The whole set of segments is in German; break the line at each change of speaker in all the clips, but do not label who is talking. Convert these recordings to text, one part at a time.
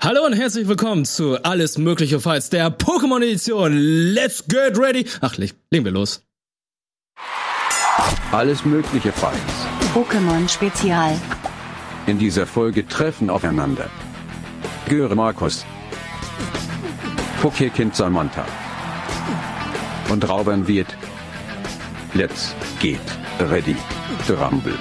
Hallo und herzlich willkommen zu Alles Mögliche Fights der Pokémon-Edition. Let's get ready. Ach, leg- legen wir los.
Alles mögliche Fights.
Pokémon Spezial.
In dieser Folge treffen aufeinander. Göre Markus. Pokékind Samantha. Und Raubern wird. Let's get ready to rumble.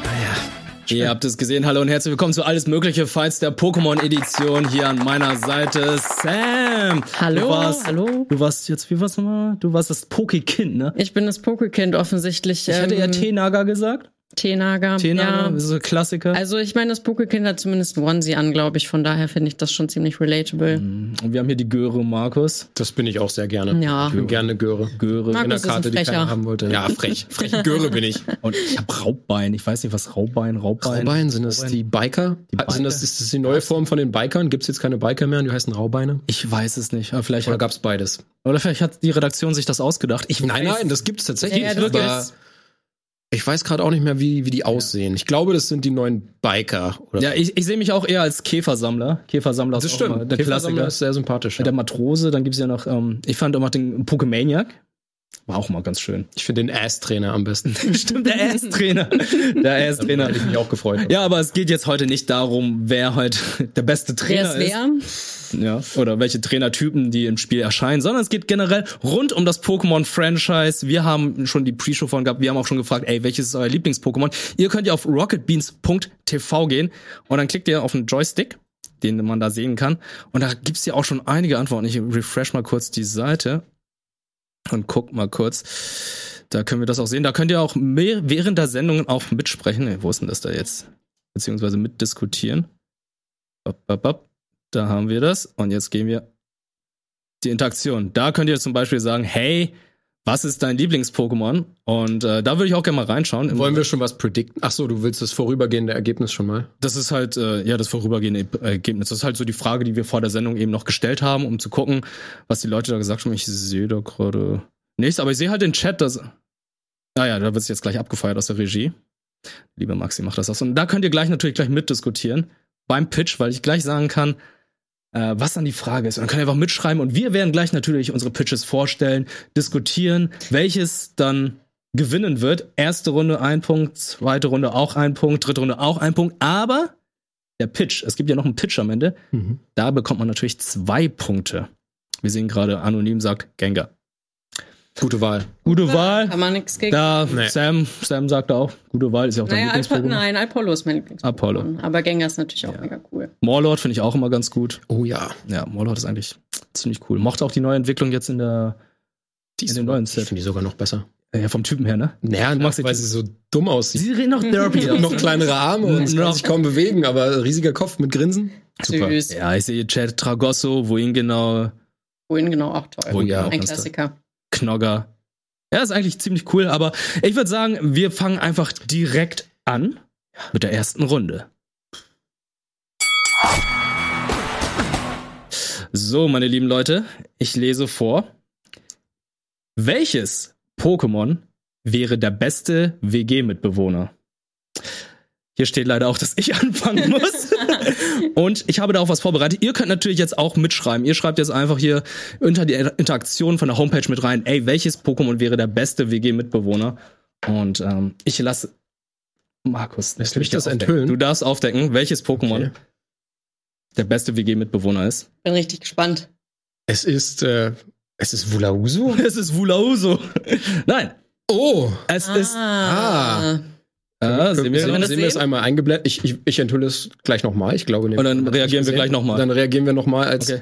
Ihr habt es gesehen. Hallo und herzlich willkommen zu Alles Mögliche Fights der Pokémon-Edition. Hier an meiner Seite Sam.
Hallo,
du warst,
hallo.
Du warst jetzt, wie war's nochmal? Du warst das Poké-Kind, ne?
Ich bin das Pokekind offensichtlich.
Ich hätte eher
ähm,
Teenager gesagt.
Teenager.
Teenager,
Ja.
das ist so ein Klassiker.
Also ich meine, das Pokekind hat zumindest ein Onesie an, glaube ich. Von daher finde ich das schon ziemlich relatable.
Und wir haben hier die Göre Markus.
Das bin ich auch sehr gerne.
Ja.
Ich bin gerne Göre.
Göre.
Mag-
In der
Markus ist ein
Karte, die
Frecher.
keiner haben wollte. Ja, frech. Freche Göre bin ich.
Und ich hab Raubbein. Ich weiß nicht, was Raubbein, Raubbein.
Raubein, sind das die Biker?
Biker.
Sind das, ist das die neue Form von den Bikern? Gibt es jetzt keine Biker mehr und die heißen Raubeine?
Ich weiß es nicht. Aber vielleicht,
Oder
hat,
gab es beides?
oder vielleicht hat die Redaktion sich das ausgedacht. Ich
Nein,
weiß-
nein, das gibt es tatsächlich.
Ja, ja, wirklich.
aber ich weiß gerade auch nicht mehr, wie, wie die aussehen. Ich glaube, das sind die neuen Biker. Oder
Ja, ich, ich sehe mich auch eher als Käfersammler. Käfersammler ist
das
auch immer
stimmt.
der Klassiker.
ist sehr sympathisch.
Mit der Matrose, dann gibt's ja noch, ähm, ich fand auch noch den Pokemaniac. War auch mal ganz schön.
Ich finde den Ass-Trainer am besten.
Stimmt, der Ass-Trainer. Der Ass-Trainer.
Hätte ich mich auch gefreut.
Ja, aber es geht jetzt heute nicht darum, wer heute der beste
Wer
Trainer
ist wer?
ist. Ja, oder welche Trainertypen, die im Spiel erscheinen, sondern es geht generell rund um das Pokémon-Franchise. Wir haben schon die Pre-Show von gehabt, wir haben auch schon gefragt, ey, welches ist euer Lieblings-Pokémon? Ihr könnt ja auf rocketbeans.tv gehen und dann klickt ihr auf einen Joystick, den man da sehen kann. Und da gibt's ja auch schon einige Antworten. Ich refresh mal kurz die Seite und guck mal kurz. Da können wir das auch sehen. Da könnt ihr auch mehr während der Sendungen auch mitsprechen. Ey, Wo ist denn das da jetzt? Beziehungsweise mitdiskutieren. Bap, bap, bap. Da haben wir das. Und jetzt gehen wir die Interaktion. Da könnt ihr zum Beispiel sagen, hey, was ist dein Lieblings-Pokémon? Und äh, da würde ich auch gerne mal reinschauen.
Wollen wir schon was predikten? Ach so, du willst das vorübergehende Ergebnis schon mal?
Das ist halt, äh, ja, das vorübergehende E- Ergebnis. Das ist halt so die Frage, die wir vor der Sendung eben noch gestellt haben, um zu gucken, was die Leute da gesagt haben. Ich sehe da gerade nichts, aber ich sehe halt den Chat, dass. Naja, da wird es jetzt gleich abgefeuert aus der Regie. Lieber Maxi, mach das aus. Und da könnt ihr gleich natürlich gleich mitdiskutieren beim Pitch, weil ich gleich sagen kann, äh, was dann die Frage ist. Und dann könnt ihr einfach mitschreiben und wir werden gleich natürlich unsere Pitches vorstellen, diskutieren, welches dann gewinnen wird. Erste Runde ein Punkt, zweite Runde auch ein Punkt, dritte Runde auch ein Punkt. Aber der Pitch, es gibt ja noch einen Pitch am Ende,
Mhm.
da bekommt man natürlich zwei Punkte. Wir sehen gerade, anonym sagt Gengar.
Gute Wahl.
Gute Wahl.
Kann man nichts gegen.
Da,
Nee.
Sam, Sam sagte auch, gute Wahl ist ja auch dein
naja, Alpo,
Lieblings-Pokémon.
nein, Apollo ist mein Lieblings.
Apollo.
Aber Gengar ist natürlich auch mega cool.
Morlord finde ich auch immer ganz gut.
Oh ja.
Ja, Morlord ist eigentlich ziemlich cool. Mochte auch die neue Entwicklung jetzt in der
Die
In
ist-
dem neuen
Ich
Set.
finde die sogar noch besser.
äh, vom Typen her, ne?
Naja,
magst die
weil
Typen.
sie so dumm aussieht.
Sie reden noch Derpy aus.
noch kleinere Arme und
Noch-
kann sich kaum bewegen, aber riesiger Kopf mit Grinsen.
Süß.
Ja, ich sehe Chad Tragosso, wohin genau,
Wohin genau auch toll.
Wohin genau,
Ein
ganz toll.
Klassiker.
Knogger. Ja, ist eigentlich ziemlich cool, aber ich würde sagen, wir fangen einfach direkt an mit der ersten Runde. So, meine lieben Leute, ich lese vor. Welches Pokémon wäre der beste WG-Mitbewohner? Hier steht leider auch, dass ich anfangen muss. Und ich habe da auch was vorbereitet. Ihr könnt natürlich jetzt auch mitschreiben. Ihr schreibt jetzt einfach hier unter die Interaktion von der Homepage mit rein, ey, welches Pokémon wäre der beste WG-Mitbewohner? Und ähm, ich lasse Markus.
Lässt mich
dir
das
aufdecken.
enthüllen?
Du darfst aufdecken, welches Pokémon
Okay.
der beste WG-Mitbewohner ist.
Bin richtig gespannt.
Es ist, äh, es ist Wulausu.
Es ist Wulauso. Nein,
Oh!
es ist.
ah.
Ah, sehen wir,
sehen,
das
wir es
sehen?
einmal eingeblendet. Ich, ich, ich enthülle es gleich nochmal. Ich glaube,
Und dann reagieren wir gleich nochmal.
Dann reagieren wir nochmal als
Okay.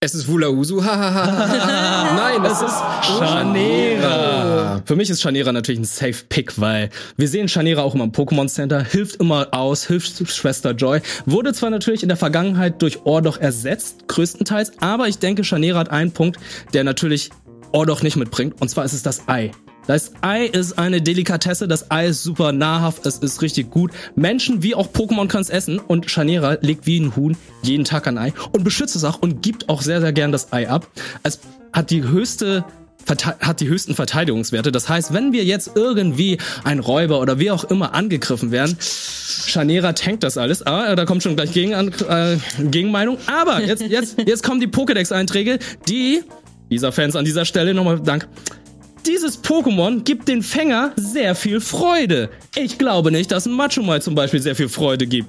Es ist Wulausu. Hahaha. Nein, es ist
Schanera. Für mich ist Schanera natürlich ein safe Pick, weil wir sehen Schanera auch immer im Pokémon Center, hilft immer aus, hilft Schwester Joy. Wurde zwar natürlich in der Vergangenheit durch Ordoch ersetzt, größtenteils, aber ich denke, Schanera hat einen Punkt, der natürlich Ordoch nicht mitbringt, und zwar ist es das Ei. Das Ei ist eine Delikatesse, das Ei ist super nahrhaft, es ist richtig gut. Menschen wie auch Pokémon können es essen und Schanera legt wie ein Huhn jeden Tag ein Ei und beschützt es auch und gibt auch sehr, sehr gern das Ei ab. Es hat die höchste verte- hat die höchsten Verteidigungswerte. Das heißt, wenn wir jetzt irgendwie ein Räuber oder wie auch immer angegriffen werden, Chanera tankt das alles. Aber äh, da kommt schon gleich Gegen äh, Gegenmeinung. Aber jetzt, jetzt, jetzt kommen die Pokédex-Einträge, die dieser Fans an dieser Stelle nochmal Dank. Dieses Pokémon gibt den Fänger sehr viel Freude. Ich glaube nicht, dass ein Machomai zum Beispiel sehr viel Freude gibt.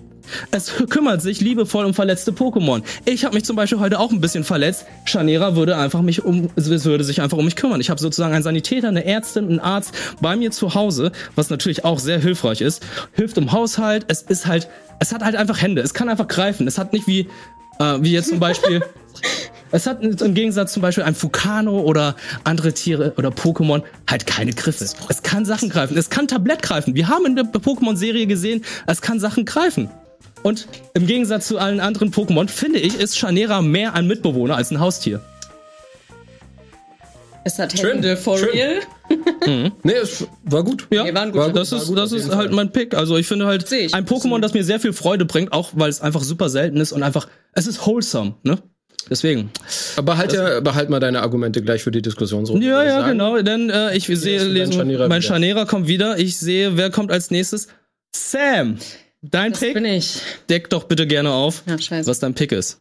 Es kümmert sich liebevoll um verletzte Pokémon. Ich habe mich zum Beispiel heute auch ein bisschen verletzt. Chanera würde einfach mich um, es würde sich einfach um mich kümmern. Ich habe sozusagen einen Sanitäter, eine Ärztin, einen Arzt bei mir zu Hause, was natürlich auch sehr hilfreich ist. Hilft im Haushalt. Es ist halt, es hat halt einfach Hände. Es kann einfach greifen. Es hat nicht wie, äh, wie jetzt zum Beispiel. Es hat im Gegensatz zum Beispiel ein Fukano oder andere Tiere oder Pokémon halt keine Griffe. Es kann Sachen greifen. Es kann Tablett greifen. Wir haben in der Pokémon-Serie gesehen, es kann Sachen greifen. Und im Gegensatz zu allen anderen Pokémon, finde ich, ist Chanera mehr ein Mitbewohner als ein Haustier.
Es hat
Schön,
Hände, for
schön.
real.
Nee, es war gut.
Ja,
Nee, war ein guter-
das
war
ist,
gut
das
auf
ist
jeden
halt
Fall.
mein Pick. Also ich finde halt
Seh ich.
ein Pokémon, das mir sehr viel Freude bringt, auch weil es einfach super selten ist und einfach, es ist wholesome, ne? Deswegen.
Aber halt ja, behalt mal deine Argumente gleich für die Diskussionsrunde.
Ja,
würde ich
ja,
sagen.
genau. Denn äh, ich sehe,
ist dein
lesen,
Scharnierer
mein
wieder.
Scharnierer kommt wieder. Ich sehe, wer kommt als nächstes? Sam. Dein
Das bin
Pick.
ich.
Deck doch bitte gerne auf,
Ja, scheiße.
was dein Pick ist.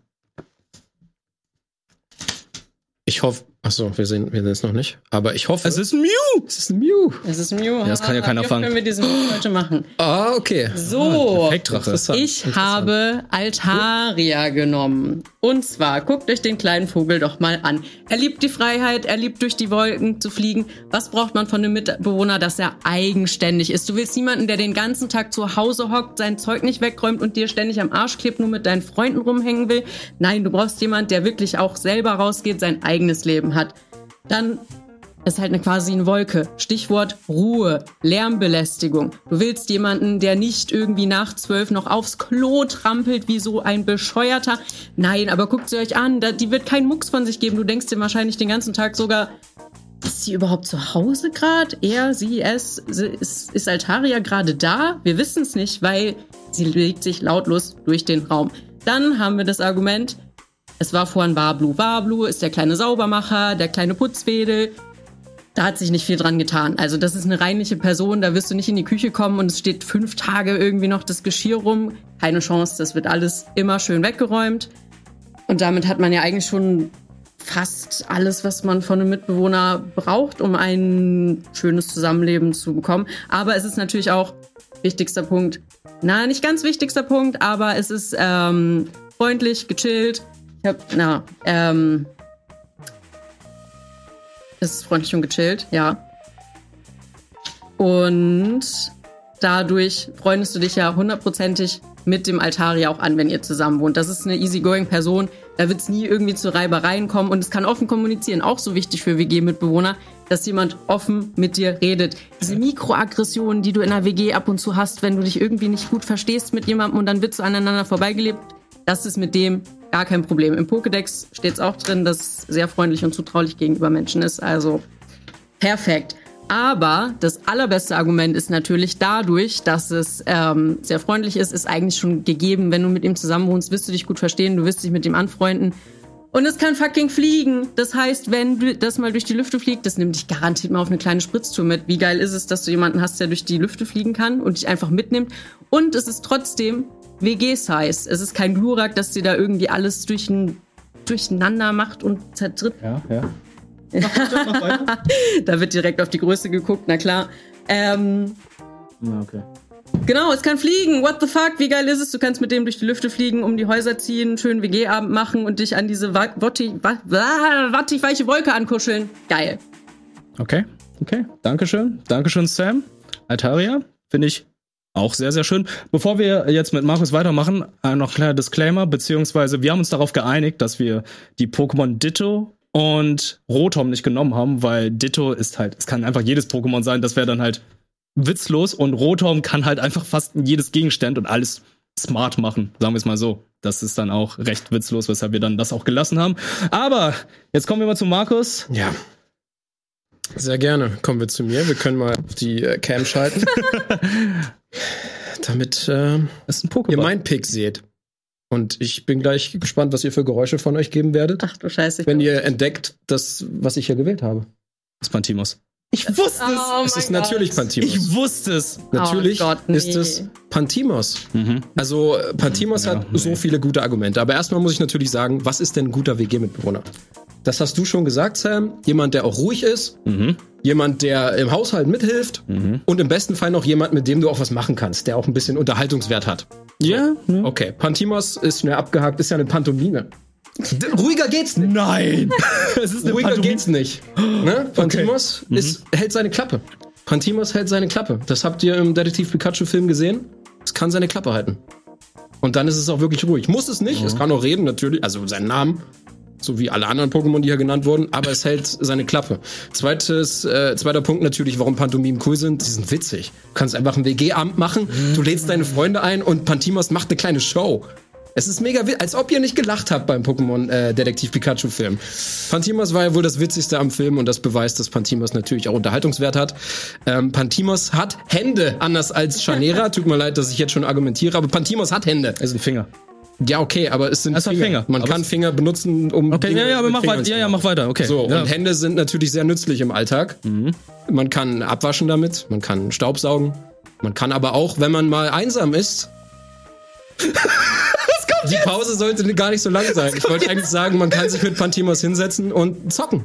Ich hoffe, achso, wir sehen, wir sehen es noch nicht. Aber ich hoffe,
Es ist Mew.
es ist ein Mew.
Das ist Mew. Ja,
das kann ja keiner fangen.
können wir diesen Move heute machen?
Ah, okay.
So.
Effektdrache.
Interessant.
Oh, Ich
Interessant.
habe Altaria genommen. Und zwar, guckt euch den kleinen Vogel doch mal an. Er liebt die Freiheit, er liebt durch die Wolken zu fliegen. Was braucht man von einem Mitbewohner, dass er eigenständig ist? Du willst niemanden, der den ganzen Tag zu Hause hockt, sein Zeug nicht wegräumt und dir ständig am Arsch klebt, nur mit deinen Freunden rumhängen will. Nein, du brauchst jemanden, der wirklich auch selber rausgeht, sein eigenes Leben hat. Dann ist halt eine quasi eine Wolke. Stichwort Ruhe, Lärmbelästigung. Du willst jemanden, der nicht irgendwie nach zwölf noch aufs Klo trampelt wie so ein Bescheuerter. Nein, aber guckt sie euch an, da, die wird keinen Mucks von sich geben. Du denkst dir wahrscheinlich den ganzen Tag sogar, ist sie überhaupt zu Hause gerade? Er, sie, es, sie- ist, ist Altaria gerade da? Wir wissen es nicht, weil sie legt sich lautlos durch den Raum. Dann haben wir das Argument, es war vorhin Wablu. Wablu ist der kleine Saubermacher, der kleine Putzwedel. Da hat sich nicht viel dran getan. Also das ist eine reinliche Person, da wirst du nicht in die Küche kommen und es steht fünf Tage irgendwie noch das Geschirr rum. Keine Chance, das wird alles immer schön weggeräumt. Und damit hat man ja eigentlich schon fast alles, was man von einem Mitbewohner braucht, um ein schönes Zusammenleben zu bekommen. Aber es ist natürlich auch wichtigster Punkt, na, nicht ganz wichtigster Punkt, aber es ist ähm, freundlich, gechillt. Ich hab, na, ähm, es ist freundlich und gechillt, ja. Und dadurch freundest du dich ja hundertprozentig mit dem Altaria auch an, wenn ihr zusammen wohnt. Das ist eine easygoing Person, da wird es nie irgendwie zu Reibereien kommen und es kann offen kommunizieren, auch so wichtig für WG-Mitbewohner, dass jemand offen mit dir redet. Diese Mikroaggressionen, die du in der WG ab und zu hast, wenn du dich irgendwie nicht gut verstehst mit jemandem und dann wird so aneinander vorbeigelebt, das ist mit dem gar kein Problem. Im Pokédex steht es auch drin, dass es sehr freundlich und zutraulich gegenüber Menschen ist, also Perfekt. Aber das allerbeste Argument ist natürlich dadurch, dass es ähm, sehr freundlich ist, ist eigentlich schon gegeben. Wenn du mit ihm zusammen wohnst, wirst du dich gut verstehen, du wirst dich mit ihm anfreunden. Und es kann fucking fliegen. Das heißt, wenn du das mal durch die Lüfte fliegt, das nimmt dich garantiert mal auf eine kleine Spritztour mit. Wie geil ist es, dass du jemanden hast, der durch die Lüfte fliegen kann und dich einfach mitnimmt. Und es ist trotzdem WG-Size. Es ist kein Glurak, dass dir da irgendwie alles durch ein, durcheinander macht und zertritt
Ja, ja.
da wird direkt auf die Größe geguckt, na klar. Ähm,
okay.
genau, es kann fliegen. What the fuck? Wie geil ist es? Du kannst mit dem durch die Lüfte fliegen, um die Häuser ziehen, einen schönen WG-Abend machen und dich an diese wa- wotti- wa- wa- wattig weiche Wolke ankuscheln. Geil.
Okay, okay. Dankeschön. Dankeschön, Sam. Altaria, finde ich auch sehr, sehr schön. Bevor wir jetzt mit Markus weitermachen, äh, noch ein kleiner Disclaimer, beziehungsweise wir haben uns darauf geeinigt, dass wir die Pokémon Ditto und Rotom nicht genommen haben, weil Ditto ist halt, es kann einfach jedes Pokémon sein, das wäre dann halt witzlos und Rotom kann halt einfach fast jedes Gegenstand und alles smart machen, sagen wir es mal so. Das ist dann auch recht witzlos, weshalb wir dann das auch gelassen haben. Aber jetzt kommen wir mal zu Markus.
Ja. Sehr gerne. Kommen wir zu mir. Wir können mal auf die äh, Cam schalten. Damit äh,
Das ist ein Pokémon.
ihr meinen Pick seht. Und ich bin gleich gespannt, was ihr für Geräusche von euch geben werdet,
Ach du Scheiße. ich
wenn
bin-
ihr entdeckt, das, was ich hier gewählt habe.
Das ist Pantimos. Ich wusste es!
Oh
es
mein
ist natürlich
Gott.
Pantimos.
ich wusste es!
Natürlich
Oh Gott, nee.
ist es Pantimos. Also äh, Pantimos
Ja,
hat
nee.
so viele gute Argumente. Aber erstmal muss ich natürlich sagen, was ist denn ein guter WG-Mitbewohner? Das hast du schon gesagt, Sam. Jemand, der auch ruhig ist.
Mhm.
Jemand, der im Haushalt mithilft. Und im besten Fall noch jemand, mit dem du auch was machen kannst, der auch ein bisschen Unterhaltungswert hat.
Ja?
Okay, Pantimos ist schnell abgehakt, ist ja eine Pantomime. D ruhiger geht's nicht.
Nein! es ist eine
Ruhiger
Pantomime.
geht's nicht. Ne? Pantimos ist, hält seine Klappe. Pantimos hält seine Klappe. Das habt ihr im Detektiv Pikachu-Film gesehen. Es kann seine Klappe halten. Und dann ist es auch wirklich ruhig. Muss es nicht. Es kann auch reden, natürlich. Also seinen Namen. So wie alle anderen Pokémon, die hier genannt wurden. Aber es hält seine Klappe. Zweites, äh, zweiter Punkt natürlich, warum Pantomimen cool sind. Sie sind witzig. Du kannst einfach ein WG-Abend machen. Du lädst deine Freunde ein und Pantimos macht eine kleine Show. Es ist mega witzig, als ob ihr nicht gelacht habt beim Pokémon-Detektiv-Pikachu-Film. Pantimos war ja wohl das Witzigste am Film und das beweist, dass Pantimos natürlich auch Unterhaltungswert hat. Ähm, Pantimos hat Hände, anders als Chanera. Tut mir leid, dass ich jetzt schon argumentiere, aber Pantimos hat Hände.
Es ist ein Finger.
Ja, okay, aber es sind
Es hat
Finger.
Finger.
Man
Aber
kann
es-
Finger benutzen, um.
Okay,
Dinge
ja, ja, aber
mit
mach
Fingern
weiter.
zu
Ja, ja,
machen.
mach weiter. Okay.
So,
ja. Mhm.
und Hände sind natürlich sehr nützlich im Alltag. Man kann abwaschen damit, man kann Staubsaugen, man kann aber auch, wenn man mal einsam ist. Die Pause sollte gar nicht so lang sein. Ich wollte eigentlich sagen, man kann sich mit Pantimos hinsetzen und zocken.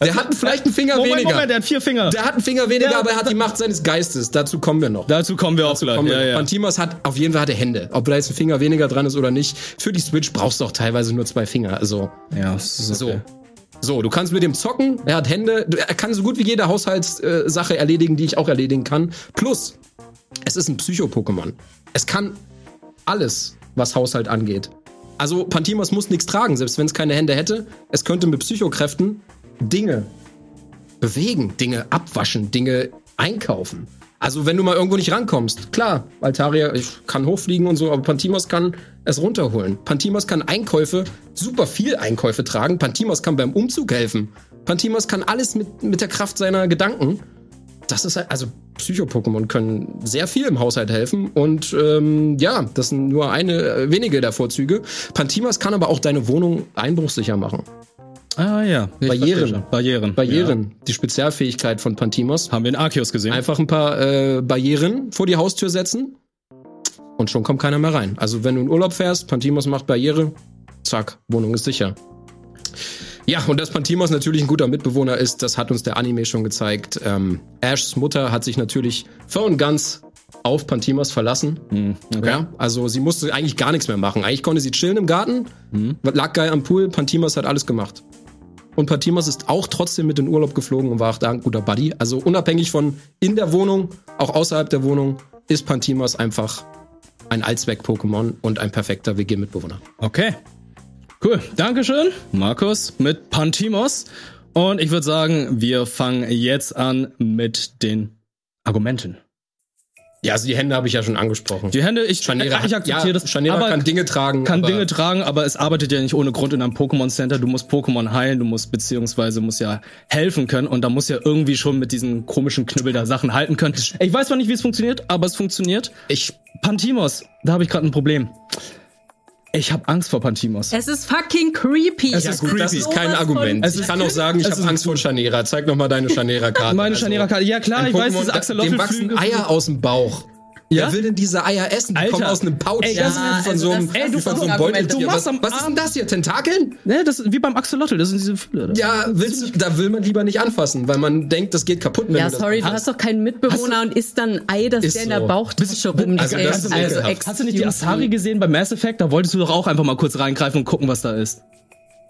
Der hat vielleicht einen Finger
Moment,
weniger.
Moment, der hat vier Finger.
der hat einen Finger weniger,
Ja,
aber er hat die Macht seines Geistes. Dazu kommen wir noch.
Dazu kommen wir auch gleich.
Kommen wir
Ja,
noch.
ja.
Pantimos hat auf jeden Fall hat er Hände. Ob da jetzt ein Finger weniger dran ist oder nicht. Für die Switch brauchst du auch teilweise nur zwei Finger. Also
ja, so.
so. So, du kannst mit dem zocken, er hat Hände, du- er kann so gut wie jede Haushaltssache äh, Sache erledigen, die ich auch erledigen kann. Plus, es ist ein Psycho-Pokémon. Es kann alles, was Haushalt angeht. Also, Pantimos muss nichts tragen, selbst wenn es keine Hände hätte. Es könnte mit Psychokräften Dinge bewegen, Dinge abwaschen, Dinge einkaufen. Also, wenn du mal irgendwo nicht rankommst, klar, Altaria ich kann hochfliegen und so, aber Pantimos kann es runterholen. Pantimos kann Einkäufe, super viel Einkäufe tragen. Pantimos kann beim Umzug helfen. Pantimos kann alles mit, mit der Kraft seiner Gedanken. Das ist halt, also Psycho-Pokémon können sehr viel im Haushalt helfen und ähm, ja, das sind nur eine äh, wenige der Vorzüge. Pantimos kann aber auch deine Wohnung einbruchsicher machen.
Ah, ja. Ich
Barrieren.
verstehe schon. Barrieren.
Barrieren, die Spezialfähigkeit von Pantimos.
Ja. Haben wir in Arceus gesehen.
Einfach ein paar äh, Barrieren vor die Haustür setzen und schon kommt keiner mehr rein. Also wenn du in Urlaub fährst, Pantimos macht Barriere, zack, Wohnung ist sicher. Ja, und dass Pantimos natürlich ein guter Mitbewohner ist, das hat uns der Anime schon gezeigt. Ähm, Ashs Mutter hat sich natürlich voll und ganz auf Pantimos verlassen. Ja, also sie musste eigentlich gar nichts mehr machen. Eigentlich konnte sie chillen im Garten, lag geil am Pool, Pantimos hat alles gemacht. Und Patimas ist auch trotzdem mit in Urlaub geflogen und war auch da ein guter Buddy. Also unabhängig von in der Wohnung, auch außerhalb der Wohnung, ist Pantimas einfach ein Allzweck-Pokémon und ein perfekter WG-Mitbewohner.
Okay. Cool. Dankeschön, Markus, mit Pantimos. Und ich würde sagen, wir fangen jetzt an mit den Argumenten.
Ja, also die Hände habe ich ja schon angesprochen.
Die Hände, ich,
Scharnier
ich
hat-
akzeptiere
ja,
das.
Scharnier
aber
kann Dinge tragen.
kann
aber-
Dinge tragen, aber es arbeitet ja nicht ohne Grund in einem Pokémon Center. Du musst Pokémon heilen, du musst beziehungsweise musst ja helfen können und da muss ja irgendwie schon mit diesen komischen Knüppel da Sachen halten können. Ich weiß zwar nicht, wie es funktioniert, aber es funktioniert.
Ich,
Pantimos, da habe ich gerade ein Problem. Ich habe Angst vor Pantimos.
Es ist fucking creepy.
Es
ja,
ist
gut, das
creepy.
ist kein
Sowas
Argument.
von-
ich kann auch sagen, ich
Es
habe
ist-
Angst vor Schanera. Zeig noch mal deine Schanera-Karte. Also,
Meine Scharnierer-Karte. Ja, klar,
ein
ich weiß,
Pokémon,
das Axolotl-
Dem wachsen
Flügel-
Eier aus dem Bauch.
Ja?
Wer will denn diese Eier essen? Die
Alter.
kommen aus einem Pouch.
Ey,
Ja,
das-
wie von so einem,
also das-
wie
das-
von
das-
so einem
das-
Beuteltier.
du
Was,
machst am
was ist denn
Abend-
das hier? Tentakeln?
Ne, das ist wie beim Axolotl, das sind diese Fülle.
Ja, willst du, da will man lieber nicht anfassen, weil man denkt, das geht kaputt. wenn
Ja,
du das-
sorry, du hast doch keinen Mitbewohner und isst dann ein Ei, das dir
Ist
in der
so.
Bauchtasche rumliegt.
also das ist ekelhaft.
Hast du nicht die Asari gesehen bei Mass Effect? Da wolltest du doch auch einfach mal kurz reingreifen und gucken, was da ist.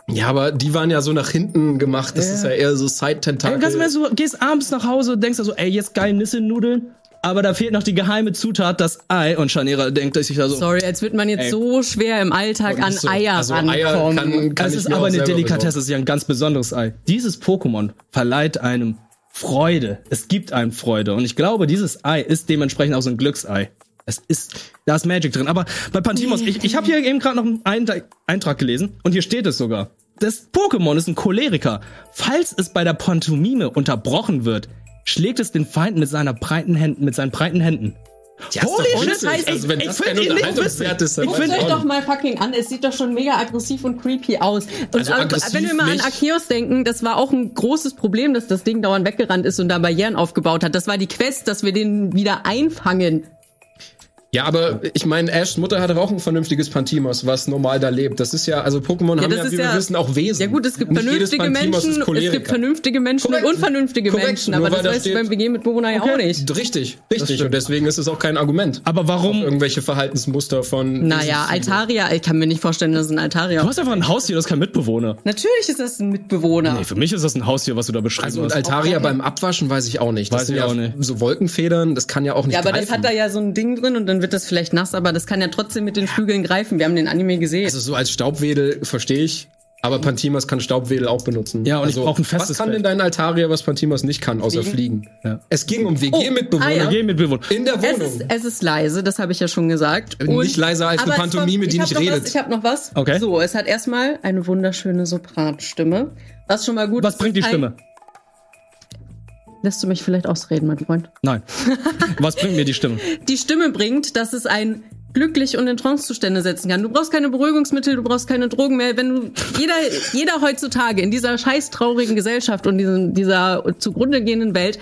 Ja, aber die waren ja so nach hinten gemacht. Das ist ja eher so
Ey,
Side-Tentakel.
ganz im Ernst, du gehst abends nach Hause und denkst dir so, ey, jetzt geil Nissennudeln, aber da fehlt noch die geheime Zutat, das Ei. Und Chanera denkt sich da so,
Sorry, als wird man jetzt
Ey.
so schwer im Alltag an
so.
Eier
Also
rankommen.
Eier kann- kann
das
ich
ist
mir auch
aber eine
selber
Delikatesse,
besorgen.
das ist ja ein ganz besonderes Ei. Dieses Pokémon verleiht einem Freude. Es gibt einem Freude. Und ich glaube, dieses Ei ist dementsprechend auch so ein Glücksei. Es ist, da ist Magic drin. Aber bei Pantimos, ich, ich habe hier eben gerade noch einen Eintrag- Eintrag gelesen und hier steht es sogar. Das Pokémon ist ein Choleriker. Falls es bei der Pantomime unterbrochen wird, schlägt es den Feind mit seiner breiten Händen, mit seinen breiten Händen.
Ja, ist
Holy
doch
shit,
witzig.
ey,
Also wenn
ey,
das
find
kein
ihn nicht
Unterhaltungswert
witzig.
ist, dann
Ich
weiß
find
ich
ihn
auch
Guckt
nicht.
euch doch mal fucking an. Es sieht doch schon mega aggressiv und creepy aus. Und
Also
aber-
aggressiv
wenn wir mal an
nicht.
Arceus denken, das war auch ein großes Problem, dass das Ding dauernd weggerannt ist und da Barrieren aufgebaut hat. Das war die Quest, dass wir den wieder einfangen.
Ja, aber ich meine, Ashs Mutter hatte auch ein vernünftiges Pantimos, was normal da lebt. Das ist ja, also Pokémon haben
das
ja,
ist
wie wir
ja-
wissen, auch Wesen.
Ja gut, es gibt
Nicht jedes
vernünftige
Pantimos ist
Menschen, es
Choleriker.
gibt vernünftige Menschen
Korrekt.
und unvernünftige
Korrekt,
Menschen,
nur
aber das
weil da
weißt du
steht-
beim WG-Mitbewohner ja auch nicht.
Richtig,
Das
richtig.
stimmt.
Und deswegen ist es auch kein Argument.
Aber warum-
Auf irgendwelche Verhaltensmuster von.
Naja, Altaria, ich kann mir nicht vorstellen, dass es ein Altaria
Du hast
ist.
einfach ein Haustier, das ist kein Mitbewohner.
Natürlich ist das ein Mitbewohner.
Nee, für mich ist das ein Haustier, was du da beschrieben
Also und
hast.
Altaria beim Abwaschen weiß ich auch nicht.
Weiß
sind
ich
ja
auch nicht.
So Wolkenfedern, das kann ja auch nicht.
ja, aber das
greifen.
hat da ja so ein Ding drin und dann wird das vielleicht nass, aber das kann ja trotzdem mit den Flügeln greifen. Wir haben den Anime gesehen.
Also so als Staubwedel verstehe ich. Aber Pantimas kann Staubwedel auch benutzen.
Ja, und ich
also,
brauch ein festes
Was kann
Bett.
denn dein Altaria, was Pantimas nicht kann, außer fliegen?
Ja.
Es ging um
ah ja.
WG-Mitbewohner
Geh mit Bewohner.
in der
Es
Wohnung. Äh,
ist, es ist leise, das habe ich ja schon gesagt.
Nicht leiser als eine
aber es
Pantomime,
war-
die
ich hab
nicht
noch
redet.
Was, ich habe noch was.
Okay.
So, es hat erstmal eine wunderschöne Sopranstimme. Was schon mal gut
Was
ist,
bringt die
ein-
Stimme?
Lässt du mich vielleicht ausreden, mein Freund?
Nein. Was bringt mir die Stimme?
Die Stimme bringt, dass es ein glücklich und in Trancezustände setzen kann. Du brauchst keine Beruhigungsmittel, du brauchst keine Drogen mehr. Wenn du jeder, jeder heutzutage in dieser scheiß traurigen Gesellschaft und diesen, dieser zugrunde gehenden Welt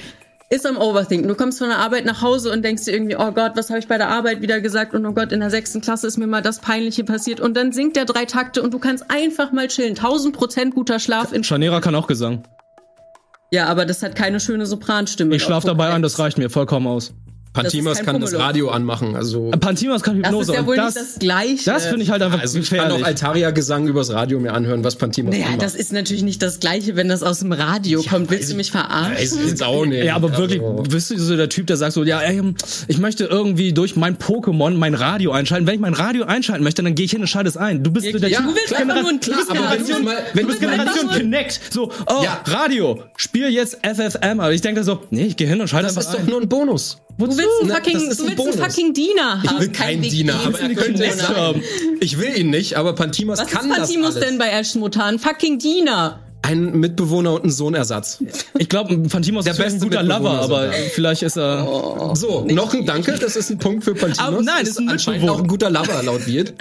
ist am Overthinken. Du kommst von der Arbeit nach Hause und denkst dir irgendwie, oh Gott, was habe ich bei der Arbeit wieder gesagt? Und oh Gott, in der sechsten Klasse ist mir mal das Peinliche passiert. Und dann singt der drei Takte und du kannst einfach mal chillen. 1000 Prozent guter Schlaf in
Chanera kann auch Gesang.
Ja, aber das hat keine schöne Sopranstimme.
Ich schlaf dabei ein, das reicht mir vollkommen aus. Äh,
Pantimas
das ist kein
kann das
Pummeluck.
Radio anmachen. Also
Pantimas kann
Das
Hypnose.
ist ja
und
wohl
das,
nicht das Gleiche.
das finde ich halt einfach
Also ich kann auch
gefährlich.
Altaria-Gesang übers Radio mir anhören, was Pantimas
Naja,
anmacht.
das ist natürlich nicht das Gleiche, wenn das aus dem Radio kommt. Willst du mich verarschen?
Weiß ich jetzt auch nicht.
ja, aber wirklich,
Also,
bist du so der Typ, der sagt so, ja, ey, ich möchte irgendwie durch mein Pokémon mein Radio einschalten. Wenn ich mein Radio einschalten möchte, dann gehe ich hin und schalte es ein. Du bist so der
ja,
Typ,
du willst
klar,
einfach nur ein
klar,
Klar,
aber wenn du mal, wenn
Du bist Generation Connect. So, oh,
Ja.
Radio, spiel jetzt FFM. Aber ich denke so, nee, ich gehe hin und schalte
das
einfach
ist doch
ein.
nur ein Bonus.
Du willst einen
Na,
fucking,
Ne, das ist
du
ein
willst einen
Bonus.
fucking Diener haben.
Ich will keinen
Weg
Diener,
geben.
aber er könnte es haben. Ich will ihn nicht, aber Pantimas
Was
kann
ist
das
Fatimus
alles.
denn bei Ashton Mutan? Fucking Diener.
Ein Mitbewohner und ein Sohnersatz.
Ich glaube, Fantimos ist vielleicht ein
beste
guter
Mitbewohner
Lover, aber
sogar. Oh.
vielleicht ist er.
Oh,
so, noch ein Danke, das ist ein Punkt für Pantimas.
Aber nein, ist ein
anscheinend
Mitbewohner.
auch ein guter Lover, laut Wirt.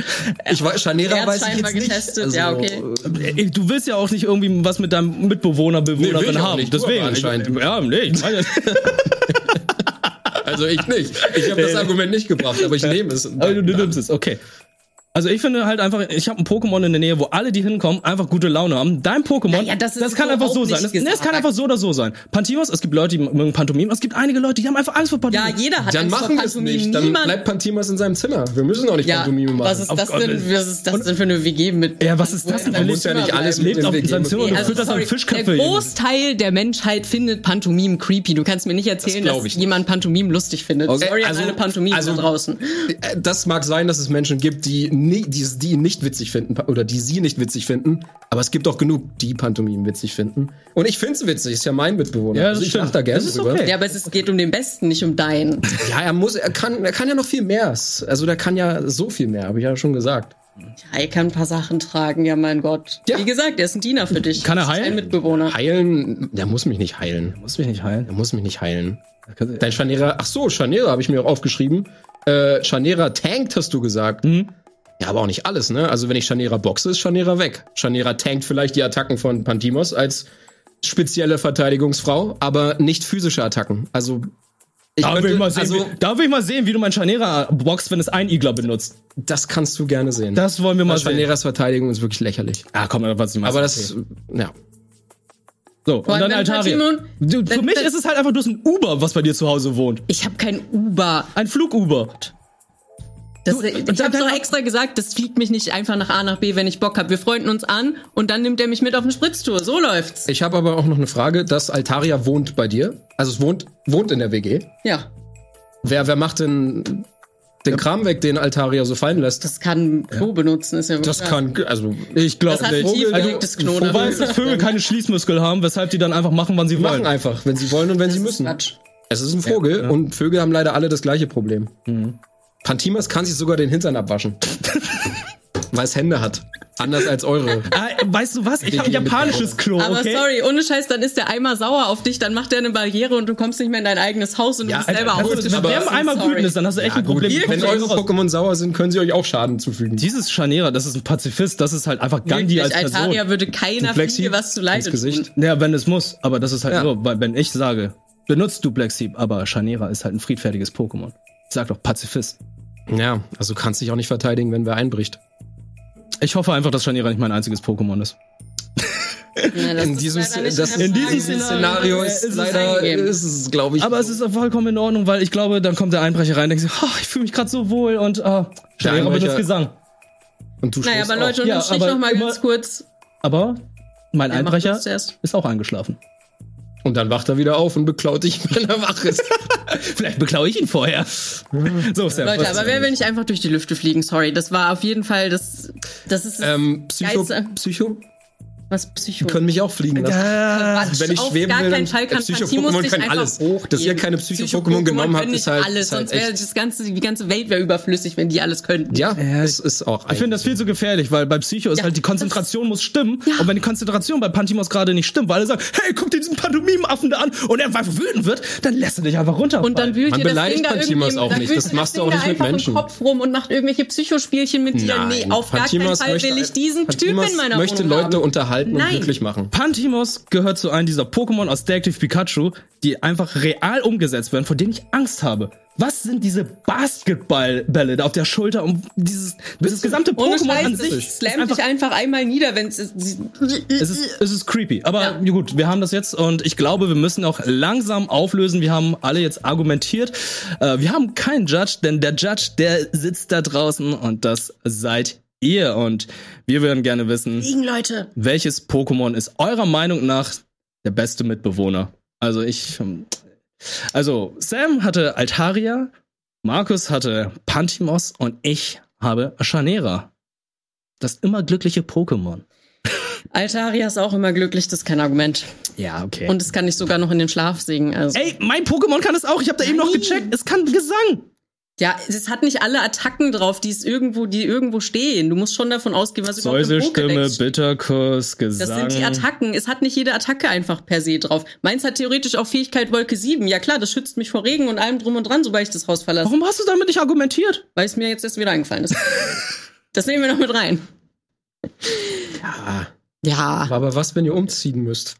Ich weiß, Chanera
Er
weiß
hat's
ich jetzt
scheinbar
nicht. Also,
getestet, ja, okay.
Äh, Ey, Du willst ja auch nicht irgendwie was mit deinem Mitbewohner,
Nee, will
Bewohnerin
ich auch
haben.
nicht, du
Deswegen.
aber anscheinend.
Ich, ja, nee, ich meine,
Also ich nicht. Ich habe das Argument nicht gebracht, aber ich nehme es.
aber du, du nimmst es, okay. Also ich finde halt einfach, ich habe ein Pokémon in der Nähe, wo alle, die hinkommen, einfach gute Laune haben. Dein Pokémon,
Naja, das
das,
ist
kann
so
einfach
auch
so sein.
nicht
Das, nee, das kann
gesagt.
einfach so oder so sein. Pantimos, es gibt Leute, die mögen Pantomimen, es gibt einige Leute, die haben einfach Angst vor
Ja,
Pantomimen.
jeder hat
Dann
Angst
machen
vor
wir es
Pantomime.
nicht. Dann
Niemand.
bleibt Pantimas in seinem Zimmer. Wir müssen auch nicht
ja,
Pantomime machen.
was ist
Auf
das
Gott,
denn? Was ist das denn für eine WG mit?
Ja, was ist das denn?
Wo er
Man
in
muss ja
seinem
nicht
Zimmer
alles
bleibt.
mit
lebt auf
WG
seinem Zimmer,
mit-
du
Nee,
füllst das an
sorry,
Fischköpfe.
Der Großteil der Menschheit findet Pantomimen creepy. Du kannst mir nicht erzählen,
glaub
dass
ich nicht.
jemand Pantomimen lustig findet.
Okay,
Sorry
also-
an alle Pantomimen
also-
da draußen.
Äh, Das mag sein, dass es Menschen gibt, die, nie, die, die ihn nicht witzig finden pa- oder die sie nicht witzig finden, aber es gibt auch genug, die Pantomimen witzig finden. Und ich find's witzig, ist ja mein Mitbewohner. Also
Ja, das
ich
stimmt.
lach da gerne
Das ist
drüber.
okay.
Ja, aber es ist, geht um den Besten, nicht um deinen.
Ja, er muss, er kann, er kann ja noch viel mehr. Also der kann ja so viel mehr, habe ich ja schon gesagt.
Ja, er kann ein paar Sachen tragen, ja mein Gott.
Ja.
Wie gesagt, er ist ein Diener für dich.
Kann er
Das ist
heilen?
Ein Mitbewohner.
Heilen, der muss mich nicht heilen.
Muss mich nicht heilen.
Der muss mich nicht heilen. Dein Scharnierer, ach so, Scharnierer habe ich mir auch aufgeschrieben. Äh, Scharnierer tankt, hast du gesagt.
Mhm.
Ja, aber auch nicht alles, ne? Also, wenn ich Scharnierer boxe, ist Scharnierer weg. Scharnierer tankt vielleicht die Attacken von Pantimos als spezielle Verteidigungsfrau, aber nicht physische Attacken. Also, ich
Da will, ich
könnte,
mal sehen,
also
wie, da will ich mal sehen, wie du mein Chanera boxt, wenn es ein Igler benutzt.
das kannst du gerne sehen.
Das wollen wir mal sehen.
Scharnieras Verteidigung ist wirklich lächerlich.
Ah, komm, was ich meine.
Aber das, ja.
So, und
allem
dann
wenn
Altaria.
Pantimon-
Du, für
wenn-
mich
wenn-
ist es halt einfach bloß ein Uber, was bei dir zu Hause wohnt.
Ich habe kein Uber.
Ein Flug-Uber.
Das,
Du,
ich
und dann-
habe doch
dann-
extra gesagt, das fliegt mich nicht einfach nach A nach B, wenn ich Bock habe. Wir freunden uns an und dann nimmt er mich mit auf eine Spritztour. So läuft's.
Ich habe aber auch noch eine Frage. Das Altaria wohnt bei dir. Also, es wohnt, wohnt in der WG.
Ja,
Wer, wer macht denn den Kram weg, den Altaria so fallen lässt?
das kann Klo benutzen, ist ja
Das
klar.
kann, also
Ich
Das
glaube
hat
nicht.
tief
Also,
gelegtes Knoten.
Wobei es, dass Vögel keine Schließmuskel haben, weshalb die dann einfach machen, wann sie
machen
wollen.
einfach, wenn sie wollen und wenn sie
ist
müssen.
Quatsch.
Es ist ein Vogel und Vögel haben leider alle das gleiche Problem. Pantimas kann sich sogar den Hintern abwaschen. weil es Hände hat. Anders als eure.
Ah, weißt du was? Ich habe ein japanisches Klo,
Aber
okay?
sorry, ohne Scheiß, dann ist der Eimer sauer auf dich, dann macht der eine Barriere und du kommst nicht mehr in dein eigenes Haus und
Ja,
du bist selber
also,
ausgeschlossen.
wenn der einmal
Sorry.
wütend ist, dann hast du echt ein Problem.
Wenn
Kommt
eure
raus.
Pokémon sauer sind, können sie euch auch Schaden zufügen.
Dieses Scharnierer, das ist ein Pazifist, das ist halt einfach Gandhi
Wirklich,
als Person.
Altaria würde keiner
Duplexi
Fliege was zu
ins
leiden
Gesicht.
tun.
Ja, wenn es muss, aber das ist halt
Ja.
nur, weil wenn ich sage, benutzt du Black Sheep, aber Scharnierer ist halt ein friedfertiges Pokémon. Sag doch Pazifist.
Ja, also du kannst dich auch nicht verteidigen, wenn wer einbricht.
Ich hoffe einfach, dass Scharnierer nicht mein einziges Pokémon ist.
Ja, das
In
ist
diesem,
leider nicht
das,
mehr
in diesem
Frage.
Szenario
ist
ist,
es
leider,
eingegeben.
ist es, glaube ich,
Aber es ist auch vollkommen in Ordnung, weil ich glaube, dann kommt der Einbrecher rein und denkt sich, "Ah, ich fühle mich gerade so wohl und ah, Scharnierer
Einbrecher-
benutzt Gesang.
und du
Naja,
schläfst
aber
auch.
Leute,
Ja,
unterm Strich
aber
noch mal
immer-
ganz kurz.
Aber mein
Ja, mach
Einbrecher
kurz zuerst.
ist auch eingeschlafen.
Und dann wacht er wieder auf und beklaut dich, wenn er wach ist.
Vielleicht beklaue ich ihn vorher. so, Sam.
Leute,
was-
aber wer will nicht einfach durch die Lüfte fliegen? Sorry, das war auf jeden Fall das. Das ist
ähm, Psycho,
Geister.
Psycho
was Psycho.
können mich auch fliegen lassen.
Quatsch.
Wenn ich
Auf
schweben
gar
will,
keinen
dann
Fall kann Psycho-Pokémon
Psycho-Pokémon können alles.
Hochgehen.
Dass ihr keine Psycho-Pokémon genommen habt,
können
ist
nicht
halt,
alles,
ist halt
sonst wäre
echt.
das ganze, die ganze Welt wäre überflüssig, wenn die alles könnten.
Ja, es ist auch
Ich finde das viel zu gefährlich, weil bei Psycho ist
Ja,
halt die Konzentration muss stimmen. Und wenn die Konzentration bei Pantimos gerade nicht stimmt, weil alle sagen, hey, guck dir diesen Pantomimenaffen da an und er einfach wütend wird, dann lässt er dich einfach runter.
Und dann wühlt
Man
ihr das
beleidigt
Ding da
Pantimas
irgendwie-
auch
dann
nicht.
wühlt
Das
ihr
machst du
Ding
auch
da
nicht mit
einfach im
Menschen.
Kopf rum und macht irgendwelche Psychospielchen mit dir.
Nein,
nee, auf gar keinen
Pantimas
Fall will
möchte-
ich diesen
Pantimas
Typ in meiner
möchte
Wohnung
Leute
haben.
unterhalten
Nein.
und glücklich machen.
Pantimos gehört zu einem dieser Pokémon aus Detective Pikachu, die einfach real umgesetzt werden, vor denen ich Angst habe. Was sind diese Basketballbälle da auf der Schulter um dieses, dieses gesamte
Ohne
Pokémon an
Scheiß,
sich?
es
ist
slammt dich einfach einmal nieder, wenn es...
Es ist, es ist creepy. Aber ja. gut, wir haben das jetzt und ich glaube, wir müssen auch langsam auflösen. Wir haben alle jetzt argumentiert. Äh, wir haben keinen Judge, denn der Judge, der sitzt da draußen und das seid ihr. Und wir würden gerne wissen,
Liegen, Leute.
welches Pokémon ist eurer Meinung nach der beste Mitbewohner? Also ich. ähm, Also, Sam hatte Altaria, Markus hatte Pantimos und ich habe Chanera. Das immer glückliche Pokémon.
Altaria ist auch immer glücklich, das ist kein Argument.
Ja, okay.
Und es kann ich sogar noch in den Schlaf singen. Also.
Ey, mein Pokémon kann es auch. Ich habe da eben noch
Nein.
gecheckt. Es kann Gesang.
Ja, es hat nicht alle Attacken drauf, die es irgendwo, die irgendwo stehen. Du musst schon davon ausgehen, was überhaupt im Pokédex steht.
Bitterkuss, Gesang.
Das sind die Attacken. Es hat nicht jede Attacke einfach per se drauf. Meins hat theoretisch auch Fähigkeit Wolke 7. Ja klar, das schützt mich vor Regen und allem drum und dran, sobald ich das Haus verlasse.
Warum hast du damit nicht argumentiert?
Weil es mir jetzt erst wieder eingefallen ist. das nehmen wir noch mit rein. Ja. Ja.
Aber was, wenn ihr umziehen müsst?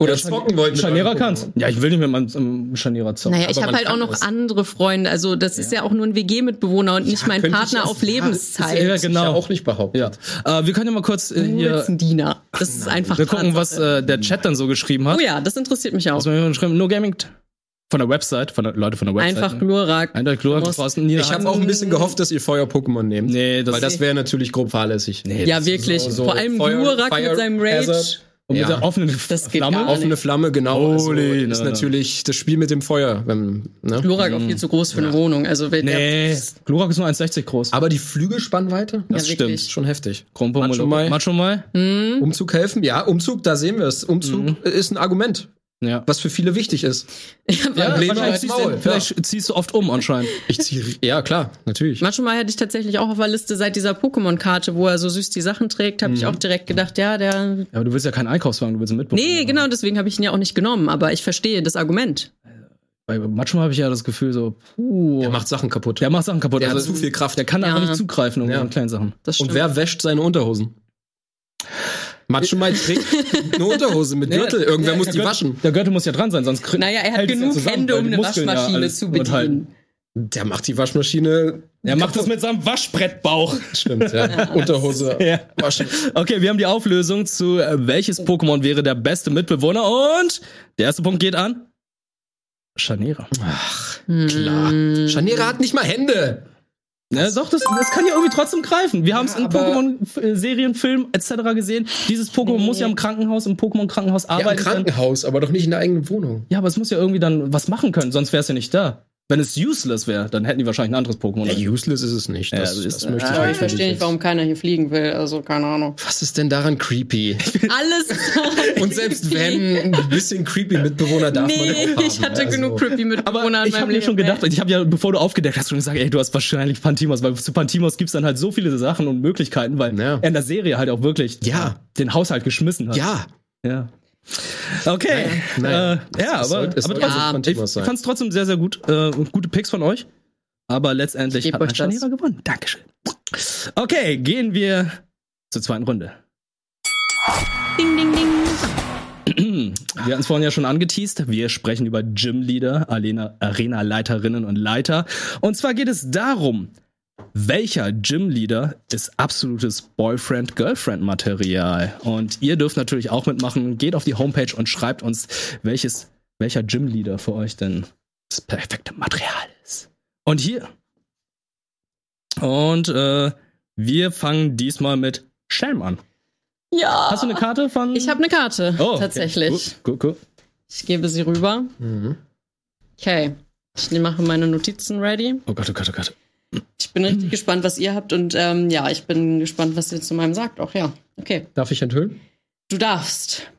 Oder zocken wollt mit
Scharnierer
eurem
kann's.
Pokémon?
Ja, ich will nicht mit meinem ähm, Scharnierer zocken.
Naja, ich
Aber
habe
man
halt auch
kann
noch
es.
andere Freunde. Also das ist ja auch nur ein WG-Mitbewohner und nicht mein
könnte ich
Partner
das-
auf
ja,
Lebenszeit.
ja
Das genau.
genau.
Ich ja auch nicht behaupten.
Ja. Äh, wir können ja mal kurz äh,
Du
hier.
willst ein Diener. Das ist einfach
Wir gucken, was
Tatsache.
äh, der Chat dann so geschrieben hat.
Oh ja, das interessiert mich auch.
Was wir geschrieben No Gaming. t- Von der Website, von der Leute von der Website.
Einfach
ne?
Glurak.
Eindeutig Glurak
Muss-
draußen. Nieder
Ich habe auch ein bisschen gehofft, dass ihr Feuer-Pokémon nehmt.
Nee, das-
weil das wäre natürlich grob fahrlässig. Nee,
Ja, wirklich. Vor allem Glurak mit seinem Rage.
Und mit
ja.
der offenen
Das geht gar
Flamme.
nicht.
Offene Flamme, genau. Also,
Holy,
ist
na, na.
natürlich das Spiel mit dem Feuer. Wenn, ne?
Glurak auch viel zu groß für eine Wohnung. Also wenn
Nee,
der,
Glurak ist nur 1,60 groß.
Aber die Flügelspannweite? Das
Ja,
stimmt.
wirklich.
ist schon heftig.
Macho Mai. Macho Mai?
Mhm.
Umzug helfen? Ja, Umzug, da sehen wir es. Umzug äh, ist ein Argument,
Ja.
was für viele wichtig ist.
Ja,
Leben
vielleicht,
aufs
ziehst,
Maul,
du, vielleicht ziehst du oft um anscheinend.
Ich ziehe, ja klar, natürlich.
Manchmal hatte ich tatsächlich auch auf der Liste seit dieser Pokémon-Karte, wo er so süß die Sachen trägt, habe ich auch direkt gedacht, ja, der.
Ja, aber du willst ja keinen Einkaufswagen, du willst einen Mitbewohner.
Nee, genau, deswegen habe ich ihn ja auch nicht genommen, aber ich verstehe das Argument.
Bei manchmal habe ich ja das Gefühl so, puh.
Er macht Sachen kaputt.
der macht Sachen kaputt. Also
Der hat zu viel Kraft.
Der kann
Ja.
einfach nicht zugreifen um
Ja.
an kleinen Sachen.
Das stimmt.
Und wer wäscht seine Unterhosen? Matschemai trägt eine Unterhose mit Gürtel. Irgendwer muss die
Göt-
waschen.
Der Gürtel muss ja dran sein, sonst kriegt
naja, er hat genug Hände, um eine Waschmaschine zu bedienen.
Der macht die Waschmaschine.
Er macht das mit seinem Waschbrettbauch.
Stimmt, ja. Unterhose
Ja.
waschen.
Okay, wir haben die Auflösung zu äh, welches Pokémon wäre der beste Mitbewohner und der erste Punkt geht an Scharnierer.
Klar. Scharniere hat nicht mal Hände.
Ja, Ne, doch, das, das kann ja irgendwie trotzdem greifen. Wir haben es in äh,
aber-
Pokémon-Serien, Film etc. gesehen. Dieses Pokémon muss ja im Krankenhaus, im Pokémon-Krankenhaus
Ja, im
arbeiten. können.
Krankenhaus, aber doch nicht in der eigenen Wohnung.
Ja, aber es muss ja irgendwie dann was machen können, sonst wäre es ja nicht da. Wenn es useless wäre, dann hätten die wahrscheinlich ein anderes Pokémon.
Ja, useless ist es nicht.
Ja,
Das,
also
das
ist-
möchte ich
Aber
nicht.
ich verstehe nicht, warum keiner hier fliegen will. Also, keine Ahnung.
Was ist denn daran creepy?
Alles.
Und selbst wenn, ein bisschen creepy Mitbewohner darf man auch
Nee,
haben.
ich hatte
Also,
genug creepy
Aber
Mitbewohner in
ich
meinem
habe mir
Leben.
schon gedacht,
ey.
ich habe ja, bevor du aufgedeckt hast, schon gesagt, ey, du hast wahrscheinlich Pantimos, weil zu Pantimos gibt's dann halt so viele Sachen und Möglichkeiten, weil
Ja.
er in der Serie halt auch wirklich
Ja.
den Haushalt geschmissen hat.
Ja,
Ja. Okay.
Naja, naja.
Äh, ja,
Es
aber,
sollte- es
aber trotzdem,
sollte so
ich,
Pantimos
ich
sein.
fand's trotzdem sehr, sehr gut. Äh, und gute Picks von euch. Aber letztendlich
Ich geb
hat mein
euch das.
Scharnierer gewonnen. Dankeschön. Okay, gehen wir zur zweiten Runde.
Ding, ding, ding.
Wir hatten es vorhin ja schon angeteased. Wir sprechen über Gymleader, Arena- Arena-Leiterinnen und Leiter. Und zwar geht es darum, welcher Gymleader ist absolutes Boyfriend-Girlfriend-Material? Und ihr dürft natürlich auch mitmachen. Geht auf die Homepage und schreibt uns, welches, welcher Gymleader für euch denn das perfekte Material ist. Und hier. Und äh, wir fangen diesmal mit Shelm an.
Ja.
Hast du eine Karte von?
Ah, Ich habe eine Karte,
Oh, okay.
tatsächlich.
Cool, cool, cool.
Ich gebe sie rüber. Okay. Ich mache meine Notizen ready.
Oh Gott, oh Gott, oh Gott.
Ich bin richtig gespannt, was ihr habt. Und ähm, ja, ich bin gespannt, was ihr zu meinem sagt. Auch ja. Okay.
darf ich enthüllen?
Du darfst.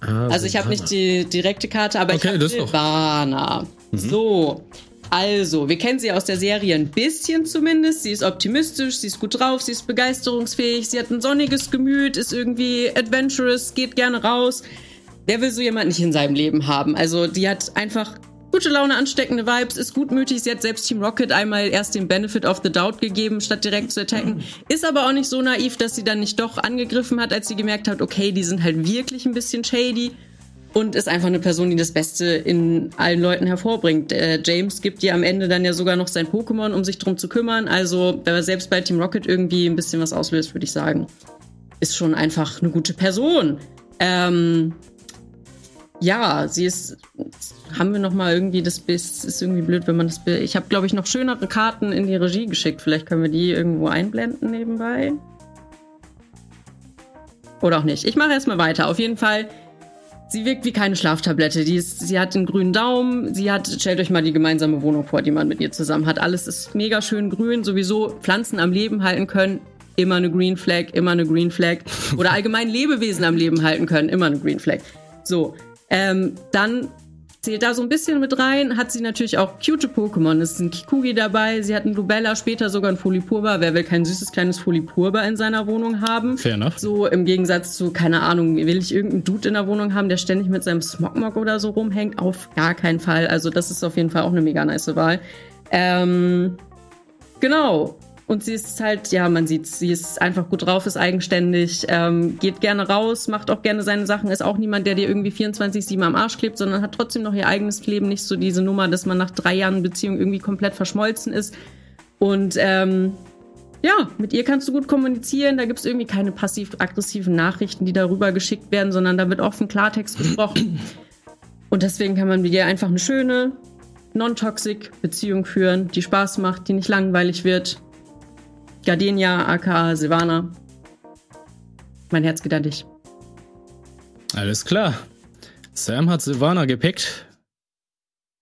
Ah,
Also ich habe nicht die direkte Karte, aber
Okay,
ich habe
das doch. Mhm.
Silvana. So. Also, wir kennen sie aus der Serie ein bisschen zumindest. Sie ist optimistisch, sie ist gut drauf, sie ist begeisterungsfähig, sie hat ein sonniges Gemüt, ist irgendwie adventurous, geht gerne raus. Wer will so jemand nicht in seinem Leben haben? Also, die hat einfach gute Laune, ansteckende Vibes, ist gutmütig. Sie hat selbst Team Rocket einmal erst den Benefit of the Doubt gegeben, statt direkt zu attacken. Ist aber auch nicht so naiv, dass sie dann nicht doch angegriffen hat, als sie gemerkt hat, okay, die sind halt wirklich ein bisschen shady. Und ist einfach eine Person, die das Beste in allen Leuten hervorbringt. Äh, James gibt ihr am Ende dann ja sogar noch sein Pokémon, um sich drum zu kümmern. Also, wenn man selbst bei Team Rocket irgendwie ein bisschen was auslöst, würde ich sagen, ist schon einfach eine gute Person. Ähm, ja, sie ist. Haben wir noch mal irgendwie das Biss? Ist irgendwie blöd, wenn man das. Bild- Ich habe, glaube ich, noch schönere Karten in die Regie geschickt. Vielleicht können wir die irgendwo einblenden nebenbei. Oder auch nicht. Ich mache erstmal weiter. Auf jeden Fall. Sie wirkt wie keine Schlaftablette. Die ist, sie hat den grünen Daumen. Sie hat, stellt euch mal die gemeinsame Wohnung vor, die man mit ihr zusammen hat. Alles ist mega schön grün. Sowieso Pflanzen am Leben halten können. Immer eine Green Flag, immer eine Green Flag. Oder allgemein Lebewesen am Leben halten können. Immer eine Green Flag. So. Ähm, dann zählt da so ein bisschen mit rein. Hat sie natürlich auch cute Pokémon. Es ist ein Kikugi dabei. Sie hat einen Lubella, später sogar ein Folipurba. Wer will kein süßes kleines Folipurba in seiner Wohnung haben?
Fair enough.
So im Gegensatz zu, keine Ahnung, will ich irgendeinen Dude in der Wohnung haben, der ständig mit seinem Smogmog oder so rumhängt? Auf gar keinen Fall. Also, das ist auf jeden Fall auch eine mega nice Wahl. Ähm, genau. Und sie ist halt, ja, man sieht, sie ist einfach gut drauf, ist eigenständig, ähm, geht gerne raus, macht auch gerne seine Sachen, ist auch niemand, der dir irgendwie 24-7 am Arsch klebt, sondern hat trotzdem noch ihr eigenes Leben. Nicht so diese Nummer, dass man nach drei Jahren Beziehung irgendwie komplett verschmolzen ist. Und ähm, ja, mit ihr kannst du gut kommunizieren. Da gibt es irgendwie keine passiv-aggressiven Nachrichten, die darüber geschickt werden, sondern da wird offen Klartext gesprochen. Und deswegen kann man mit ihr einfach eine schöne, non-toxic Beziehung führen, die Spaß macht, die nicht langweilig wird. Gardenia, aka Silvana. Mein Herz geht an dich.
Alles klar. Sam hat Silvana gepickt.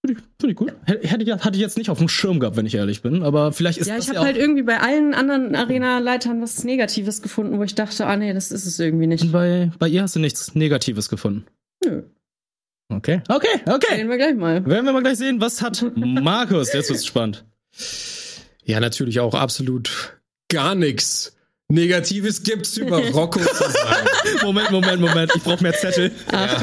Finde ich, finde ich gut. Hätte, hätte ich- hatte ich jetzt nicht auf dem Schirm gehabt, wenn ich ehrlich bin. Aber vielleicht ist
Ja,
das
ich habe
ja auch,
halt irgendwie bei allen anderen Arena-Leitern was Negatives gefunden, wo ich dachte, ah nee, das ist es irgendwie nicht.
Und bei, bei ihr hast du nichts Negatives gefunden.
Nö,
Okay. Okay, okay.
sehen wir gleich mal.
Werden wir mal gleich sehen, was hat Markus. Jetzt wird's spannend.
Ja, natürlich auch absolut gar nichts Negatives gibt's über Rocco zu sagen.
Moment, Moment, Moment. Ich brauche mehr Zettel.
Ach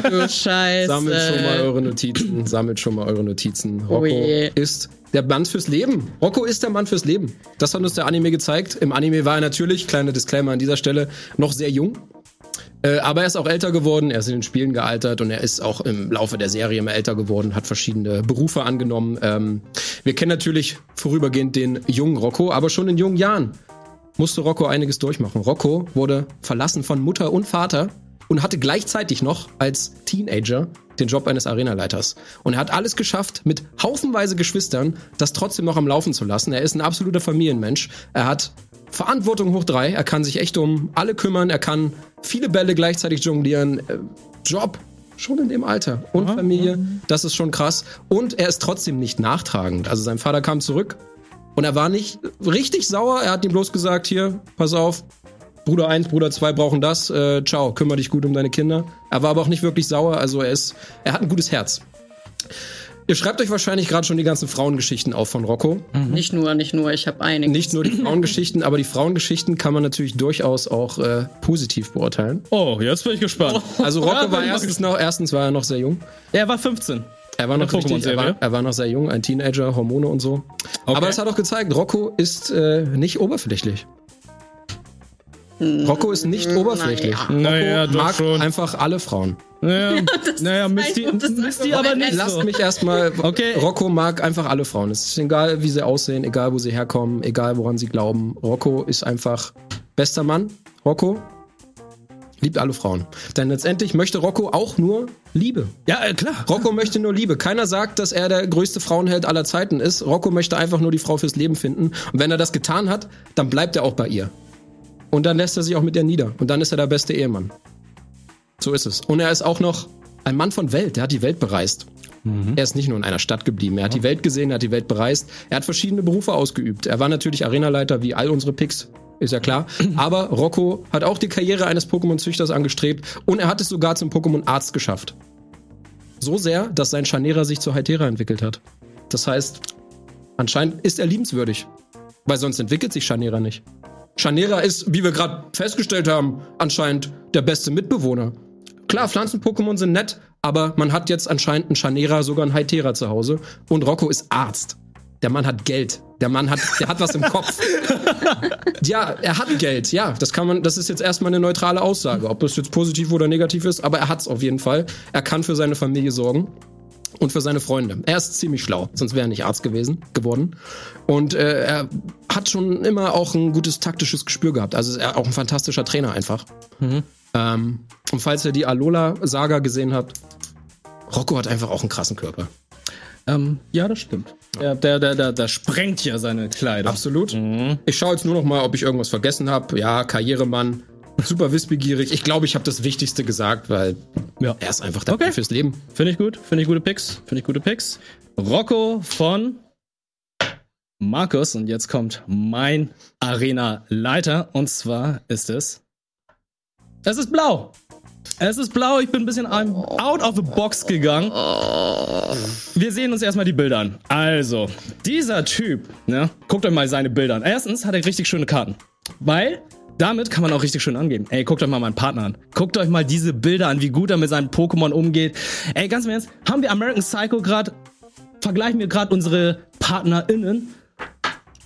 du Scheiße.
Sammelt schon mal eure Notizen, Oh sammelt schon mal eure Notizen. Rocco
je.
ist der Mann fürs Leben. Rocco ist der Mann fürs Leben. Das hat uns der Anime gezeigt. Im Anime war er natürlich, kleiner Disclaimer an dieser Stelle, noch sehr jung. Äh, aber er ist auch älter geworden, er ist in den Spielen gealtert und er ist auch im Laufe der Serie immer älter geworden, hat verschiedene Berufe angenommen. Ähm, wir kennen natürlich vorübergehend den jungen Rocco, aber schon in jungen Jahren musste Rocco einiges durchmachen. Rocco wurde verlassen von Mutter und Vater und hatte gleichzeitig noch als Teenager den Job eines Arenaleiters. Und er hat alles geschafft, mit haufenweise Geschwistern das trotzdem noch am Laufen zu lassen. Er ist ein absoluter Familienmensch. Er hat Verantwortung hoch drei. Er kann sich echt um alle kümmern. Er kann viele Bälle gleichzeitig jonglieren. Äh, Job, schon in dem Alter und Familie. Das ist schon krass. Und er ist trotzdem nicht nachtragend. Also sein Vater kam zurück und er war nicht richtig sauer. Er hat ihm bloß gesagt, hier, pass auf, Bruder 1, Bruder 2 brauchen das. Äh, ciao, kümmere dich gut um deine Kinder. Er war aber auch nicht wirklich sauer. Also er ist, er hat ein gutes Herz. Ihr schreibt euch wahrscheinlich gerade schon die ganzen Frauengeschichten auf von Rocco.
Nicht nur, nicht nur, ich habe einige.
Nicht nur die Frauengeschichten, aber die Frauengeschichten kann man natürlich durchaus auch äh, positiv beurteilen.
Oh, jetzt bin ich gespannt.
Also Rocco
Oh. Ja,
war
bin ich-
erstens noch, erstens war er noch sehr jung.
Er war 15.
Er war noch
Eine
richtig, er war,
Pokémon-Serie.
er war noch sehr jung, ein Teenager, Hormone und so.
Okay.
Aber es hat auch gezeigt, Rocco ist äh, nicht oberflächlich. Rocco ist nicht oberflächlich. Rocco
Naja, doch
mag
schon.
einfach alle Frauen.
Naja, naja
ist um
Misty,
ein gutes
Misty
Argument.
aber nicht
Lasst
so.
mich erstmal.
Also. Okay.
Rocco mag einfach alle Frauen. Es ist egal, wie sie aussehen, egal, wo sie herkommen, egal, woran sie glauben. Rocco ist einfach bester Mann. Rocco liebt alle Frauen. Denn letztendlich möchte Rocco auch nur Liebe.
Ja, äh, klar.
Rocco möchte nur Liebe. Keiner sagt, dass er der größte Frauenheld aller Zeiten ist. Rocco möchte einfach nur die Frau fürs Leben finden. Und wenn er das getan hat, dann bleibt er auch bei ihr. Und dann lässt er sich auch mit ihr nieder. Und dann ist er der beste Ehemann. So ist es. Und er ist auch noch ein Mann von Welt. Er hat die Welt bereist. Er ist nicht nur in einer Stadt geblieben. Er hat die Welt gesehen, er hat die Welt bereist. Er hat verschiedene Berufe ausgeübt. Er war natürlich Arenaleiter wie all unsere Picks. Ist ja klar. Aber Rocco hat auch die Karriere eines Pokémon-Züchters angestrebt und er hat es sogar zum Pokémon-Arzt geschafft. So sehr, dass sein Scharnierer sich zu Hytera entwickelt hat. Das heißt, anscheinend ist er liebenswürdig. Weil sonst entwickelt sich Scharnierer nicht. Scharnierer ist, wie wir gerade festgestellt haben, anscheinend der beste Mitbewohner. Klar, Pflanzen-Pokémon sind nett, aber man hat jetzt anscheinend einen Scharnierer, sogar einen Hytera zu Hause. Und Rocco ist Arzt. Der Mann hat Geld. Der Mann hat, der hat was im Kopf. Ja, er hat Geld, ja. Das kann man, das ist jetzt erstmal eine neutrale Aussage, ob das jetzt positiv oder negativ ist, aber er hat's auf jeden Fall. Er kann für seine Familie sorgen und für seine Freunde. Er ist ziemlich schlau, sonst wäre er nicht Arzt gewesen, geworden. Und äh, er hat schon immer auch ein gutes taktisches Gespür gehabt. Also ist er auch ein fantastischer Trainer einfach. Ähm, und falls ihr die Alola-Saga gesehen habt, Rocco hat einfach auch einen krassen Körper.
Ähm, ja, das stimmt. Der, der, der, der, der sprengt hier seine Kleider.
Absolut. Ich schaue jetzt nur noch mal, ob ich irgendwas vergessen habe. Ja, Karrieremann, super wissbegierig. Ich glaube, ich habe das Wichtigste gesagt, weil
Ja.
er ist einfach der
Okay.
Mann fürs Leben.
Finde ich gut, finde ich gute Picks, finde ich gute Picks. Rocco von Markus und jetzt kommt mein Arena-Leiter und zwar ist es. Es ist blau. Es ist blau, ich bin ein bisschen I'm out of the box gegangen. Wir sehen uns erstmal die Bilder an. Also, dieser Typ, ne, guckt euch mal seine Bilder an. Erstens hat er richtig schöne Karten, weil damit kann man auch richtig schön angeben. Ey, guckt euch mal meinen Partner an. Guckt euch mal diese Bilder an, wie gut er mit seinen Pokémon umgeht. Ey, ganz im Ernst, haben wir American Psycho gerade, vergleichen wir gerade unsere PartnerInnen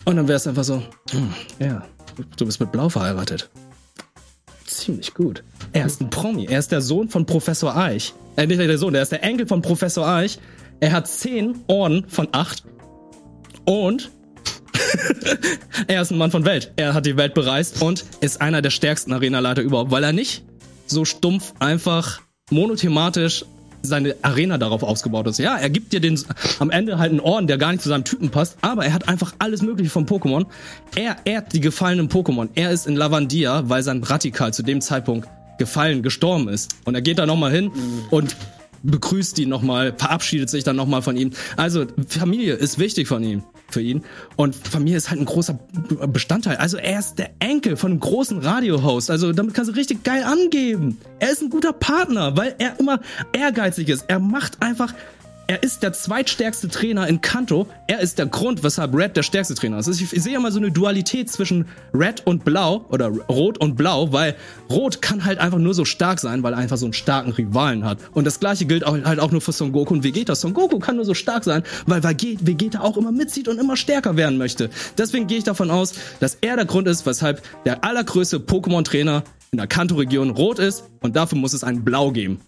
und dann wäre es einfach so, hm, ja, du bist mit Blau verheiratet. Ziemlich gut. Er ist ein Promi. Er ist der Sohn von Professor Eich. Äh, nicht der Sohn, er ist der Enkel von Professor Eich. Er hat zehn Orden von acht. Und er ist ein Mann von Welt. Er hat die Welt bereist und ist einer der stärksten Arenaleiter überhaupt, weil er nicht so stumpf einfach monothematisch seine Arena darauf ausgebaut ist. Ja, er gibt dir den am Ende halt einen Orden, der gar nicht zu seinem Typen passt, aber er hat einfach alles Mögliche vom Pokémon. Er ehrt die gefallenen Pokémon. Er ist in Lavandia, weil sein Radikal zu dem Zeitpunkt gefallen, gestorben ist. Und er geht da nochmal hin und begrüßt ihn nochmal, verabschiedet sich dann nochmal von ihm. Also Familie ist wichtig von ihm, für ihn. Und Familie ist halt ein großer B- Bestandteil. Also er ist der Enkel von einem großen Radiohost. Also damit kannst du richtig geil angeben. Er ist ein guter Partner, weil er immer ehrgeizig ist. Er macht einfach, er ist der zweitstärkste Trainer in Kanto. Er ist der Grund, weshalb Red der stärkste Trainer ist. Ich sehe immer so eine Dualität zwischen Red und Blau oder Rot und Blau, weil Rot kann halt einfach nur so stark sein, weil er einfach so einen starken Rivalen hat. Und das gleiche gilt auch, halt auch nur für Son Goku und Vegeta. Son Goku kann nur so stark sein, weil Vege- Vegeta auch immer mitzieht und immer stärker werden möchte. Deswegen gehe ich davon aus, dass er der Grund ist, weshalb der allergrößte Pokémon-Trainer in der Kanto-Region Rot ist und dafür muss es einen Blau geben.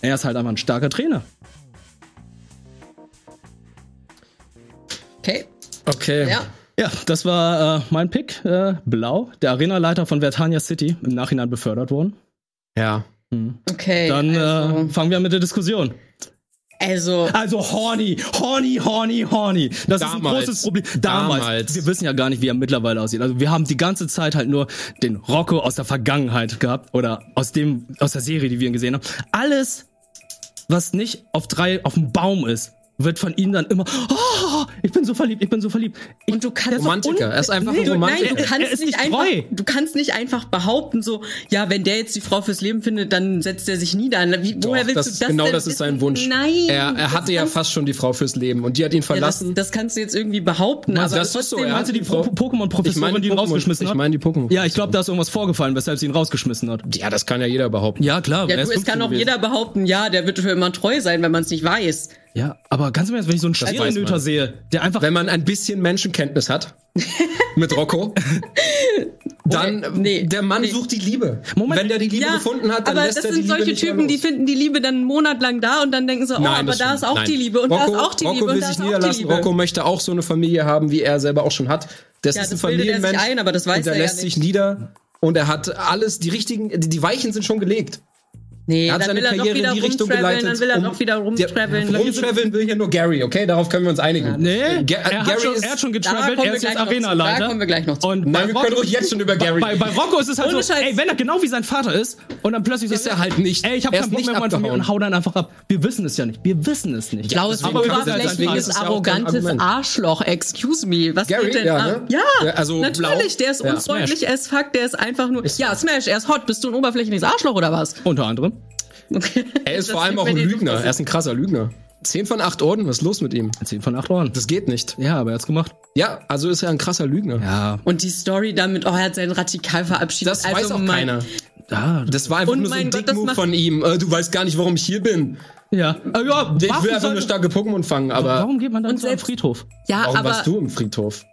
Er ist halt einfach ein starker Trainer.
Okay,
Okay.
ja.
Ja, das war äh, mein Pick. Äh, Blau, der Arenaleiter von Vertania City, im Nachhinein befördert worden.
Ja.
Okay.
Dann äh,
also,
fangen wir an mit der Diskussion.
also
Also horny, horny, horny, horny. Das ist ein
Damals.
großes Problem. Damals.
Damals.
Wir wissen ja gar nicht, wie er mittlerweile aussieht. Also wir haben die ganze Zeit halt nur den Rocco aus der Vergangenheit gehabt oder aus dem aus der Serie, die wir ihn gesehen haben. Alles was nicht auf drei auf dem Baum ist, wird von ihm dann immer, oh, ich bin so verliebt, ich bin so verliebt. Ich,
Und du kannst
Romantiker.
un-
Er ist einfach ein
du,
Romantiker.
Nein, du
Er-
kannst,
er ist
nicht
nicht
einfach,
treu.
du kannst nicht einfach behaupten, so, ja, wenn der jetzt die Frau fürs Leben findet, dann setzt er sich nieder. Wie, woher
Doch,
willst
das,
du das
genau
denn
das ist sein
wissen?
Wunsch.
Nein.
Er, er
das
hatte ja
kannst-
fast schon die Frau fürs Leben und die hat ihn
ja, das,
verlassen.
das kannst du jetzt irgendwie behaupten.
Mann,
aber
das ist so,
trotzdem
ja.
hat-
meinst du die Pro-
Frau- Ich
Pokémon-Professorin,
meine
die
die
ihn
Pokémon-
rausgeschmissen hat?
ich meine die Pokémon-
Ja, ich glaube, da ist irgendwas vorgefallen, weshalb sie ihn rausgeschmissen hat.
ja, das kann ja jeder behaupten.
Ja, klar.
Ja,
er ist
du, es kann
15
auch
gewesen.
jeder behaupten, ja, der wird für immer treu sein, wenn man es nicht weiß.
Ja, aber ganz im Ernst, wenn ich so einen
weiß man.
Scherenöter sehe, der einfach
Wenn man ein bisschen Menschenkenntnis hat mit Rocco, dann
Nee,
der Mann
nee.
sucht die Liebe.
Moment,
Wenn der die Liebe
ja,
gefunden hat, dann
aber
lässt
das
er die
sind
Liebe
solche
nicht mehr
Typen, die
los.
finden die Liebe dann einen Monat lang da und dann denken so, oh,
Nein,
aber
das
da
stimmt.
ist auch
Nein.
die Liebe und
Rocco,
da ist auch die
Rocco
Liebe
will
und da
sich
ist auch die
niederlassen.
Liebe.
Rocco möchte auch so eine Familie haben, wie er selber auch schon hat. Das
Ja,
ist ein
das bildet er sich
Familienmensch.
ein, aber das weiß
und er
er ja
lässt sich
nicht.
nieder und er hat alles, die richtigen, die, die Weichen sind schon gelegt.
Nee,
Er hat
dann
seine
will er doch
Karriere
wieder
in die Richtung
rumtraveln,
geleitet.
dann will er
um-
doch wieder
Ja,
rumtraveln.
Rumtraveln will hier nur Gary, okay? Darauf können wir uns einigen.
Nee,
Ga-
er,
Gary
hat schon,
ist-
er hat schon
Da kommen
getravelt,
wir
er ist
gleich
jetzt
noch zu.
Arenaleiter.
Da kommen wir gleich noch zu.
Und
Nein,
bei
wir können
Rocco,
ruhig jetzt schon über Gary
bei, bei Rocco ist es halt
Ohne
so,
Scheiß.
ey, wenn er genau wie sein Vater ist und dann plötzlich
Ist er halt nicht.
Ey, ich hab
Er
keinen
ist
Bock
nicht
mehr von mir
abgehauen.
und hau dann einfach ab. Wir wissen es ja nicht. Wir wissen es nicht.
Blaues
deswegen kann man das- deswegen
oberflächliches,
ist es ja auch kein
arrogantes
Argument.
Arschloch. Excuse me. Was
Gary,
geht denn
ja,
ab?
ne?
Ja,
Ja, also
natürlich.
blau.
Der ist
Ja,
unfreundlich, er ist fuck, der ist einfach nur. ja, Smash, er ist hot. Bist du ein oberflächliches Arschloch oder was?
Unter anderem.
Er ist vor allem auch ein Lügner. Er ist ein krasser Lügner. Zehn von acht Orden, was ist los mit ihm?
10 von 8 Ohren.
Das geht nicht.
Ja, aber er hat's gemacht.
Ja, also ist er ein krasser Lügner.
Ja,
Und die Story damit, oh, er hat seinen Radikal verabschiedet.
Das weiß auch
Also mein-
keiner.
da.
Das war einfach
Und
nur so
mein
ein
Gott, das
Dick-Move
macht-
von ihm. Äh, du weißt gar nicht, warum ich hier bin.
ja. Äh, ja
Ich
warum
will einfach
soll-
nur starke Pokémon fangen, aber
Warum geht man dann
Und
zu einem
selbst-
Friedhof?
Ja,
warum
aber.
warst du im Friedhof?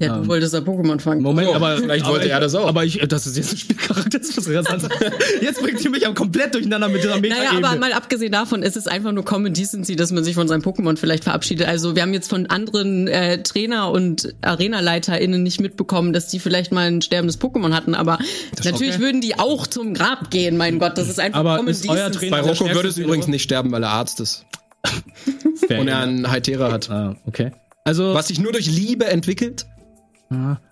Ja, du wolltest ja Pokémon fangen.
Moment,
So,
aber
vielleicht
aber
wollte
ich,
er das auch.
Aber ich, das ist jetzt ein Spielcharakter. Das ist was ganz anderes. jetzt bringt ihr mich aber komplett durcheinander mit dieser meta
Naja, aber mal abgesehen davon ist es einfach nur Common Decency, dass man sich von seinem Pokémon vielleicht verabschiedet. Also wir haben jetzt von anderen äh, Trainer und ArenaleiterInnen nicht mitbekommen, dass die vielleicht mal ein sterbendes Pokémon hatten, aber natürlich würden die auch zum Grab gehen, mein Gott, das ist einfach
Aber
Common
ist euer Trainer-
Bei
der
Rocco
stärkste
würde es
Trainer.
übrigens nicht sterben, weil er Arzt ist.
Fair
Genau.
Und er
enough.
einen Heitera hat.
Ah, okay. Also,
Was sich nur durch Liebe entwickelt?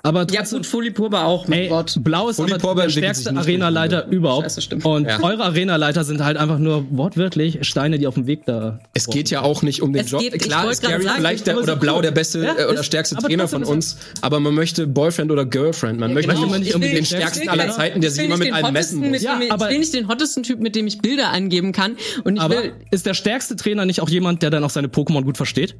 aber
Ja
trotzdem-
gut, Folipurba auch, mein
Ey,
Gott.
Blau ist
Uli
aber
Porber
der
entwickelt sich
stärkste
nicht
Arenaleiter überhaupt.
Scheiße, stimmt.
Und
Ja.
eure Arenaleiter sind halt einfach nur wortwörtlich Steine, die auf dem Weg da.
Es geht ja auch nicht um den
Es
Job.
geht- ich
Klar
wollte
ist Gary
gerade sagen,
vielleicht der,
aber so
oder Blau
cool.
der beste
Ja,
äh, oder
ist-
stärkste
aber
Trainer von
trotzdem ist
uns, aber man möchte Boyfriend oder Girlfriend. Man möchte
genau.
nicht
Ich will
unbedingt den
nicht-
stärksten
ich will
aller
nicht-
Zeiten, der
Ich
sich
will
immer
nicht
mit
den
allem messen
hottesten,
muss.
mit
Ja,
dem ich-
aber-
ich will nicht den hottesten Typ, mit dem ich Bilder angeben kann. Und ich
Aber
will
ist der stärkste Trainer nicht auch jemand, der dann auch seine Pokémon gut versteht?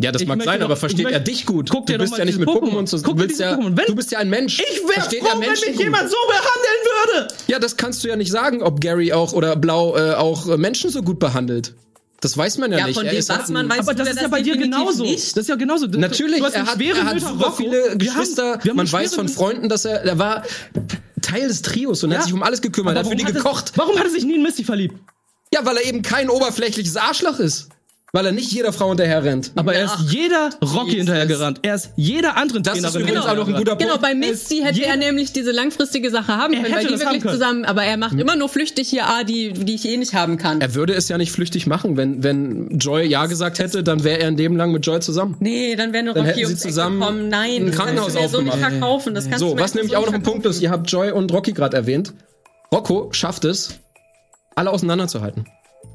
Ja, das
Ich
mag
möchte
sein,
doch-
aber
ich
versteht
möchte-
er dich gut?
Guck dir
du
doch
bist
mal
ja nicht
dieses
mit Pokémon
Pokémon.
zusammen.
Guck
Du
dir
bist,
dieses
ja,
Pokémon. Wenn-
du bist ja ein Mensch. Versteht er Menschen gut?
so behandeln würde!
Ja, das kannst du ja nicht sagen, ob Gary auch oder Blau äh, auch äh, Menschen so gut behandelt. Das weiß man ja,
Ja,
nicht.
von
Er
dem,
ist
was
halt
man
ein-
weiß,
Aber das
tut er
ist ja bei dir
definitiv
genauso.
nicht.
Das ist ja genauso. Du-
Natürlich,
du hast
er
einen
hat,
schweren
er hat
Mütter,
super
Rocco.
viele
Wir haben-
Geschwister.
wir haben
man
einen
weiß
schweren
von Freunden, dass er, er war Teil des Trios und
Ja.
hat sich um alles gekümmert,
Aber
hat
warum
für die
hat er-
gekocht.
Warum hat er sich nie in Misty verliebt?
Ja, weil er eben kein oberflächliches Arschloch ist. Weil er nicht jeder Frau hinterher rennt.
Aber er
Ach,
ist jeder Rocky hinterhergerannt. Er ist jeder anderen
Das ist
Trainerin
übrigens auch noch ein
hinterhergerannt.
guter
Genau,
Punkt.
bei Misty
Es-
hätte
jeder-
er nämlich diese langfristige Sache haben
Er
können, weil
hätte
die
das haben
wirklich
können.
zusammen, aber er macht immer nur flüchtig hier, ah, die, die ich eh nicht haben kann.
Er würde es ja nicht flüchtig machen, wenn, wenn Joy Ja gesagt hätte, dann wäre er ein Leben lang mit Joy zusammen.
Nee, dann wäre eine
Dann
Rocky
hätten sie
ums Eck
zusammen
gekommen. Nein,
ein
das kannst du
Krankenhaus
mir so nicht
aufgemacht.
verkaufen. Das kannst du
So,
mir
was
einfach
nämlich
so
auch noch
nicht
ein Punkt ist, ihr habt Joy und Rocky gerade erwähnt. Rocco schafft es, alle auseinanderzuhalten.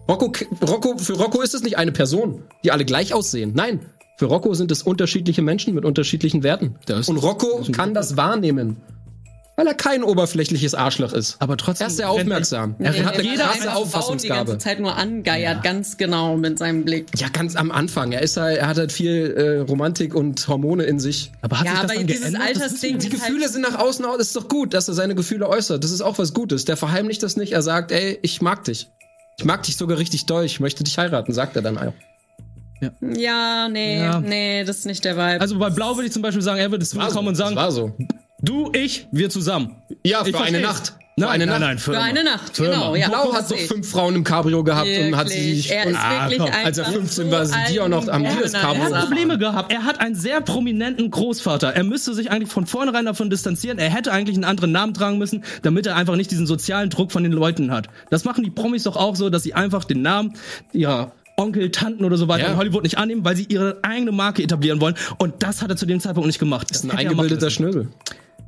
Rocco, Rocco, für Rocco ist es nicht eine Person, die alle gleich aussehen. Nein, für Rocco sind es unterschiedliche Menschen mit unterschiedlichen Werten.
Das-
und Rocco kann das wahrnehmen, weil er kein oberflächliches Arschloch ist.
Aber trotzdem
er ist sehr
rennt
aufmerksam.
verkaufen.
Er hat eine
jeder
krasse
einfach Frauen die
Auffassungsgabe.
ganze Zeit nur angeiert, ganz genau mit seinem Blick.
Ja, ganz am Anfang. Er ist halt, er hat halt viel äh, Romantik und Hormone in sich.
Aber hat
Ja,
sich das
aber
dann
dieses
geändert? Das wissen wir
Altersding-
Die
Ist halt-
Gefühle sind nach außen, au- das ist doch gut, dass er seine Gefühle äußert. Das ist auch was Gutes. Der verheimlicht das nicht. Er sagt, ey, ich mag dich. Ich mag dich sogar richtig doll. Ich möchte dich heiraten, sagt er dann auch.
Ja, nee,
Ja.
nee, das ist nicht der Vibe.
Also bei Blau würde ich zum Beispiel sagen, er würde zu mir kommen und sagen,
Also, das war so.
du, ich, wir zusammen.
Ja, für
ich
eine
versteh's.
Nacht.
Nein,
für eine
nein,
Nacht.
nein, für,
für
immer.
eine Nacht,
Firma.
genau. Ja.
Blau
Das
hat doch
sehe ich.
fünf Frauen im Cabrio gehabt und hat sie
Wirklich,
sich.
er ist
Ah,
wirklich
komm,
einfach
als er 15 war,
so
sind die auch noch am
ein
Dias
Er
Cabrio.
hat
Organizer.
Probleme gehabt. Er hat einen sehr prominenten Großvater. Er müsste sich eigentlich von vornherein davon distanzieren. Er hätte eigentlich einen anderen Namen tragen müssen, damit er einfach nicht diesen sozialen Druck von den Leuten hat. Das machen die Promis doch auch so, dass sie einfach den Namen ihrer Onkel, Tanten oder so weiter
Ja.
in Hollywood nicht annehmen, weil sie ihre eigene Marke etablieren wollen. Und das hat er zu dem Zeitpunkt nicht gemacht. Das
Ein
hätte er machen
eingebildeter
müssen.
Schnösel.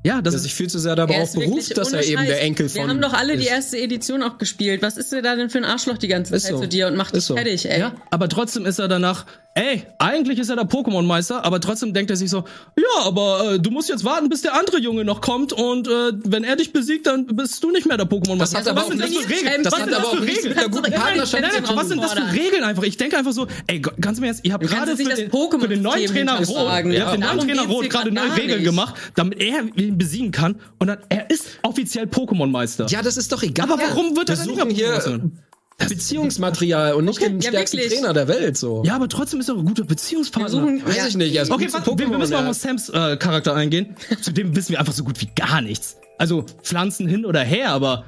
Ja, das
der
ist
sich viel zu sehr darauf beruft, dass er eben der Enkel von.
Wir haben doch alle die
ist.
erste Edition auch gespielt. Was ist denn da denn für ein Arschloch die ganze
Ist
Zeit
so.
zu dir und macht dich
Ist so.
fertig, ey?
Ja, aber trotzdem ist er danach, ey, eigentlich ist er der Pokémon-Meister, aber trotzdem denkt er sich so, ja, aber äh, du musst jetzt warten, bis der andere Junge noch kommt und äh, wenn er dich besiegt, dann bist du nicht mehr der
Das
Pokémon-Meister. Also
hat
was
aber auch
sind das
nichts-
für Regeln?
das
Was
hat
sind das
aber auch
für
nichts
Regeln?
mit einer guten Partnerschaft
Nein, nein, was sind das für Regeln einfach? Ich denke einfach so, ey, Gott, ganz im Ernst, ihr habt
Du kannst
gerade
jetzt
für,
nicht
den-
das Pokémon-System
für den neuen Trainer Rot,
hinterfragen.
ihr habt den
Ja.
neuen
Darum
Trainer
geht's
Rot
hier
gerade
grad
neue
gar
Regeln
nicht.
gemacht, damit er ihn besiegen kann und dann, er ist offiziell Pokémon-Meister.
Ja, das ist doch egal.
Aber warum wird
wir
er dann
suchen
nicht mehr
hier Beziehungsmaterial und nicht den
ja,
stärksten
wirklich.
Trainer der Welt so?
Ja, aber trotzdem ist er ein guter Beziehungspartner.
suchen-
Weiß ich nicht. erst
Okay,
gibt's
warte, wir, wir müssen
Pokémon,
mal auf Sams äh, Charakter eingehen. Zu dem wissen wir einfach so gut wie gar nichts. Also Pflanzen hin oder her, aber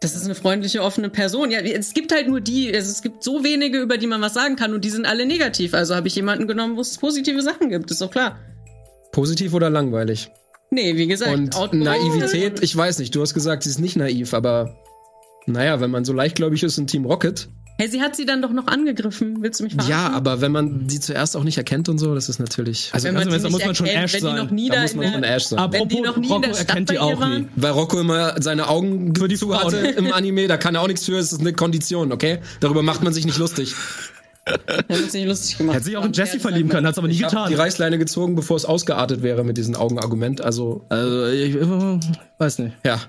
Das ist eine freundliche, offene Person. Ja, es gibt halt nur die, also es gibt so wenige, über die man was sagen kann und die sind alle negativ. Also habe ich jemanden genommen, wo es positive Sachen gibt, ist doch klar.
Positiv oder langweilig?
Nee, wie gesagt,
Und
Outgoing.
Naivität, ich weiß nicht. Du hast gesagt, sie ist nicht naiv, aber naja, wenn man so leichtgläubig ist in Team Rocket.
Hey, sie hat sie dann doch noch angegriffen. Willst du mich verarschen?
Ja, aber wenn man sie zuerst auch nicht erkennt und so, das ist natürlich.
also
Wenn man
ganz im Ernst, da
die nicht
muss man schon
erkennt,
Ash
wenn Die
sein.
noch nie
da
da
muss
in
man schon
der-
Ash sein.
wenn die
Apropos
noch nie in
Rocco
der Stadt
erkennt die
bei ihr
auch
waren.
nie.
Weil Rocco immer seine Augen für
die
die zu hatte
Frauen.
im Anime, da kann er auch nichts für, es ist eine Kondition, okay? Darüber macht man sich nicht lustig.
Da wird's nicht lustig gemacht.
Hätte sich auch in Jesse
halt
verlieben können, hat's aber nie
Ich hab die
getan.
Reißleine gezogen, bevor es ausgeartet wäre mit diesem Augenargument. Also,
Also ich äh, weiß nicht.
ja.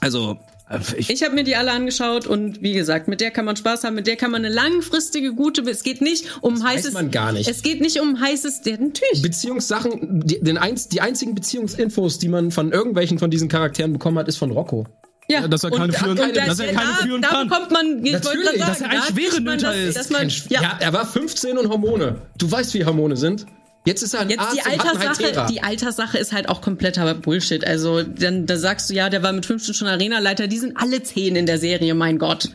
Also äh, ich,
Ich habe mir die alle angeschaut und wie gesagt, mit der kann man Spaß haben, mit der kann man eine langfristige gute. Es geht nicht um heißes.
man gar nicht.
Es geht nicht um heißes. Ja, natürlich.
Beziehungssachen, die, den einz, die einzigen Beziehungsinfos, die man von irgendwelchen von diesen Charakteren bekommen hat, ist von Rocco.
Ja,
dass er keine führen-
da-
dass er keine
da,
führen
da
kann.
bekommt man, ich wollte
Natürlich,
gerade
dass
er
sagen,
ein
da
schwerer
kriegt man
Nöter
das-
ist.
Dass man,
Ein Sch-
ja,
ja, er war 15 und Hormone. Du weißt, wie Hormone sind. Jetzt ist er ein
Jetzt
Arzt
die
und hat einen
Alterssache,
Heitera.
die Alterssache ist halt auch kompletter Bullshit. Also dann da sagst du ja, der war mit 15 schon Arenaleiter. Die sind alle 10 in der Serie, mein Gott.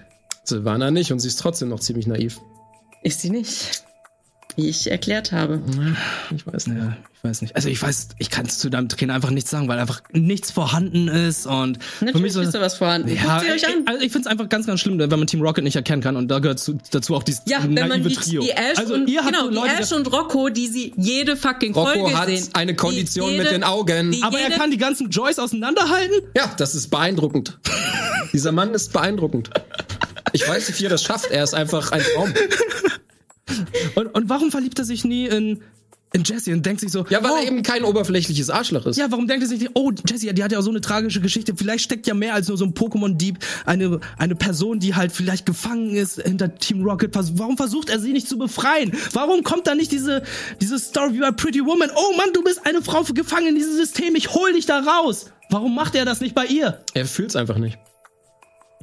Silvana nicht und sie ist trotzdem noch ziemlich naiv.
Ist sie nicht? Wie ich erklärt habe.
Mhm.
Ich weiß nicht.
ja, ich weiß nicht. Also ich weiß, ich kann zu deinem Trainer einfach nichts sagen, weil einfach nichts vorhanden ist und für mich
Natürlich
so,
ist da was vorhanden.
Ja,
Guckt sie euch
ich,
an.
also ich finde es einfach ganz, ganz schlimm, wenn man Team Rocket nicht erkennen kann und da gehört zu, dazu auch dieses
Ja, wenn
naive
man die,
Trio.
die Ash,
also
und,
ihr habt
genau,
so
die
Leute,
Ash und Rocco, die sie jede fucking
Rocco
Folge
hat
sehen.
eine
Die
Kondition
jede-
mit den Augen.
die
aber er
jede-
kann die ganzen Joys auseinanderhalten?
Ja, das ist beeindruckend. Dieser Mann ist beeindruckend. Ich weiß nicht, wie er das schafft. Er ist einfach ein Traum.
Und, und warum verliebt er sich nie in, in Jessie und denkt sich so,
Ja, weil
oh,
er eben kein oberflächliches Arschloch ist.
ja, warum denkt er sich nicht, oh, Jessie, die hat ja auch so eine tragische Geschichte, vielleicht steckt ja mehr als nur so ein Pokémon-Dieb, eine, eine Person, die halt vielleicht gefangen ist hinter Team Rocket, Vers- warum versucht er sie nicht zu befreien? Warum kommt da nicht diese, diese Story wie bei Pretty Woman, oh Mann, du bist eine Frau gefangen in diesem System, ich hol dich da raus. Warum macht er das nicht bei ihr?
Er fühlt's einfach nicht.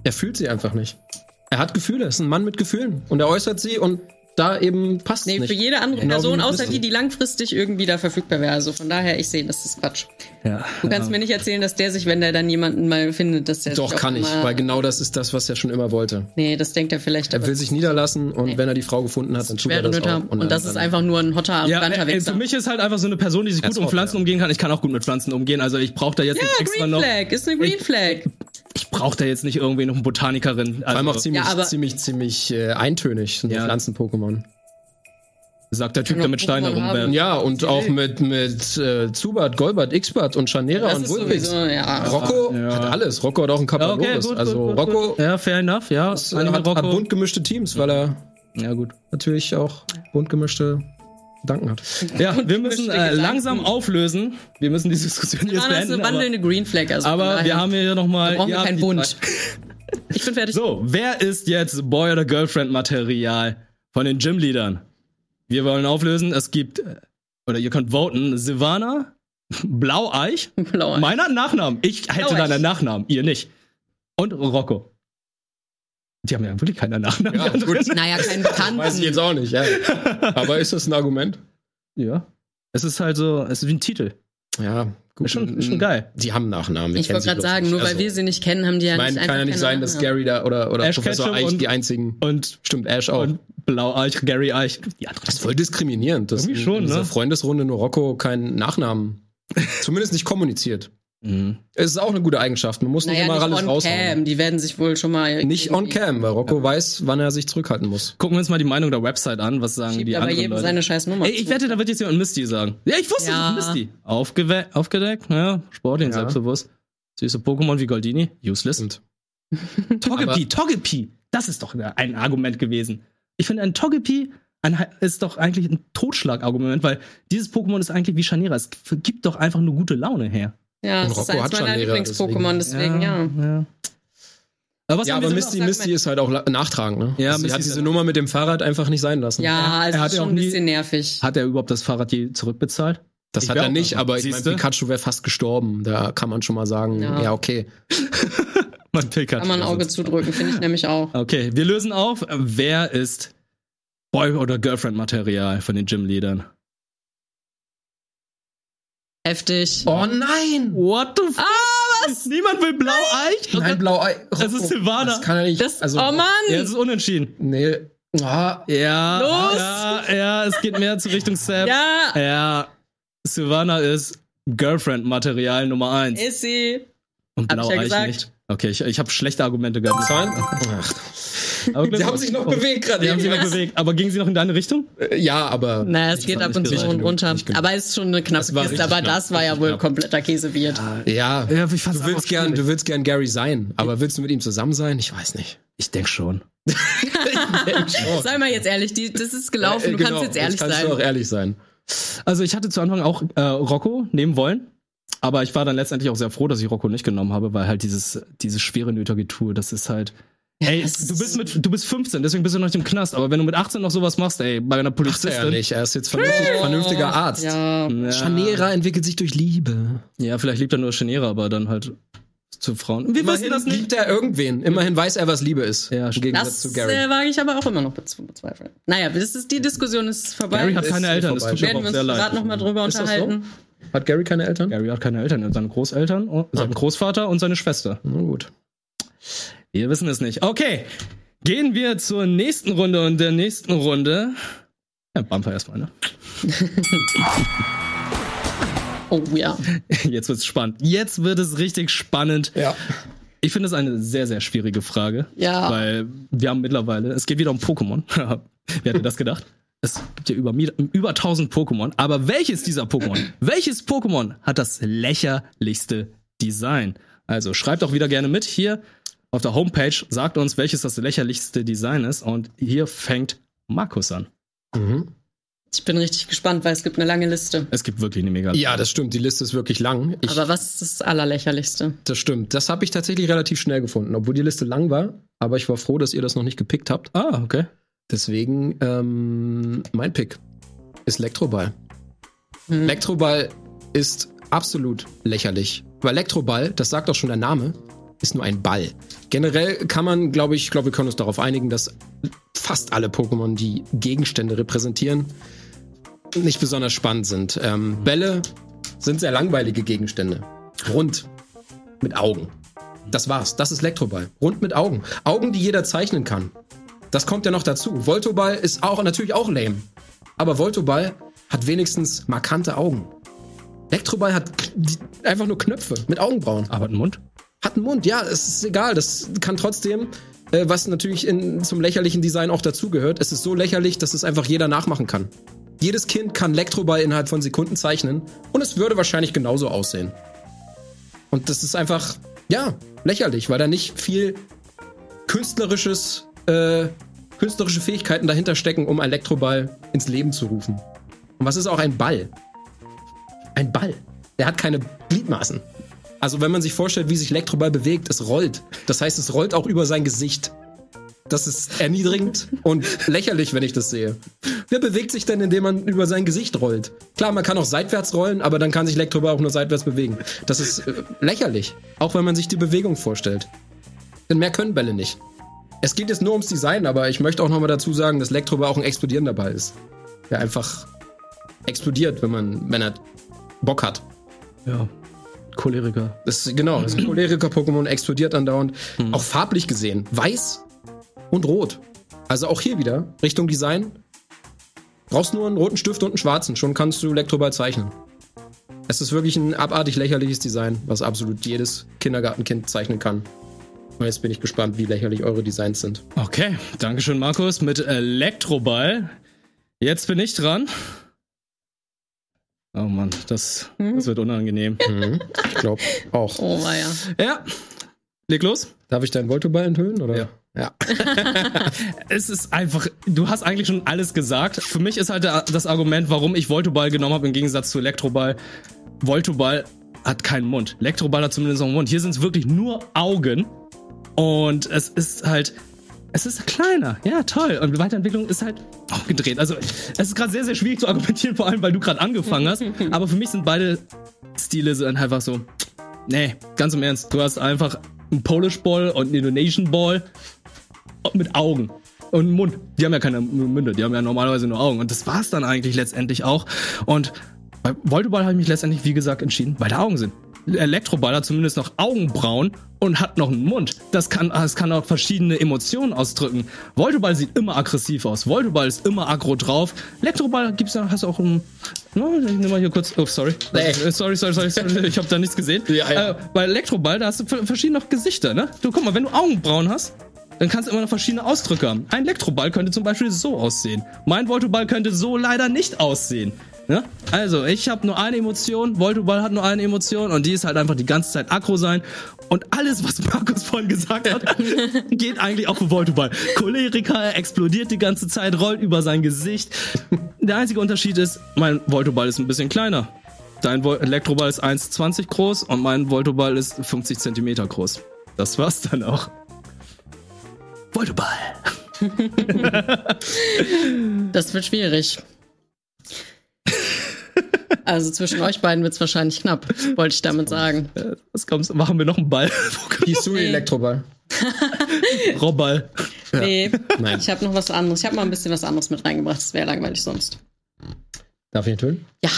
Er fühlt sie einfach nicht. Er hat Gefühle. Er ist ein Mann mit Gefühlen. Und er äußert sie und da eben passt
Nee,
nicht.
für jede andere
Genau wie
Person,
mit
außer
Disney.
die, die langfristig irgendwie da verfügbar wäre. Also von daher, ich sehe, das ist Quatsch.
Ja.
Du kannst mir nicht erzählen, dass der sich, wenn der dann jemanden mal findet, dass der
Doch,
sich auch
kann ich.
mal-
Weil genau das ist das, was er schon immer wollte.
nee, das denkt er vielleicht.
Er will sich niederlassen und wenn er die Frau gefunden hat, dann tut er
schwere
das auch.
Nöter. Und, das ist einfach nur ein hotter,
Ja, ey,
arroganter
für
Wichser.
mich ist halt einfach so eine Person, die sich gut
That's
um
hot,
Pflanzen
ja.
umgehen kann. Ich kann auch gut mit Pflanzen umgehen, also ich brauche da jetzt
Ja,
nicht extra
Green
noch.
Flag, ist eine Green Flag.
Ich brauche da jetzt nicht irgendwie noch eine Botanikerin.
Vor allem auch
Also,
ziemlich,
Ja, aber-
ziemlich, ziemlich äh, eintönig, sind die
Ja.
Pflanzen-Pokémon.
sagt der Typ,
Kann
der
auch
mit Steinen
Pokémon haben.
rumwerft.
Ja, und auch mit, mit äh, Zubat, Golbat, Ixbat und Chanera
Das
und
ist
Wulpix.
sowieso, ja.
Rocco
Ja.
hat alles. Rocco hat auch einen Kapadoris. also Rocco
Ja, fair enough, ja.
ist, äh,
Anime
hat, hat bunt gemischte Teams, weil er
Ja, gut.
natürlich auch bunt gemischte Gedanken hat.
Ja, wir müssen
gemischte
äh,
Gedanken.
langsam auflösen. Wir müssen die Diskussion jetzt
Ah, das ist
beenden.
eine wandelnde Green Flag. Also
aber
von
aber
daher.
wir haben hier nochmal.
Da brauchen wir keinen Bund. Ich bin fertig.
So, wer ist jetzt Boy- oder Girlfriend-Material von den Gym-Leadern? Wir wollen auflösen. Es gibt, äh, oder ihr könnt voten, Silvana, Blaueich,
Blauer.
meiner Nachnamen. Ich hätte
Blaueich.
deinen Nachnamen, ihr nicht. Und Rocco. Die haben ja wirklich keinen Nachnamen.
Ja,
die anderen.
gut.
Naja, kein Bekannten.
Weiß ich jetzt auch nicht, ja. Aber ist das ein Argument?
ja. Es ist halt so, es ist wie ein Titel.
Ja, gut.
Ist schon- ist schon geil.
Die haben Nachnamen. wir
Ich
kennen
wollte
sie
gerade
bloß
sagen,
nicht.
nur weil
Also,
wir sie nicht kennen, haben die ja
Ich meine,
nicht
kann ja
einfach
nicht
keine
sein, dass
Ahnung.
Gary da oder, oder
Ash
Professor
Ketchum
Eich
und-
die einzigen.
Und,
Stimmt, Ash auch.
und Blaueich, Gary Eich. Die anderen.
Das ist voll diskriminierend, dass
Irgendwie
in-
schon,
in dieser
ne?
Freundesrunde nur Rocco keinen Nachnamen, zumindest nicht kommuniziert.
Mhm.
Es ist auch eine gute Eigenschaft. Man muss nicht
Naja,
immer
nicht
alles
on
raushauen.
cam. Die werden sich wohl schon mal.
Nicht on cam, weil Rocco weiß, wann er sich zurückhalten muss.
Gucken wir uns mal die Meinung der Website an. Was sagen
Schiebt
die
aber
anderen
jedem
Leute?
seine scheiß Nummer
Ey, ich
zu.
wette, da wird jetzt jemand Misty sagen. Ja, ich wusste
Ja.
es. Misty. Aufgewe aufgedeckt, ja. Sportlich und
Ja.
selbstbewusst. Süße Pokémon wie Goldini. Useless.
Und
Togepi, Togepi. Das ist doch ein Argument gewesen. Ich finde, ein Togepi ein, ist doch eigentlich ein Totschlagargument, weil dieses Pokémon ist eigentlich wie Scharnierer. Es gibt doch einfach nur gute Laune her.
Ja, das
Und
ist
Rocco
eins
hat
meiner
schon Lehrer,
Lieblings-Pokémon, deswegen ja.
Aber was
ja,
haben
aber
wir
Misty,
auch
Misty
Segment.
ist halt auch la- nachtragend, ne?
Ja,
Sie
Misty
hat
ist
diese
halt-
Nummer mit dem Fahrrad einfach nicht sein lassen.
Ja, es
hat
ist
ja auch
schon ein
nie-
bisschen nervig.
Hat er überhaupt das Fahrrad je zurückbezahlt?
Das
Ich
hat
wär
er
auch
nicht,
dafür.
aber ich mein,
Siehste?
Pikachu wäre fast gestorben. Da kann man schon mal sagen,
Ja.
ja, okay.
Mein Pikachu.
Kann man ein Auge zudrücken, finde ich nämlich auch.
Okay, wir lösen auf. Wer ist Boy- oder Girlfriend-Material von den Gym-Leadern?
Heftig.
Oh nein!
What the fuck? Ah, was? Niemand will blau Eich?
Nein, blau Ei.
Das ist Silvana.
Das kann er nicht. Also
Das, oh Mann!
Ja, es ist unentschieden.
Nee. Ah,
Ja.
Los!
Ja, ja, es geht mehr zu Richtung Sam.
Ja,
Ja. Silvana ist Girlfriend-Material Nummer 1.
ist sie.
Und
hab ich
blau
ja
Eich
gesagt.
nicht. Okay, ich, ich habe schlechte Argumente gehabt. oh
Zahlen?
Aber
Die haben sich noch bewegt gerade.
Die haben sich
eben.
noch bewegt. Aber gingen sie noch in deine Richtung?
Ja, aber.
Na, es geht
war
ab
nicht
und zu
gerecht
hoch und
genug,
runter.
nicht genug.
Aber es ist schon eine knappe
Das war
Kiste.
richtig
Aber
knapp,
das war ja wohl kompletter Käsewirt.
Ja,
Ja.
ich fand's
du
einfach
willst gern,
schwierig.
du willst gern Gary sein, aber willst du mit ihm zusammen sein? Ich weiß nicht. Oh.
Ich denk schon.
Sei mal jetzt ehrlich, die, das ist gelaufen.
Äh,
Du
genau,
kannst jetzt ehrlich
kannst du auch
sein.
ehrlich sein.
Also ich hatte zu Anfang auch äh, Rocco nehmen wollen, aber ich war dann letztendlich auch sehr froh, dass ich Rocco nicht genommen habe, weil halt dieses, dieses schwere Nötergetue, das ist halt. Ey,
das
du
ist-
bist mit, du bist 15, deswegen bist du noch nicht im Knast. Aber wenn du mit 18 noch sowas machst, ey, bei einer
Ist er ja
Polizistin.
nicht. Er ist jetzt vernünftig, vernünftiger Arzt.
Äh, Ja.
Ja,
Chanera entwickelt sich durch Liebe.
ja, vielleicht liebt er nur Chanera, aber dann halt zu Frauen. Wir
Immerhin liebt er irgendwen. Immerhin weiß er, was Liebe ist.
Ja,
Im
stimmt.
Gegensatz
Das
zu Gary.
äh, wage ich aber auch immer noch bez- bezweifeln. Naja, das ist, die Diskussion ist vorbei.
Gary hat
Ist
keine
eh
Eltern, das
vorbei.
tut mir
Werden
aber auch
wir uns
sehr leid.
gerade nochmal drüber
Ist das so?
unterhalten.
Hat Gary keine Eltern?
Gary hat keine Eltern, er hat seine Großeltern, und- seinen Großvater und seine Schwester.
Na gut.
Wir wissen es nicht. Okay, gehen wir zur nächsten Runde und der nächsten Runde. Ja, Bumper erstmal, ne?
Oh ja.
Jetzt wird's spannend. Jetzt wird es richtig spannend.
Ja.
Ich finde es eine sehr, sehr schwierige Frage.
Ja.
Weil wir haben mittlerweile, es geht wieder um Pokémon. Wer hätte das gedacht? Es gibt ja über, mi- über 1000 Pokémon. Aber welches dieser Pokémon, welches Pokémon hat das lächerlichste Design? Also schreibt auch wieder gerne mit hier auf der Homepage. Sagt uns, welches das lächerlichste Design ist. Und hier fängt Markus an.
Mhm.
Ich bin richtig gespannt, weil es gibt eine lange Liste.
Es gibt wirklich eine mega.
Ja, das stimmt. Die Liste ist wirklich lang. Ich,
Aber was ist das Allerlächerlichste?
das stimmt. Das habe ich tatsächlich relativ schnell gefunden, obwohl die Liste lang war. Aber ich war froh, dass ihr das noch nicht gepickt habt.
Ah, okay.
Deswegen, ähm, mein Pick ist Elektroball. Elektroball ist absolut lächerlich. Weil Elektroball, das sagt auch schon der Name, ist nur ein Ball. Generell kann man, glaube ich, ich glaube, wir können uns darauf einigen, dass fast alle Pokémon, die Gegenstände repräsentieren, nicht besonders spannend sind. Ähm, Bälle sind sehr langweilige Gegenstände. Rund. Mit Augen. Das war's. Das ist Elektroball. Rund mit Augen. Augen, die jeder zeichnen kann. Das kommt ja noch dazu. Voltoball ist auch natürlich auch lame. Aber Voltoball hat wenigstens markante Augen. Elektroball hat k- die, einfach nur Knöpfe mit Augenbrauen.
Aber ein Mund?
Hat einen Mund, ja, es ist egal. Das kann trotzdem, äh, was natürlich in, zum lächerlichen Design auch dazugehört, es ist so lächerlich, dass es einfach jeder nachmachen kann. Jedes Kind kann Elektroball innerhalb von Sekunden zeichnen und es würde wahrscheinlich genauso aussehen. Und das ist einfach, ja, lächerlich, weil da nicht viel künstlerisches, äh, künstlerische Fähigkeiten dahinter stecken, um einen Elektroball ins Leben zu rufen. Und was ist auch ein Ball? Ein Ball. Der hat keine Gliedmaßen. Also wenn man sich vorstellt, wie sich Elektroball bewegt, es rollt. Das heißt, es rollt auch über sein Gesicht. Das ist erniedrigend und lächerlich, wenn ich das sehe. Wer bewegt sich denn, indem man über sein Gesicht rollt? Klar, man kann auch seitwärts rollen, aber dann kann sich Elektroball auch nur seitwärts bewegen. Das ist äh, lächerlich, auch wenn man sich die Bewegung vorstellt. Denn mehr können Bälle nicht. Es geht jetzt nur ums Design, aber ich möchte auch nochmal dazu sagen, dass Elektroball auch ein explodierender Ball ist. Der einfach explodiert, wenn man, wenn er Bock hat.
Ja. Choleriker.
Das, genau, das Choleriker-Pokémon explodiert andauernd. Auch farblich gesehen, weiß und rot. Also auch hier wieder, Richtung Design. Brauchst nur einen roten Stift und einen schwarzen, schon kannst du Elektroball zeichnen. Es ist wirklich ein abartig lächerliches Design, was absolut jedes Kindergartenkind zeichnen kann. Und jetzt bin ich gespannt, wie lächerlich eure Designs sind.
Okay, Dankeschön, Markus, mit Elektroball. Jetzt bin ich dran. Oh Mann, das, das wird unangenehm.
Ich glaube auch.
Oh, ja.
Ja, leg los.
Darf ich deinen Voltoball enthüllen? Oder?
Ja.
ja.
Es ist einfach, du hast eigentlich schon alles gesagt. Für mich ist halt der- das Argument, warum ich Voltoball genommen habe, im Gegensatz zu Elektroball. Voltoball hat keinen Mund. Elektroball hat zumindest noch einen Mund. Hier sind es wirklich nur Augen. Und es ist halt, es ist kleiner. Ja, toll. Und Weiterentwicklung ist halt aufgedreht. Also, es ist gerade sehr, sehr schwierig zu argumentieren, vor allem, weil du gerade angefangen hast. Aber für mich sind beide Stile sind einfach so, nee, ganz im Ernst. Du hast einfach einen Polish Ball und einen Indonesian Ball mit Augen und einen Mund. Die haben ja keine Münder, die haben ja normalerweise nur Augen. Und das war's dann eigentlich letztendlich auch. Und bei Volleyball habe ich mich letztendlich, wie gesagt, entschieden, weil da Augen sind. Elektroball hat zumindest noch Augenbrauen und hat noch einen Mund. Das kann, das kann auch verschiedene Emotionen ausdrücken. Volleyball sieht immer aggressiv aus. Volleyball ist immer aggro drauf. Elektroball gibt's ja, hast auch ein. No, ich nehme mal hier kurz. Oh, sorry.
Nee.
Sorry, sorry, sorry, sorry. Ich habe da nichts gesehen.
Ja, ja.
Äh, bei Elektroball, da hast du ver- verschiedene Gesichter, ne? Du guck mal, wenn du Augenbrauen hast, dann kannst du immer noch verschiedene Ausdrücke haben. Ein Elektroball könnte zum Beispiel so aussehen. Mein Voltoball könnte so leider nicht aussehen. Ne? Also, ich habe nur eine Emotion, Voltoball hat nur eine Emotion und die ist halt einfach die ganze Zeit aggro sein. Und alles, was Markus vorhin gesagt hat, geht eigentlich auch für Voltoball. Choleriker, explodiert die ganze Zeit, rollt über sein Gesicht. Der einzige Unterschied ist, mein Voltoball ist ein bisschen kleiner. Dein Vol Elektroball ist 1,20 groß und mein Voltoball ist 50 Zentimeter groß. Das war's dann auch. Voltoball.
Das wird schwierig. Also zwischen euch beiden wird's wahrscheinlich knapp, wollte ich damit sagen.
Äh, Was kommst Machen wir noch einen Ball?
Hisui Elektroball.
Robball.
Nee,
Nein.
ich habe noch was anderes. Ich habe mal ein bisschen was anderes mit reingebracht. Das wäre langweilig sonst.
Darf ich enthüllen?
Ja,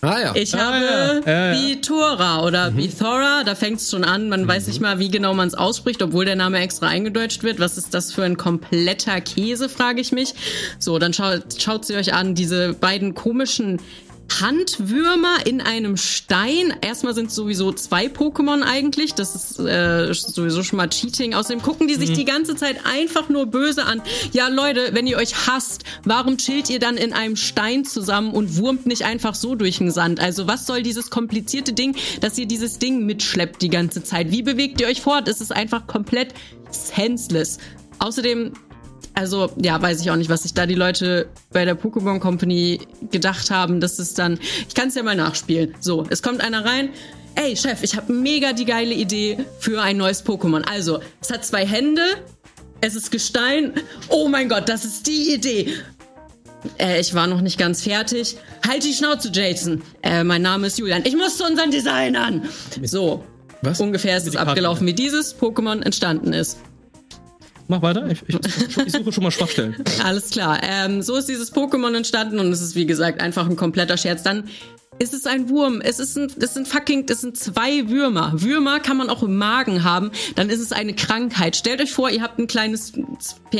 Ah ja.
ich
Ah,
habe
ja. Mhm. Ja, ja.
Vitora oder Vithora, da fängt es schon an. Man
Mhm.
weiß nicht mal, wie genau man es ausspricht, obwohl der Name extra eingedeutscht wird. Was ist das für ein kompletter Käse, frage ich mich. So, dann schaut, schaut sie euch an, diese beiden komischen Handwürmer in einem Stein. Erstmal sind sowieso zwei Pokémon eigentlich. Das ist äh, sowieso schon mal Cheating. Außerdem gucken die
Mhm.
sich die ganze Zeit einfach nur böse an. Ja, Leute, wenn ihr euch hasst, warum chillt ihr dann in einem Stein zusammen und wurmt nicht einfach so durch den Sand? Also was soll dieses komplizierte Ding, dass ihr dieses Ding mitschleppt die ganze Zeit? Wie bewegt ihr euch fort? Es ist einfach komplett senseless. Außerdem also, ja, weiß ich auch nicht, was sich da die Leute bei der Pokémon Company gedacht haben, dass es dann. Ich kann es ja mal nachspielen. So, es kommt einer rein. Ey, Chef, ich habe mega die geile Idee für ein neues Pokémon. Also, es hat zwei Hände, es ist Gestein. Oh mein Gott, das ist die Idee. Äh, ich war noch nicht ganz fertig. Halt die Schnauze, Jason. Äh, mein Name ist Julian. Ich muss zu unseren Designern. So.
Was?
Ungefähr ist es
Karten.
abgelaufen, wie dieses Pokémon entstanden ist.
Mach weiter. Ich, ich, ich suche schon mal Schwachstellen.
Alles klar. Ähm, so ist dieses Pokémon entstanden und es ist, wie gesagt, einfach ein kompletter Scherz. Dann ist es ein Wurm. Es ist ein, es sind fucking, es sind zwei Würmer. Würmer kann man auch im Magen haben. Dann ist es eine Krankheit. Stellt euch vor, ihr habt ein kleines,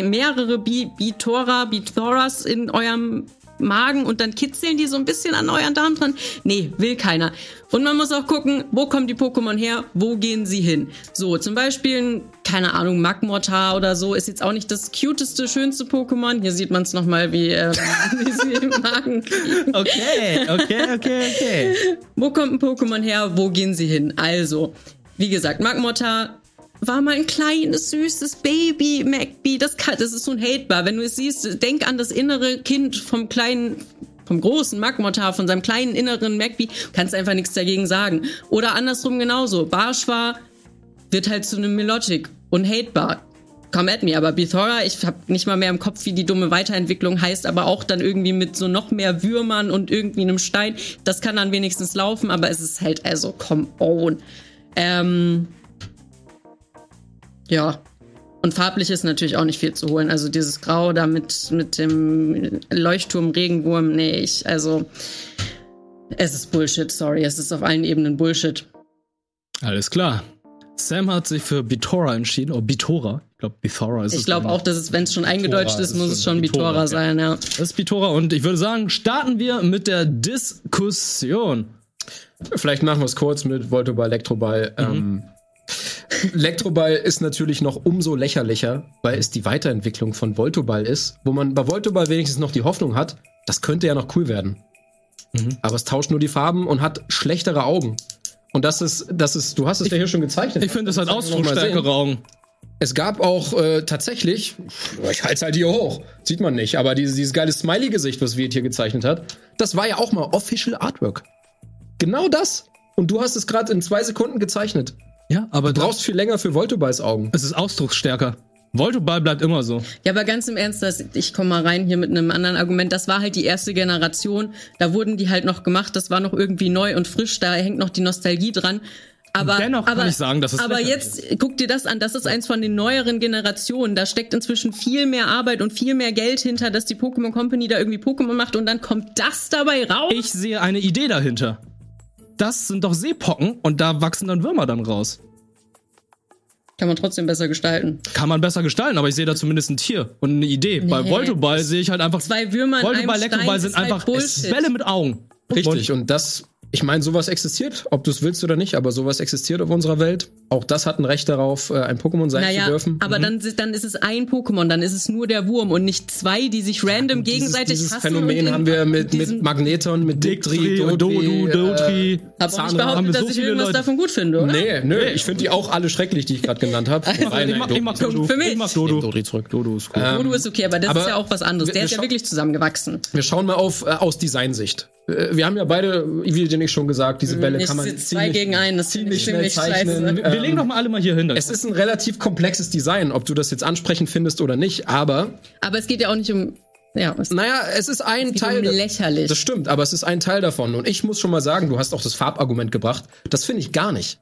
mehrere Bi- Bitora, Bitoras in eurem Magen und dann kitzeln die so ein bisschen an euren Darm dran. Nee, will keiner. Und man muss auch gucken, wo kommen die Pokémon her, wo gehen sie hin. So, zum Beispiel, ein, keine Ahnung, Magmortar oder so ist jetzt auch nicht das cuteste, schönste Pokémon. Hier sieht man es nochmal, wie, äh, wie sie im Magen kriegen.
Okay, okay, okay, okay.
Wo kommt ein Pokémon her? Wo gehen sie hin? Also, wie gesagt, Magmortar war mal ein kleines, süßes Baby, Magby. Das, kann, das ist unhatebar. Wenn du es siehst, denk an das innere Kind vom kleinen, vom großen Magmortar, von seinem kleinen inneren Magby. Kannst einfach nichts dagegen sagen. Oder andersrum genauso. Barsch war, wird halt zu einem Melodic. Unhatebar. Come at me, aber Bithora, ich habe nicht mal mehr im Kopf, wie die dumme Weiterentwicklung heißt, aber auch dann irgendwie mit so noch mehr Würmern und irgendwie einem Stein. Das kann dann wenigstens laufen, aber es ist halt, also, come on. Ähm, ja. Und farblich ist natürlich auch nicht viel zu holen. Also dieses Grau da mit, mit dem Leuchtturm, Regenwurm, nee, ich, also, es ist Bullshit, sorry. Es ist auf allen Ebenen Bullshit.
Alles klar. Sam hat sich für Bitora entschieden. Oh, Bitora. Ich glaube, Bithora ist genau.
Ich glaube
dann.
auch, dass es, wenn es schon eingedeutscht ist,
ist
muss
schon
es schon
Bitora,
Bitora
ja.
sein, ja.
Das ist Bitora und ich würde sagen, starten wir mit der Diskussion.
Vielleicht machen wir es kurz mit Voltoball, Elektroball.
Mhm.
Ähm, Elektroball ist natürlich noch umso lächerlicher, weil es die Weiterentwicklung von Voltoball ist, wo man bei Voltoball wenigstens noch die Hoffnung hat, das könnte ja noch cool werden.
Mhm.
Aber es tauscht nur die Farben und hat schlechtere Augen. Und das ist, das ist, du hast es ja hier schon gezeichnet.
Ich finde, es hat
Das sollten wir noch
Ausdruck
mal sehen.
stärkere Augen.
Es gab auch äh, tatsächlich, ich halte es halt hier hoch, sieht man nicht, aber dieses, dieses geile Smiley-Gesicht, was Viet hier gezeichnet hat, das war ja auch mal Official Artwork. Genau das. Und du hast es gerade in zwei Sekunden gezeichnet.
Ja, aber
Du
da-
brauchst viel länger für Voltobals Augen.
es ist ausdrucksstärker. Voltoball bleibt immer so.
Ja, aber ganz im Ernst, das, ich komme mal rein hier mit einem anderen Argument. Das war halt die erste Generation. Da wurden die halt noch gemacht. Das war noch irgendwie neu und frisch. Da hängt noch die Nostalgie dran. Aber,
Und dennoch
aber,
kann ich sagen, dass es
aber
lächerlich
jetzt guck dir das an. Das ist eins von den neueren Generationen. Da steckt inzwischen viel mehr Arbeit und viel mehr Geld hinter, dass die Pokémon Company da irgendwie Pokémon macht und dann kommt das dabei raus.
Ich sehe eine Idee dahinter. Das sind doch Seepocken und da wachsen dann Würmer dann raus.
Kann man trotzdem besser gestalten.
Kann man besser gestalten, aber ich sehe da zumindest ein Tier und eine Idee. Bei
Nee.
Voltoball sehe ich halt einfach.
Zwei Würmer in einem
Voltoball,
Stein
Elektroball sind
ist halt
einfach es
Bullshit.
ist Bälle mit Augen.
Richtig. Und das, ich meine, sowas existiert, ob du es willst oder nicht, aber sowas existiert auf unserer Welt. Auch das hat ein Recht darauf, äh, ein Pokémon sein
Naja,
zu dürfen. Mhm.
aber dann, si- dann ist es ein Pokémon, dann ist es nur der Wurm und nicht zwei, die sich random gegenseitig
dieses, dieses
hassen. und
Phänomen
in-
haben wir mit, mit
diesem-
Magneton, mit Dictri,
Dictri, Dodu,
Dodri, äh,
Dotri.
Hab auch nicht
Zahnrad
haben wir
behauptet, dass
so
ich
viele
irgendwas
Leute.
davon gut finde, oder?
Nee, nö, ich finde die auch alle schrecklich, die ich gerade genannt habe.
Ich mach- ich mach- ich mach Dodo.
Für mich.
Ich mach
Dodo.
Dodo.
Dodri zurück.
Dodo ist cool.
Modu ist okay, aber das
ähm, aber
ist ja auch was anderes.
wir-
Der
wir
ist ja
scha-
wirklich zusammengewachsen.
Wir schauen mal auf äh, aus Designsicht. Äh, wir haben ja beide, wie den ich schon gesagt, diese Bälle
Ich
kann man
sitze Mhm. zwei gegen einen, das finde ich ziemlich
ziemlich schnell zeichnen.
scheiße.
Wir legen doch mal alle mal hier hin. dann-
Ähm, Es ist ein relativ komplexes Design, ob du das jetzt ansprechend findest oder nicht, aber
Aber es geht ja auch nicht um. Ja, es
naja, es ist ein
geht
Teil.
um lächerlich.
Das stimmt, aber es ist ein Teil davon. Und ich muss schon mal sagen, du hast auch das Farbargument gebracht. Das finde ich gar nicht.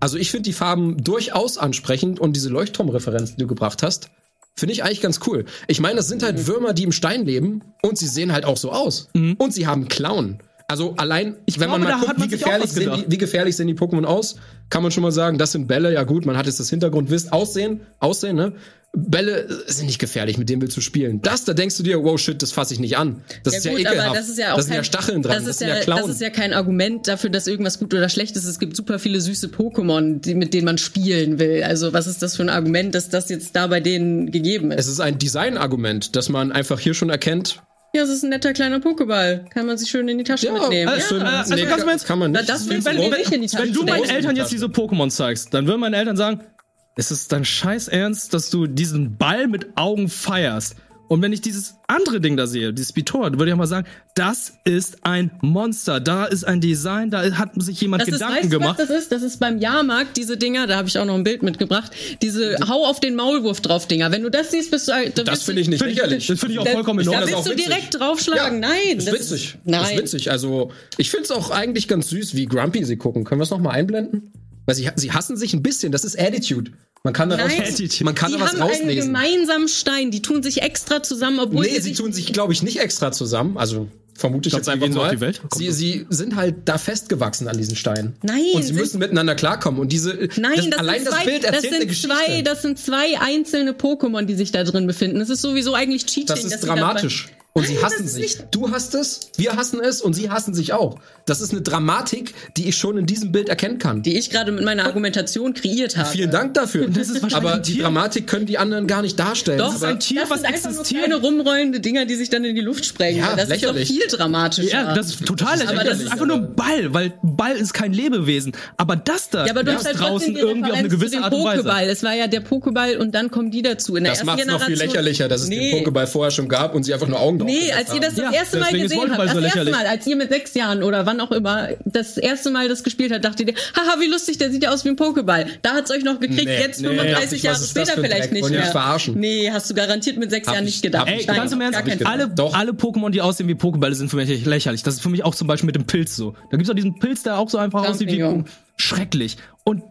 Also ich finde die Farben durchaus ansprechend und diese Leuchtturmreferenz, die du gebracht hast, finde ich eigentlich ganz cool. Ich meine, das sind
Mhm.
halt Würmer, die im Stein leben und sie sehen halt auch so aus. Und sie haben Klauen. Also allein, wenn
glaube,
man mal
da
guckt,
hat man
wie,
sich auch
gefährlich
was
sind
gedacht.
die, wie gefährlich sehen die Pokémon aus, kann man schon mal sagen, das sind Bälle. Ja gut, man hat jetzt das Hintergrundwissen. Aussehen, Aussehen, ne? Bälle sind nicht gefährlich, mit denen willst du spielen. Das, da denkst du dir, wow, shit, das fasse ich nicht an. Das ist ja ekelhaft.
das ist ja auch
da sind ja
kein-
Stacheln dran, das,
ist
sind ja, Klauen.
das ist ja kein Argument dafür, dass irgendwas gut oder schlecht ist. Es gibt super viele süße Pokémon, die, mit denen man spielen will. Also was ist das für ein Argument, dass das jetzt da bei denen gegeben ist?
es ist ein Designargument, dass man einfach hier schon erkennt,
ja, es ist ein netter kleiner Pokéball. Kann man sich schön in die Tasche
Ja,
mitnehmen.
alles
Also,
schön.
äh, also
Nee,
ganz im Ernst,
kann man
Na,
nicht.
das will
Wenn-
wenn,
ich in die Tasche
wenn du meinen
stecken.
Eltern jetzt diese Pokémon zeigst, dann würden meine Eltern sagen, es ist dein scheiß Ernst, dass du diesen Ball mit Augen feierst. Und wenn ich dieses andere Ding da sehe, dieses Bitor, würde ich auch mal sagen, das ist ein Monster. Da ist ein Design, da hat sich jemand
Das
Gedanken
ist, weißt du,
gemacht.
Was das ist, das ist beim Jahrmarkt diese Dinger, da habe ich auch noch ein Bild mitgebracht, diese Hau auf den Maulwurf drauf Dinger. Wenn du das siehst, bist du da
Das
bist
finde ich
du-
nicht
Finde ich-
lächerlich.
das finde ich auch
Da-
vollkommen in
da
Ordnung.
Das ist
willst
auch
du
witzig.
direkt draufschlagen. Nein,
ist
das ist-
witzig. Das
nein.
ist witzig. Also, ich finde es auch eigentlich ganz süß, wie grumpy sie gucken. Können wir es nochmal einblenden? Weil sie, sie hassen sich ein bisschen. Das ist Attitude. Man kann daraus,
Nein.
Attitude.
man kann
die
daraus
haben einen
rauslesen.
gemeinsamen Stein, die tun sich extra zusammen, obwohl
Nee, sie tun sich, glaube ich, nicht extra zusammen. Also, vermute ich
Glaubst
jetzt
du, die
einfach
gehen so auf
mal.
die Welt?
Sie, sie sind halt da festgewachsen an diesen Steinen.
Nein,
Und sie
sind-
müssen miteinander klarkommen. Und diese,
Nein, das,
allein
sind zwei,
das Bild erzählt
das
eine
sind
Geschichte.
zwei, das sind zwei einzelne Pokémon, die sich da drin befinden. Das ist sowieso eigentlich Cheating.
Das ist
dass sie dabei-
dramatisch. Und sie
Nein, das
hassen
ist
sich.
nicht-
Du hasst es, wir hassen es und sie hassen sich auch. Das ist eine Dramatik, die ich schon in diesem Bild erkennen kann.
Die ich gerade mit meiner Argumentation kreiert habe.
Vielen Dank dafür.
das ist wahrscheinlich
Aber
ein
die
Tier.
Dramatik können die anderen gar nicht darstellen.
Doch,
Das ist
aber
ein Tier,
das
was
sind einfach
existiert.
Nur kleine rumrollende Dinger, die sich dann in die Luft sprengen.
Ja,
das
lächerlich.
ist doch viel dramatischer.
ja, das ist total
Aber
lächerlich.
das
Das ist
ist
einfach nur ein Ball, weil ein Ball ist kein Lebewesen. Aber das da
ja, aber du
ist
hast halt
draußen
trotzdem die
irgendwie auf eine
Referenz zu
gewisse
dem
Art und Weise.
Pokéball. Es war ja der Pokéball und dann kommen die dazu. In der
das
ersten
macht es noch viel
Generation-
lächerlicher, dass es
Nee.
den Pokéball vorher schon gab und sie einfach nur Augen drauf
Nee,
gemacht
als ihr
haben.
das das
Ja,
erste Mal
deswegen ist
gesehen habt,
Volleyball
das
so
erste
lächerlich.
Mal, als ihr mit sechs Jahren oder wann auch immer das erste Mal das gespielt habt, dachtet ihr, haha, wie lustig, der sieht ja aus wie ein Pokéball. Da hat's euch noch gekriegt,
Nee,
jetzt
nee, dachte
35
ich,
Jahre
was ist das
später
für ein
vielleicht
Dreck?
nicht
Wollen die
mehr.
uns verarschen?
Nee, hast du garantiert mit sechs
Hab
Jahren
ich-
nicht gedacht.
hab
Ey,
ich
Nein,
ganz im
auf
Ernst,
gar keinen Fall.
alle,
Doch.
alle Pokémon, die aussehen wie Pokébälle, sind für mich echt lächerlich. Das ist für mich auch zum Beispiel mit dem Pilz so. Da gibt's auch diesen Pilz, der auch so einfach aussieht wie
Champignon.
schrecklich. Und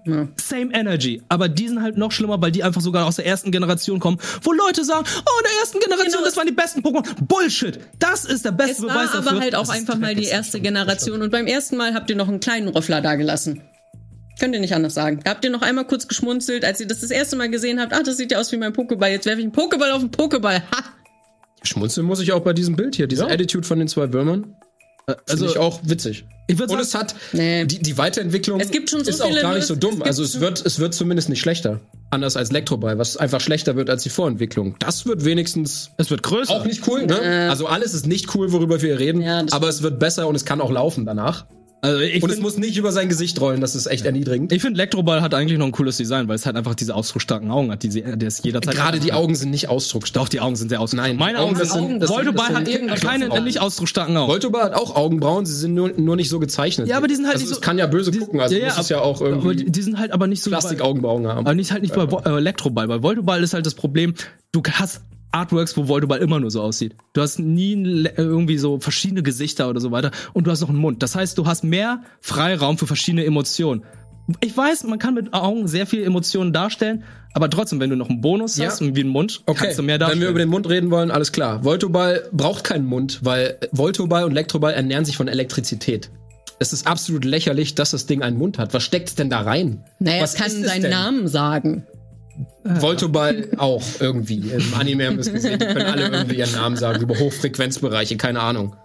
same energy. Aber die sind halt noch schlimmer, weil die einfach sogar aus der ersten Generation kommen, wo Leute sagen, oh, in der ersten Generation,
Genau.
das waren die besten Pokémon. Bullshit. Das ist der beste
Es war
Beweis dafür.
aber halt auch
dass es
einfach mal
Dreck
die
ist.
erste Generation und beim ersten Mal habt ihr noch einen kleinen Roffler da gelassen. Könnt ihr nicht anders sagen. Da habt ihr noch einmal kurz geschmunzelt, als ihr das das erste Mal gesehen habt. Ach, das sieht ja aus wie mein Pokéball. Jetzt werfe ich einen Pokéball auf den Pokéball. Ha!
Schmunzeln muss ich auch bei diesem Bild hier. Diese Attitude von den zwei Würmern. Also ich auch witzig.
Ich würd
Und
sagen-
es hat
Nee.
die, die Weiterentwicklung
Es gibt schon so
ist auch
viele
gar nicht
Lös-
so
es
dumm.
gibt
also es wird, es wird zumindest nicht schlechter. Anders als Elektroball, was einfach schlechter wird als die Vorentwicklung. Das wird wenigstens
Es wird größer.
auch nicht cool. Ne?
Äh,
Also alles ist nicht cool, worüber wir reden.
Ja, das
aber es wird besser und es kann auch laufen danach.
Also ich
und es
find-
muss nicht über sein Gesicht rollen. Das ist echt erniedrigend.
Ich finde, Elektroball hat eigentlich noch ein cooles Design, weil es halt einfach diese ausdrucksstarken Augen hat, die sie die es jederzeit.
Gerade die Augen sind nicht ausdrucksstark.
Doch, die Augen sind sehr ausdrucksstark.
Nein,
meine
Augen,
Augen,
das sind-
sind.
das sind-
Voltoball
das
hat
sind
eben
irgendwas
keine
Augen.
nicht ausdrucksstarken Augen.
Voltoba hat auch Augenbrauen, sie sind nur, nur nicht so gezeichnet.
Ja, aber die sind halt
also
nicht so-
Es kann ja böse gucken, also muss es ja auch
aber die,
irgendwie
die sind halt aber nicht so.
Plastikaugenbrauen
Aber
haben.
nicht halt nicht bei Vo- äh, Elektroball. Bei Voltoball ist halt das Problem, du hast Artworks, wo Voltoball immer nur so aussieht. Du hast nie ein Le- äh, irgendwie so verschiedene Gesichter oder so weiter und du hast noch einen Mund. Das heißt, du hast mehr Freiraum für verschiedene Emotionen. Ich weiß, man kann mit Augen sehr viel Emotionen darstellen, aber trotzdem, wenn du noch einen Bonus
Ja.
hast, wie einen Mund,
Okay,
kannst du mehr
wenn
darstellen.
wir über den Mund reden wollen, alles klar. Voltoball braucht keinen Mund, weil Voltoball und Elektroball ernähren sich von Elektrizität. Es ist absolut lächerlich, dass das Ding einen Mund hat. Was steckt's denn da rein?
Naja,
Was
es kann
ist es
seinen
denn?
Namen sagen.
Voltoball auch irgendwie. Im Anime haben wir es gesehen, die können alle irgendwie ihren Namen sagen, über Hochfrequenzbereiche, keine Ahnung.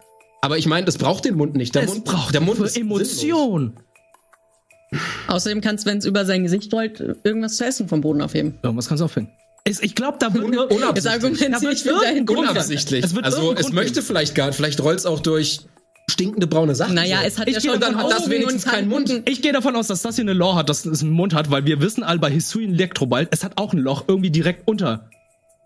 Aber ich meine, das braucht den Mund nicht. Der
es
Mund
braucht
der Mund
für
ist sinnlos.
Emotionen.
Außerdem kannst, wenn es über sein Gesicht rollt, irgendwas zu essen vom Boden aufheben.
Irgendwas kannst du aufhängen. Ich, ich glaube, da wird
Un-
Das
unabsichtlich.
Argument
aber
nicht für deinen
irgendein
Grund.
Unabsichtlich.
Es wird
also
irgendeinen
es
Grund
möchte vielleicht gar, vielleicht rollt es auch durch stinkende braune Sachen.
Naja,
so.
es hat
Ich
ja
gehe
schon
davon
dann hat das
Augen
wenigstens
und
keinen Mund.
Hand.
Ich gehe davon aus, dass das hier eine Lore hat, dass es einen Mund hat, weil wir wissen all bei Hisuin Elektroball, es hat auch ein Loch irgendwie direkt unter.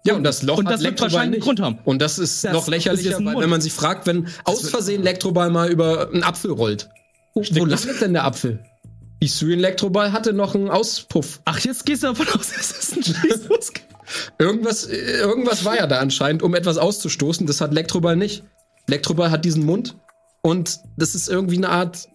Ja, und das Loch
Und
hat
das wird
Elektroball
wahrscheinlich
nicht.
einen Grund haben.
Und das ist
Das
noch
ist
lächerlicher,
jetzt ein
weil,
Mund.
wenn man sich fragt, wenn aus Versehen Elektroball mal über einen Apfel rollt. Wo, wo landet denn der Apfel? Die Syrien Elektroball hatte noch einen Auspuff.
Ach, jetzt gehst du davon aus, es ist ein Schließmus.
Irgendwas, äh, irgendwas war ja da anscheinend, um etwas auszustoßen. Das hat Elektroball nicht. Elektroball hat diesen Mund und das ist irgendwie eine Art,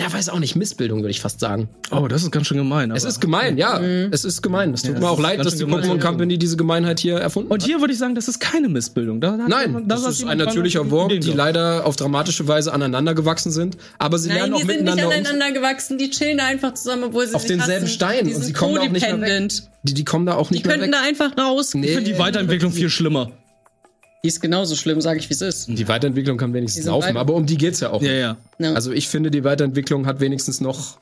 ja, weiß auch nicht, Missbildung, würde ich fast sagen.
oh, das ist ganz schön gemein.
Es ist gemein, ja. Es ist gemein. Es tut
Mhm. Ja,
mir
es
auch
ist
leid,
ganz
dass die
schön gemein.
Pokémon Company diese Gemeinheit hier erfunden
und
hat.
hier würde ich sagen, das ist keine Missbildung. Da, da
Nein, das, ist ein natürlicher Wurm, die leider auf dramatische Weise aneinander gewachsen sind. Aber sie
Nein,
lernen
die
auch
sind nicht
miteinander um.
aneinander gewachsen, die chillen da einfach zusammen, obwohl sie
Auf
sich
denselben
hassen.
Stein
Die
und
sind
sie kommen da auch nicht mehr weg.
codependent.
Die, die kommen da auch
Die
nicht mehr
könnten
weg.
da einfach raus.
Nee.
Für die Weiterentwicklung viel schlimmer.
Die ist genauso schlimm, sage ich, wie es ist.
Die Weiterentwicklung kann wenigstens
Diese
laufen,
Wei-
aber um die geht's ja auch.
Ja,
nicht.
ja.
Ja.
Also ich finde, die Weiterentwicklung hat wenigstens noch,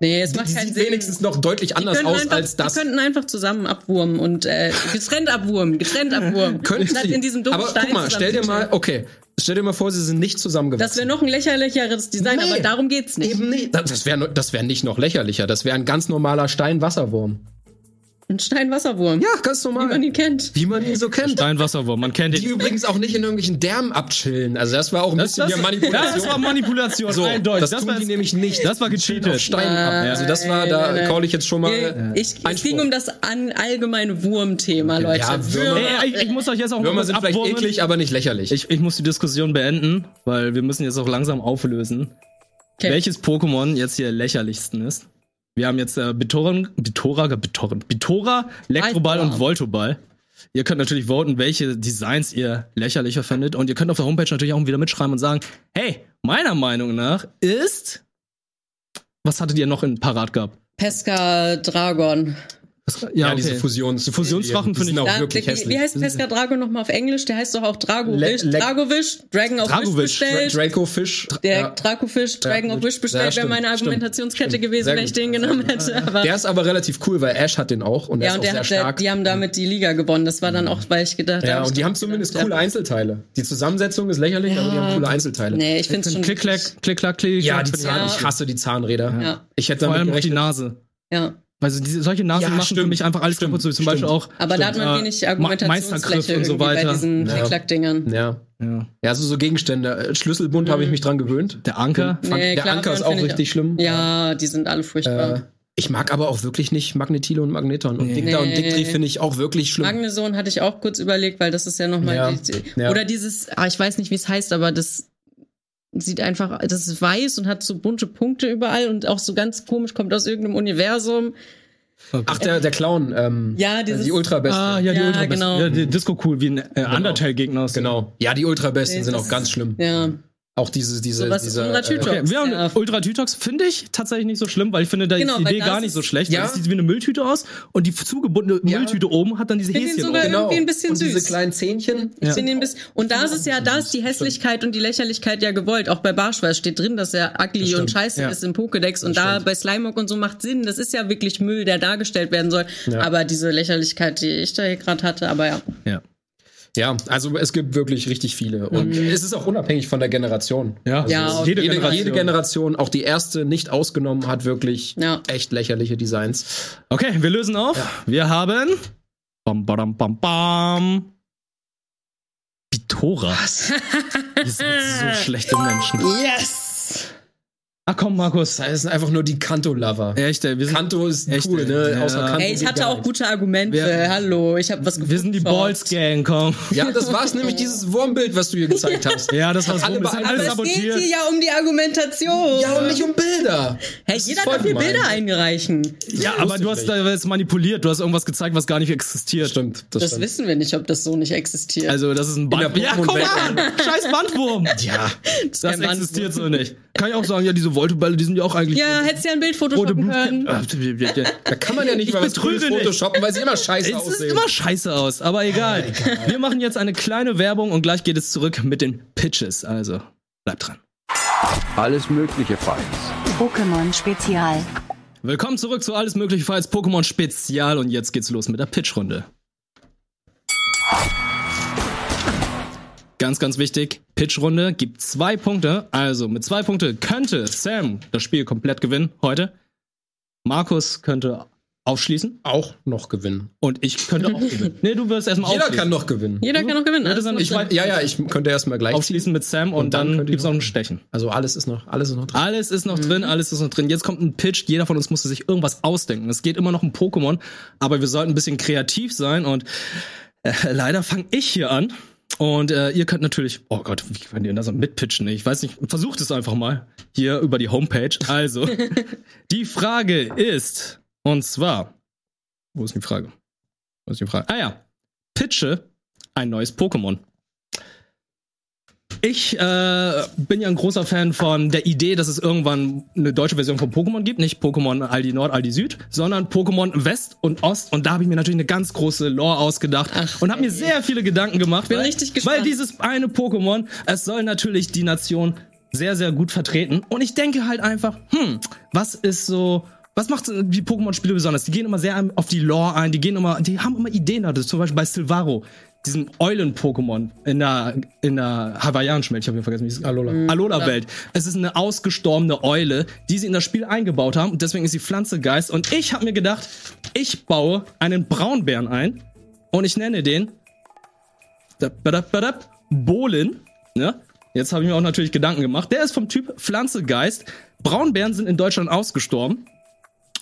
nee, es
die
macht keinen
sieht
Sinn.
wenigstens noch deutlich
Die
anders
könnten
aus
einfach,
als das.
Die könnten einfach zusammen abwurmen und äh, getrennt abwurmen, getrennt abwurmen.
Könnten
Statt
sie.
halt in diesem dummen
aber
Stein
guck mal, stell dir mal,
zusammenzustellen.
okay, stell dir mal vor, sie sind nicht
Das wäre
zusammengewachsen.
noch ein lächerlicheres Design,
Nee.
aber darum geht's nicht.
Eben nicht. Das- Das wäre das wär nicht noch lächerlicher. Das wäre ein ganz normaler Steinwasserwurm.
Ein Steinwasserwurm.
Ja, ganz normal.
Wie man ihn kennt.
Wie man ihn so kennt.
Steinwasserwurm, man kennt
Die
ihn.
übrigens auch nicht in irgendwelchen Därmen abchillen. Also das war auch ein bisschen wieder Manipulation.
das war Manipulation,
so,
eindeutig.
das,
war
tun die
jetzt-
nämlich nicht.
Das war
Die chillen auf
gecheatet.
Steinen ab. Also das war, da
nein, nein.
call ich jetzt schon mal.
Äh, Ich, es
Einspruch.
ging um das an, allgemeine Wurmthema, Leute.
Ja, Würmer-
Würmer.
Ey, ich, ich muss euch jetzt auch mal
Würmer
kurz
sind vielleicht
abwurmen.
eklig, aber nicht lächerlich.
Ich, ich muss die Diskussion beenden, weil wir müssen jetzt auch langsam auflösen,
Okay.
welches Pokémon jetzt hier lächerlichsten ist. Wir haben jetzt äh, Bitoran, Bitora, Bitoran, Bitora, Elektroball
Alter.
und Voltoball. Ihr könnt natürlich voten, welche Designs ihr lächerlicher findet. Und ihr könnt auf der Homepage natürlich auch wieder mitschreiben und sagen, hey, meiner Meinung nach ist... Was hattet ihr noch in Parat gehabt?
Pesca Dragon.
ja, diese Fusions
Die Fusionsdrachen
die
finde
sind
ich-
auch
Da,
wirklich
wie, wie
hässlich.
heißt Pesca Dragon nochmal auf Englisch? Der heißt doch auch
Le-
Dragovish.
Le-
Dragovish, Dragon of Wish
Dragovish,
bestellt.
Draco Fish.
der
ja.
Dracofish, Dragon
Ja,
of Wish
ja,
bestellt, wäre
stimmt,
meine
stimmt,
Argumentationskette
stimmt.
gewesen,
Sehr
wenn ich
gut.
den genommen hätte. Aber
Der ist aber relativ cool, weil Ash hat den auch und
ja,
er ist
und
auch
der
sehr
hat, der,
stark.
die haben damit die Liga gewonnen. Das war dann auch, weil ich gedacht
ja,
hab,
und die haben zumindest coole Einzelteile. Die Zusammensetzung ist lächerlich, aber die haben coole Einzelteile.
Nee, ich finde es schon.
Klick, klack, klick, klack, klick.
Ja,
klack,
die
finde ich
Zahn,
auch
ich
nicht.
hasse die Zahnräder.
Ja.
Ich hätte
Vor
damit
allem auch die
gerechnet.
Nase.
Ja.
Also diese, solche Nasen
Ja,
machen für
stimmt.
mich einfach alles kaputt. So zum
Stimmt,
Beispiel
stimmt. Ah,
auch.
Aber da hat
stimmt,
man
äh,
wenig
Ma-
Argumentationsfläche
Meistergriff und so
irgendwie bei
weiter.
diesen
Ja.
Klick-Klack-Dingern.
Ja.
Ja.
Ja, also so, so Gegenstände. Äh, Schlüsselbund habe ich mich dran gewöhnt.
Der Anker.
Hm.
Fand- der
Klavion
Anker ist
find
auch
ich
richtig schlimm.
Ja, die sind alle furchtbar.
Äh, ich mag aber auch wirklich nicht Magnetilo und Magneton. Und Dicta und Dictri finde ich auch wirklich schlimm.
Magneson hatte ich auch kurz überlegt, weil das ist ja nochmal.
Ja,
mal Die,
ja.
Oder dieses, ah, ich weiß nicht, wie es heißt, aber das sieht einfach, das ist weiß und hat so bunte Punkte überall und auch so ganz komisch, kommt aus irgendeinem Universum.
Ach, der, der Clown. Ähm,
Ja, dieses-
die Ultrabeste.
Ah, ja, die
Ja,
Ultra
genau.
Ja, die Disco cool, wie ein äh, Undertale-Gegner aus.
Genau. Ja, die Ultrabesten
Nee,
sind
das-
auch ganz schlimm.
Ja.
Auch diese, diese,
Sowas ist
dieser.
Ultra Tüte.
äh,
Okay, wir haben
Ja.
Ultra Detox finde ich tatsächlich nicht so schlimm, weil ich finde da
Genau,
ist die
weil
Idee
da
gar
ist
nicht
es-
so schlecht.
Ja.
Das sieht wie eine Mülltüte aus und die zugebundene
Ja.
Mülltüte oben hat dann diese
finde ihn
Häschen
sogar
oben.
genau.
irgendwie ein bisschen
und diese
süß. Mhm.
kleinen Zähnchen.
Ich finde ihn bis und da ist es ja, da ist die Hässlichkeit und die Lächerlichkeit ja gewollt. Auch bei Barschweiß steht drin, dass er ugly und scheiße
ja.
ist im Pokédex und da bei Slimeock und so macht Sinn. Das ist ja wirklich Müll, der dargestellt werden soll. Aber diese Lächerlichkeit, die ich da hier gerade hatte, aber ja.
Ja.
Ja, also es gibt wirklich richtig viele. Und
Mhm.
es ist auch unabhängig von der Generation.
Ja,
Ja,
also
und
jede,
Jede Generation.
Generation.
jede Generation, auch die erste nicht ausgenommen, hat wirklich
Ja.
echt lächerliche Designs.
Okay, wir lösen auf. Wir haben bam bam bam bam. Bitora. Was? Ihr seid
Ah.
so schlechte Menschen.
Yes!
Ah komm, Markus.
Das sind einfach nur die Kanto-Lover.
Echt, ey, wir sind
Kanto ist
Echt,
cool, ne?
ja.
Außer Kanto
Ey, ich
geht
hatte
gar
auch
nichts.
gute Argumente.
Wir-
Hallo, ich habe was gefunden.
wir sind die Balls Gang, komm.
Ja, das war's nämlich dieses Wurmbild, was du hier gezeigt hast.
Ja, das war so
Alle
ein bisschen
beeindruckt.
alles
Aber es geht
sabotiert.
hier ja um die Argumentation.
Ja, und nicht um Bilder.
hey,
Das
jeder
ist voll
darf hier
gemein.
Bilder einreichen.
Ja, aber du hast da jetzt manipuliert. Du hast irgendwas gezeigt, was gar nicht existiert.
Stimmt, das,
Das
stimmt.
wissen wir nicht, ob das so nicht existiert.
Also, das ist ein Band.
der
Ja, guck mal,
Pokémon-Welt.
scheiß Bandwurm.
Ja,
Das
Bandwurm.
existiert so nicht. Kann ich auch sagen, ja, diese Voltebälle, die sind ja auch eigentlich.
ja, hättest ja ein Bild
rote
photoshoppen können.
Blutkind.
da kann man ja nicht
Ich
mal was
betrüge
Cooles
nicht.
photoshoppen, weil sie immer
Es
scheiße
sieht
aussehen.
immer scheiße aus, aber egal. Wir machen jetzt eine kleine Werbung und gleich geht es zurück mit den Pitches. Also, bleibt dran.
Alles mögliche Files.
Pokémon Spezial.
Willkommen zurück zu Alles Mögliche Falls Pokémon Spezial und jetzt geht's los mit der Pitch-Runde. Ganz, ganz wichtig, Pitch-Runde gibt zwei Punkte. Also mit zwei Punkte könnte Sam das Spiel komplett gewinnen heute. Markus könnte aufschließen
auch noch gewinnen.
und ich könnte auch gewinnen. Nee, du wirst erstmal
Jeder
aufschließen.
kann noch gewinnen.
Jeder kann noch gewinnen.
Ja, das
alles
ist ein-
noch
ich
drin.
weiß-
Ja, ja, ich könnte erstmal gleich ziehen.
aufschließen mit Sam und,
Und dann
dann,
könnte ich
gibt's noch
noch-
ein Stechen.
Also alles ist noch, alles ist noch drin. Mhm.
Alles ist noch drin, alles ist noch drin. Jetzt kommt ein Pitch, jeder von uns musste sich irgendwas ausdenken. Es geht immer noch um Pokémon, aber wir sollten ein bisschen kreativ sein und äh, leider fange ich hier an. Und äh, ihr könnt natürlich, oh Gott, wie könnt ihr das denn mitpitchen? Ich weiß nicht, versucht es einfach mal hier über die Homepage. Also, die Frage ist, und zwar, wo ist die Frage? Wo ist die Frage? Ah ja, pitche ein neues Pokémon. Ich äh, bin ja ein großer Fan von der Idee, dass es irgendwann eine deutsche Version von Pokémon gibt. Nicht Pokémon Aldi Nord, Aldi Süd, sondern Pokémon West und Ost. Und da habe ich mir natürlich eine ganz große Lore ausgedacht und habe mir sehr viele Gedanken gemacht.
bin
weil,
richtig gespannt.
Weil dieses eine Pokémon, es soll natürlich die Nation sehr, sehr gut vertreten. Und ich denke halt einfach, hm, was ist so. Was macht die Pokémon-Spiele besonders? Die gehen immer sehr auf die Lore ein, die gehen immer, die haben immer Ideen dazu. Zum Beispiel bei Silvaro, diesem Eulen-Pokémon in der, in der hawaiianischen Welt. Ich habe hier vergessen, wie es Hm,
Alola.
Alola-Welt. Es ist eine ausgestorbene Eule, die sie in das Spiel eingebaut haben. Und deswegen ist sie Pflanzegeist. Und ich habe mir gedacht, ich baue einen Braunbären ein und ich nenne den Dap, badap, badap. Bohlen. Ne? Jetzt habe ich mir auch natürlich Gedanken gemacht. Der ist vom Typ Pflanzegeist. Braunbären sind in Deutschland ausgestorben.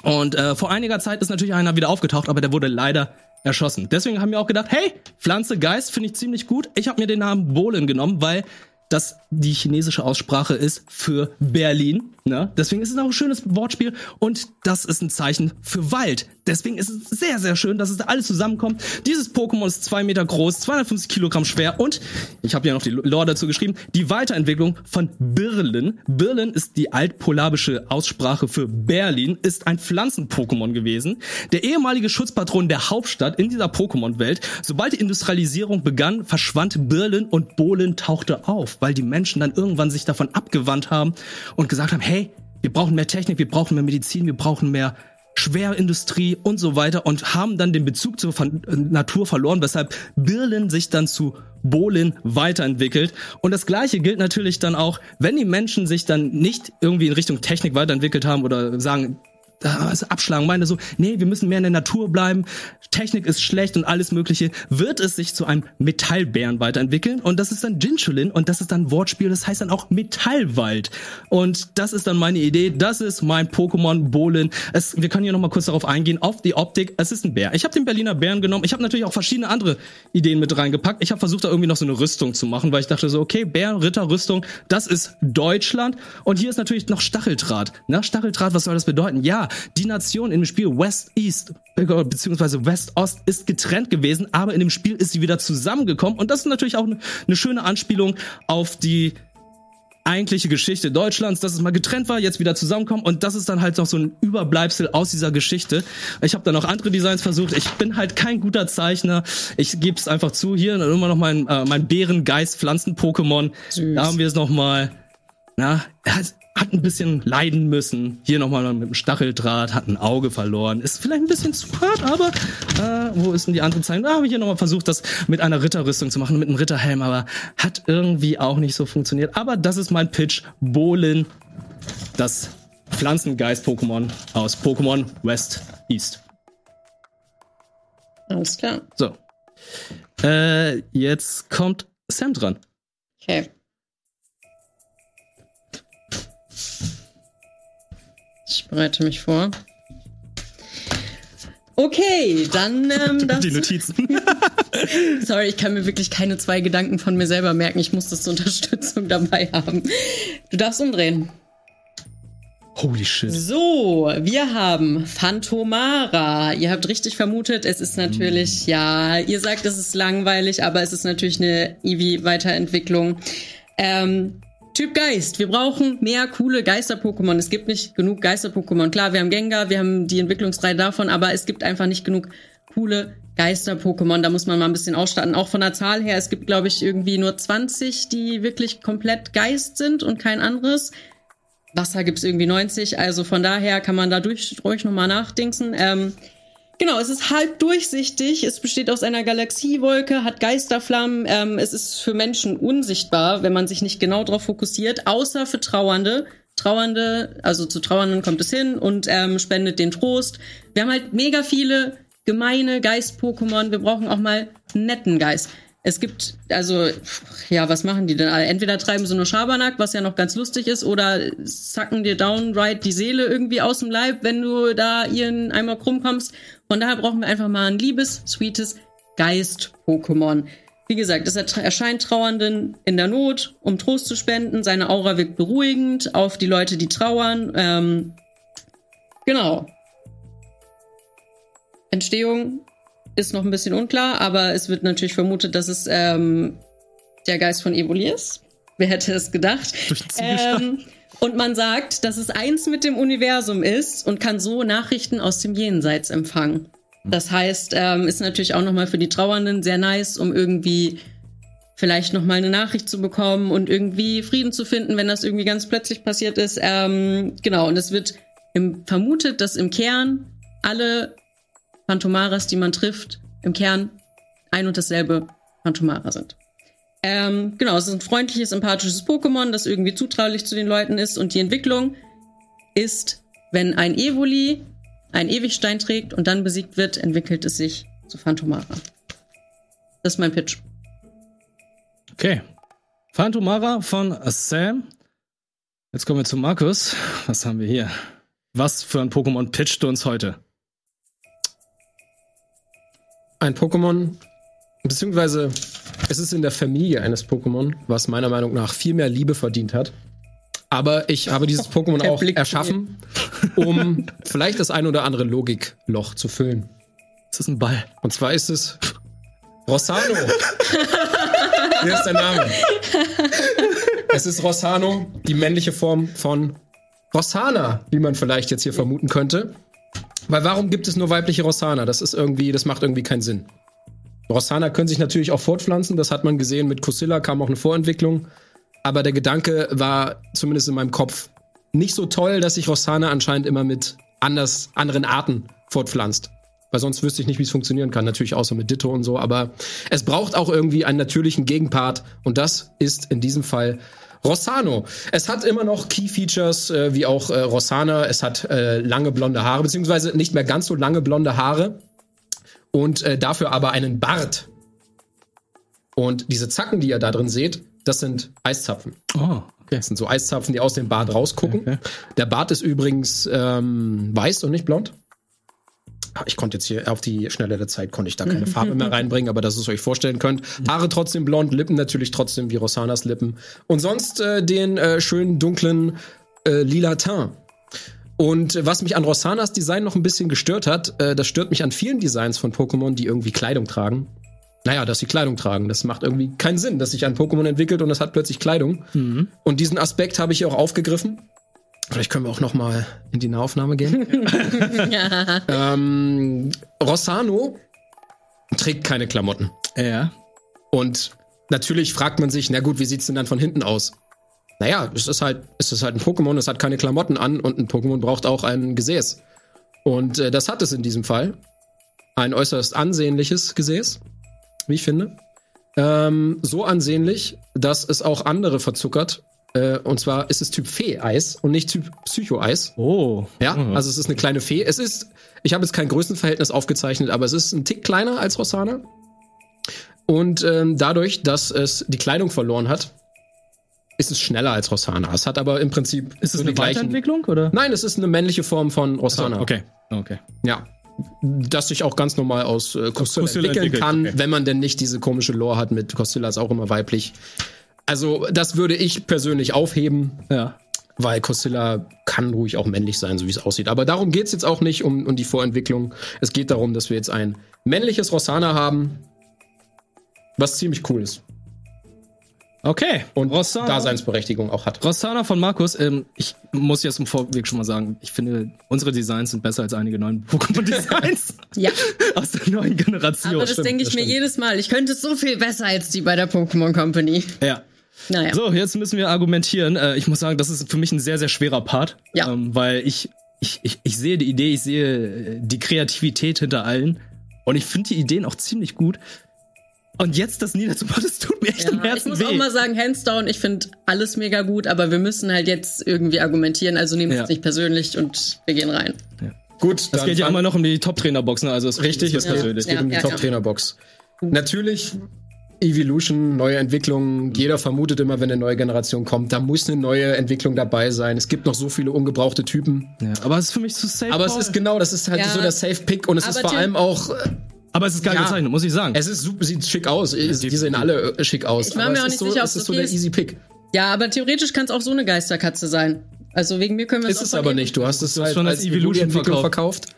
Und äh, vor einiger Zeit ist natürlich einer wieder aufgetaucht, aber der wurde leider erschossen. Deswegen haben wir auch gedacht, hey, Pflanzegeist finde ich ziemlich gut. Ich habe mir den Namen Bohlen genommen, weil das die chinesische Aussprache ist für Berlin. Ne? Deswegen ist es auch ein schönes Wortspiel und das ist ein Zeichen für Wald. Deswegen ist es sehr, sehr schön, dass es da alles zusammenkommt. Dieses Pokémon ist zwei Meter groß, 250 Kilogramm schwer und ich habe ja noch die Lore dazu geschrieben, die Weiterentwicklung von Birlen. Birlen ist die altpolabische Aussprache für Berlin, ist ein Pflanzen-Pokémon gewesen. Der ehemalige Schutzpatron der Hauptstadt in dieser Pokémon-Welt. Sobald die Industrialisierung begann, verschwand Birlen und Bohlen tauchte auf, weil die Menschen dann irgendwann sich davon abgewandt haben und gesagt haben, hey, wir brauchen mehr Technik, wir brauchen mehr Medizin, wir brauchen mehr Schwerindustrie und so weiter und haben dann den Bezug zur Ver- äh, Natur verloren, weshalb Birlen sich dann zu Bohlen weiterentwickelt. Und das Gleiche gilt natürlich dann auch, wenn die Menschen sich dann nicht irgendwie in Richtung Technik weiterentwickelt haben oder sagen, das abschlagen, meine so, nee, wir müssen mehr in der Natur bleiben, Technik ist schlecht und alles mögliche, wird es sich zu einem Metallbären weiterentwickeln und das ist dann Jinchulin und das ist dann ein Wortspiel, das heißt dann auch Metallwald und das ist dann meine Idee, das ist mein Pokémon Bolin, es, wir können hier nochmal kurz darauf eingehen, auf die Optik, es ist ein Bär. Ich habe den Berliner Bären genommen, ich habe natürlich auch verschiedene andere Ideen mit reingepackt, ich habe versucht da irgendwie noch so eine Rüstung zu machen, weil ich dachte so, okay, Bär, Ritter, Rüstung, das ist Deutschland und hier ist natürlich noch Stacheldraht, ne, Stacheldraht, was soll das bedeuten? Ja, die Nation im Spiel West East äh, beziehungsweise West Ost ist getrennt gewesen, aber in dem Spiel ist sie wieder zusammengekommen und das ist natürlich auch eine schöne Anspielung auf die eigentliche Geschichte Deutschlands, dass es mal getrennt war, jetzt wieder zusammenkommen und das ist dann halt noch so ein Überbleibsel aus dieser Geschichte. Ich habe dann auch andere Designs versucht. Ich bin halt kein guter Zeichner. Ich gebe es einfach zu. Hier dann immer noch mein, äh, mein Bärengeist Pflanzen-Pokémon.
Süß.
Da haben wir es nochmal. Na, er hat, hat ein bisschen leiden müssen. Hier nochmal mit dem Stacheldraht, hat ein Auge verloren. Ist vielleicht ein bisschen zu hart, aber äh, wo ist denn die andere Zeichnung? Ah, habe ich hier nochmal versucht, das mit einer Ritterrüstung zu machen, mit einem Ritterhelm, aber hat irgendwie auch nicht so funktioniert. Aber das ist mein Pitch. Bolin, das Pflanzengeist-Pokémon aus Pokémon West East.
Alles klar.
So. Äh, jetzt kommt Sam dran.
Okay. Ich bereite mich vor. Okay, dann ähm, das.
Die Notizen.
Sorry, ich kann mir wirklich keine zwei Gedanken von mir selber merken. Ich muss das zur Unterstützung dabei haben. Du darfst umdrehen.
Holy shit.
So, wir haben Phantomara. Ihr habt richtig vermutet, es ist natürlich, ja, ihr sagt, es ist langweilig, aber es ist natürlich eine Eevee-Weiterentwicklung. Ähm, typ Geist. Wir brauchen mehr coole Geister-Pokémon. Es gibt nicht genug Geister-Pokémon. Klar, wir haben Gengar, wir haben die Entwicklungsreihe davon, aber es gibt einfach nicht genug coole Geister-Pokémon. Da muss man mal ein bisschen ausstatten. Auch von der Zahl her, es gibt, glaube ich, irgendwie nur 20, die wirklich komplett Geist sind und kein anderes. Wasser gibt's irgendwie 90, also von daher kann man da durch, ruhig nochmal nachdingsen. Ähm, genau, es ist halb durchsichtig, es besteht aus einer Galaxiewolke, hat Geisterflammen, ähm, es ist für Menschen unsichtbar, wenn man sich nicht genau darauf fokussiert, außer für Trauernde. Trauernde, also zu Trauernden kommt es hin und ähm, spendet den Trost. Wir haben halt mega viele gemeine Geist-Pokémon, wir brauchen auch mal einen netten Geist. Es gibt, also, ja, was machen die denn alle? Entweder treiben sie nur Schabernack, was ja noch ganz lustig ist, oder zacken dir downright die Seele irgendwie aus dem Leib, wenn du da ihren einmal krumm kommst. Von daher brauchen wir einfach mal ein liebes, sweetes Geist-Pokémon. Wie gesagt, es ertra- erscheint Trauernden in der Not, um Trost zu spenden. Seine Aura wirkt beruhigend auf die Leute, die trauern. Ähm, genau. Entstehung ist noch ein bisschen unklar, aber es wird natürlich vermutet, dass es ähm, der Geist von Evoli ist. Wer hätte es gedacht?
Durch den Ziegelstein.
Ähm, und man sagt, dass es eins mit dem Universum ist und kann so Nachrichten aus dem Jenseits empfangen.
Hm.
Das heißt, ähm, ist natürlich auch nochmal für die Trauernden sehr nice, um irgendwie vielleicht nochmal eine Nachricht zu bekommen und irgendwie Frieden zu finden, wenn das irgendwie ganz plötzlich passiert ist. Ähm, genau, und es wird im, vermutet, dass im Kern alle Phantomaras, die man trifft, im Kern ein und dasselbe Phantomara sind. Ähm, genau, es ist ein freundliches, empathisches Pokémon, das irgendwie zutraulich zu den Leuten ist. Und die Entwicklung ist, wenn ein Evoli einen Ewigstein trägt und dann besiegt wird, entwickelt es sich zu Phantomara. Das ist mein Pitch.
Okay. Phantomara von Sam. Jetzt kommen wir zu Markus. Was haben wir hier? Was für ein Pokémon pitcht du uns heute?
ein Pokémon, beziehungsweise es ist in der Familie eines Pokémon, was meiner Meinung nach viel mehr Liebe verdient hat. Aber ich habe dieses Pokémon
Der
auch
Blick
erschaffen, um vielleicht das ein oder andere Logikloch zu füllen.
Ist das ein Ball?
Und zwar ist es Rossano. Hier ist der Name. Es ist Rossano, die männliche Form von Rossana, wie man vielleicht jetzt hier vermuten könnte. Weil warum gibt es nur weibliche Rossana? Das ist irgendwie, das macht irgendwie keinen Sinn. Rossana können sich natürlich auch fortpflanzen, das hat man gesehen mit Cosilla kam auch eine Vorentwicklung, aber der Gedanke war zumindest in meinem Kopf nicht so toll, dass sich Rossana anscheinend immer mit anders anderen Arten fortpflanzt. Weil sonst wüsste ich nicht, wie es funktionieren kann. Natürlich außer mit Ditto und so. Aber es braucht auch irgendwie einen natürlichen Gegenpart. Und das ist in diesem Fall Rossano. Es hat immer noch Key-Features, äh, wie auch äh, Rossana. Es hat äh, lange blonde Haare, beziehungsweise nicht mehr ganz so lange blonde Haare. Und äh, dafür aber einen Bart. Und diese Zacken, die ihr da drin seht, das sind Eiszapfen.
Oh, okay.
Das sind so Eiszapfen, die aus dem Bart rausgucken.
Okay.
Der Bart ist übrigens ähm, weiß und nicht blond. Ah, Ich konnte jetzt hier auf die Schnelle der Zeit konnte ich da keine Farbe mehr reinbringen, aber dass ihr es euch vorstellen könnt. Haare trotzdem blond, Lippen natürlich trotzdem wie Rosanas Lippen. Und sonst äh, den äh, schönen dunklen äh, lila Teint. Und äh, was mich an Rosanas Design noch ein bisschen gestört hat, äh, das stört mich an vielen Designs von Pokémon, die irgendwie Kleidung tragen. naja, dass sie Kleidung tragen. Das macht irgendwie keinen Sinn, dass sich ein Pokémon entwickelt und es hat plötzlich Kleidung. Und diesen Aspekt habe ich hier auch aufgegriffen. Vielleicht können wir auch noch mal in die Nahaufnahme gehen. ähm, Rossano trägt keine Klamotten.
Ja.
Und natürlich fragt man sich, na gut, wie sieht's denn dann von hinten aus? Naja, es ist halt, es ist halt ein Pokémon, es hat keine Klamotten an und ein Pokémon braucht auch ein Gesäß. Und äh, das hat es in diesem Fall. Ein äußerst ansehnliches Gesäß, wie ich finde. Ähm, so ansehnlich, dass es auch andere verzuckert. Äh, und zwar ist es Typ Fee-Eis und nicht Typ Psycho-Eis.
Oh.
Ja, also es ist eine kleine Fee. Es ist, ich habe jetzt kein Größenverhältnis aufgezeichnet, aber es ist ein Tick kleiner als Rosana. Und ähm, dadurch, dass es die Kleidung verloren hat, ist es schneller als Rosana. Es hat aber im Prinzip
Ist es
so
eine Weiterentwicklung oder?
Nein, es ist eine männliche Form von Rosana.
Okay. Okay.
Ja. Das sich auch ganz normal aus äh,
Costilla
Costilla entwickeln
entwickelt,
kann,
okay.
wenn man denn nicht diese komische Lore hat mit Costilla ist auch immer weiblich. Also, das würde ich persönlich aufheben
Ja.
weil Costilla kann ruhig auch männlich sein, so wie es aussieht. Aber darum geht's jetzt auch nicht um, um die Vorentwicklung. Es geht darum, dass wir jetzt ein männliches Rosana haben, was ziemlich cool ist
Okay.
und
Rossana.
Daseinsberechtigung auch hat.
Rossana von Markus, ähm, ich muss jetzt im Vorweg schon mal sagen, ich finde, unsere Designs sind besser als einige neuen Pokémon-Designs
Ja,
aus der neuen Generation.
aber das
Stimmt,
denke ich mir
stimmt.
jedes Mal. Ich könnte es so viel besser als die bei der Pokémon Company.
Ja.
Naja.
So, jetzt müssen wir argumentieren. Äh, ich muss sagen, das ist für mich ein sehr, sehr schwerer Part.
Ja.
Ähm, weil ich, ich, ich, ich sehe die Idee, ich sehe äh, die Kreativität hinter allen. Und ich finde die Ideen auch ziemlich gut. Und jetzt das niederzumachen, das tut mir echt im
Ja, ich
Herzen
muss
weh.
auch mal sagen, hands down, ich finde alles mega gut, aber wir müssen halt jetzt irgendwie argumentieren, also nehmen wir
Ja.
es nicht persönlich und wir gehen rein.
Gut,
es
dann
geht ja
fang-
immer noch um die Top-Trainer-Box, ne? Also es
Richtig,
das
es
ist
geht,
persönlich.
es geht
Ja,
um die
ja, ja.
Top-Trainer-Box. Natürlich, Evolution, neue Entwicklung. Jeder vermutet immer, wenn eine neue Generation kommt, da muss eine neue Entwicklung dabei sein. Es gibt noch so viele ungebrauchte Typen.
Ja. Aber es ist für mich zu safe.
Aber es ist genau, das ist halt
Ja.
so der Safe-Pick und es
Aber
ist vor
Tim-
allem auch äh,
Aber es ist geil
Ja.
gezeichnet, muss ich sagen.
Es ist super, sieht schick aus. Die sehen alle äh, schick aus.
Ich war
aber
mir
es
auch
ist
nicht
so,
sicher, ob
es ist
so
so der
viel ist.
easy Pick.
Ja, aber theoretisch kann es auch so eine Geisterkatze sein. Also wegen mir können wir
Ist es aber nicht. Du hast es halt
schon als Evolution
Evolution-Entwicklung verkauft.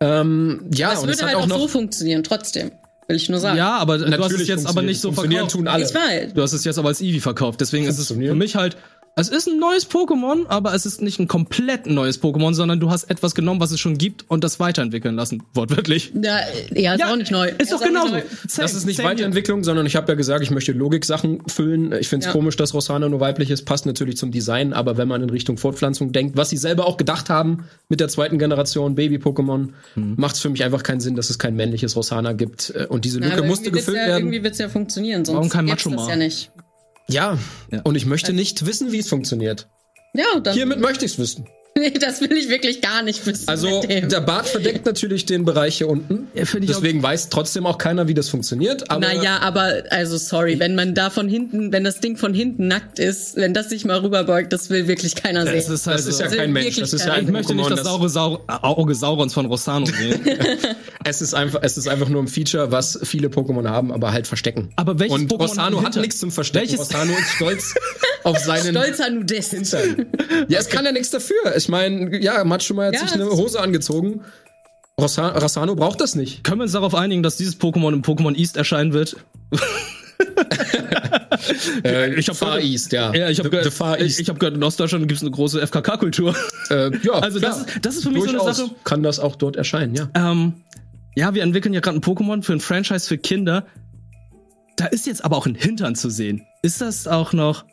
Ähm, ja,
Es
und es
würde
hat
halt
auch
auch so
noch
funktionieren, trotzdem. Will ich nur sagen.
ja, aber du hast es
Natürlich
jetzt aber nicht so
funktionieren
verkauft.
tun alle.
Ich weiß.
Du hast es jetzt aber als Eevee verkauft. Deswegen ist es für
Funktioniert.
mich halt. Es ist ein neues Pokémon, aber es ist nicht ein komplett neues Pokémon, sondern du hast etwas genommen, was es schon gibt und das weiterentwickeln lassen. Wortwörtlich.
Ja, ja, ist auch nicht neu.
Ist doch
auch
genauso.
nicht neu.
Same,
Das ist nicht
same
Weiterentwicklung, sondern ich habe ja gesagt, ich möchte Logik-Sachen füllen. Ich finde es
Ja.
komisch, dass Rosana nur weiblich ist. Passt natürlich zum Design, aber wenn man in Richtung Fortpflanzung denkt, was sie selber auch gedacht haben mit der zweiten Generation Baby-Pokémon,
Hm.
macht es für mich einfach keinen Sinn, dass es kein männliches Rosana gibt. Äh, Und diese
Na,
Lücke
aber
musste
irgendwie wird's
gefüllt
ja,
werden.
Irgendwie wird es ja funktionieren, sonst
Warum kein
gibt's
Macho
das
Mar?
ja nicht.
Ja.
Ja.
und ich möchte nicht wissen, wie es funktioniert.
Ja, dann.
Hiermit möchte ich es wissen.
nee, das will ich wirklich gar nicht wissen.
Also
mit dem.
der Bart verdeckt natürlich den Bereich hier unten.
Ja, find ich
Deswegen weiß trotzdem auch keiner, wie das funktioniert. Aber
Naja, aber also sorry, wenn man da von hinten, wenn das Ding von hinten nackt ist, wenn das sich mal rüberbeugt, das will wirklich keiner sehen.
Das ist halt
das ist
so.
ja
Also
kein Mensch.
wirklich
Das ist ja
keiner.
ein
ich möchte nicht
Pokémon,
das saure Sau äh, Auge Saurons von Rossano sehen.
Es ist einfach, es ist einfach nur ein Feature, was viele Pokémon haben, aber halt verstecken.
Aber welches
Und
Pokémon
Rossano
am
hat
Hintern?
nichts zum Verstecken.
Welches-
Rossano ist stolz auf seinen
Stolzer Nudist.
Hintern. Ja, es kann ja nichts dafür. Ich meine, ja, Matschumer hat
Ja,
sich eine
das-
Hose angezogen. Rossa- Rossano braucht das nicht.
Können wir uns darauf einigen, dass dieses Pokémon im Pokémon East erscheinen wird? ich hab
Äh, Far
gehört-
East, ja.
Ja, ich habe
The- the
gehört,
Far
ich,
East.
ich hab gehört, in Ostdeutschland gibt es eine große FKK-Kultur.
Äh, ja,
Also das
klar.
ist- das ist für mich so eine
Durchaus
Sache-
Kann das auch dort erscheinen, ja.
Ähm, ja, wir entwickeln ja gerade ein Pokémon für ein Franchise für Kinder. Da ist jetzt aber auch ein Hintern zu sehen. Ist das auch noch.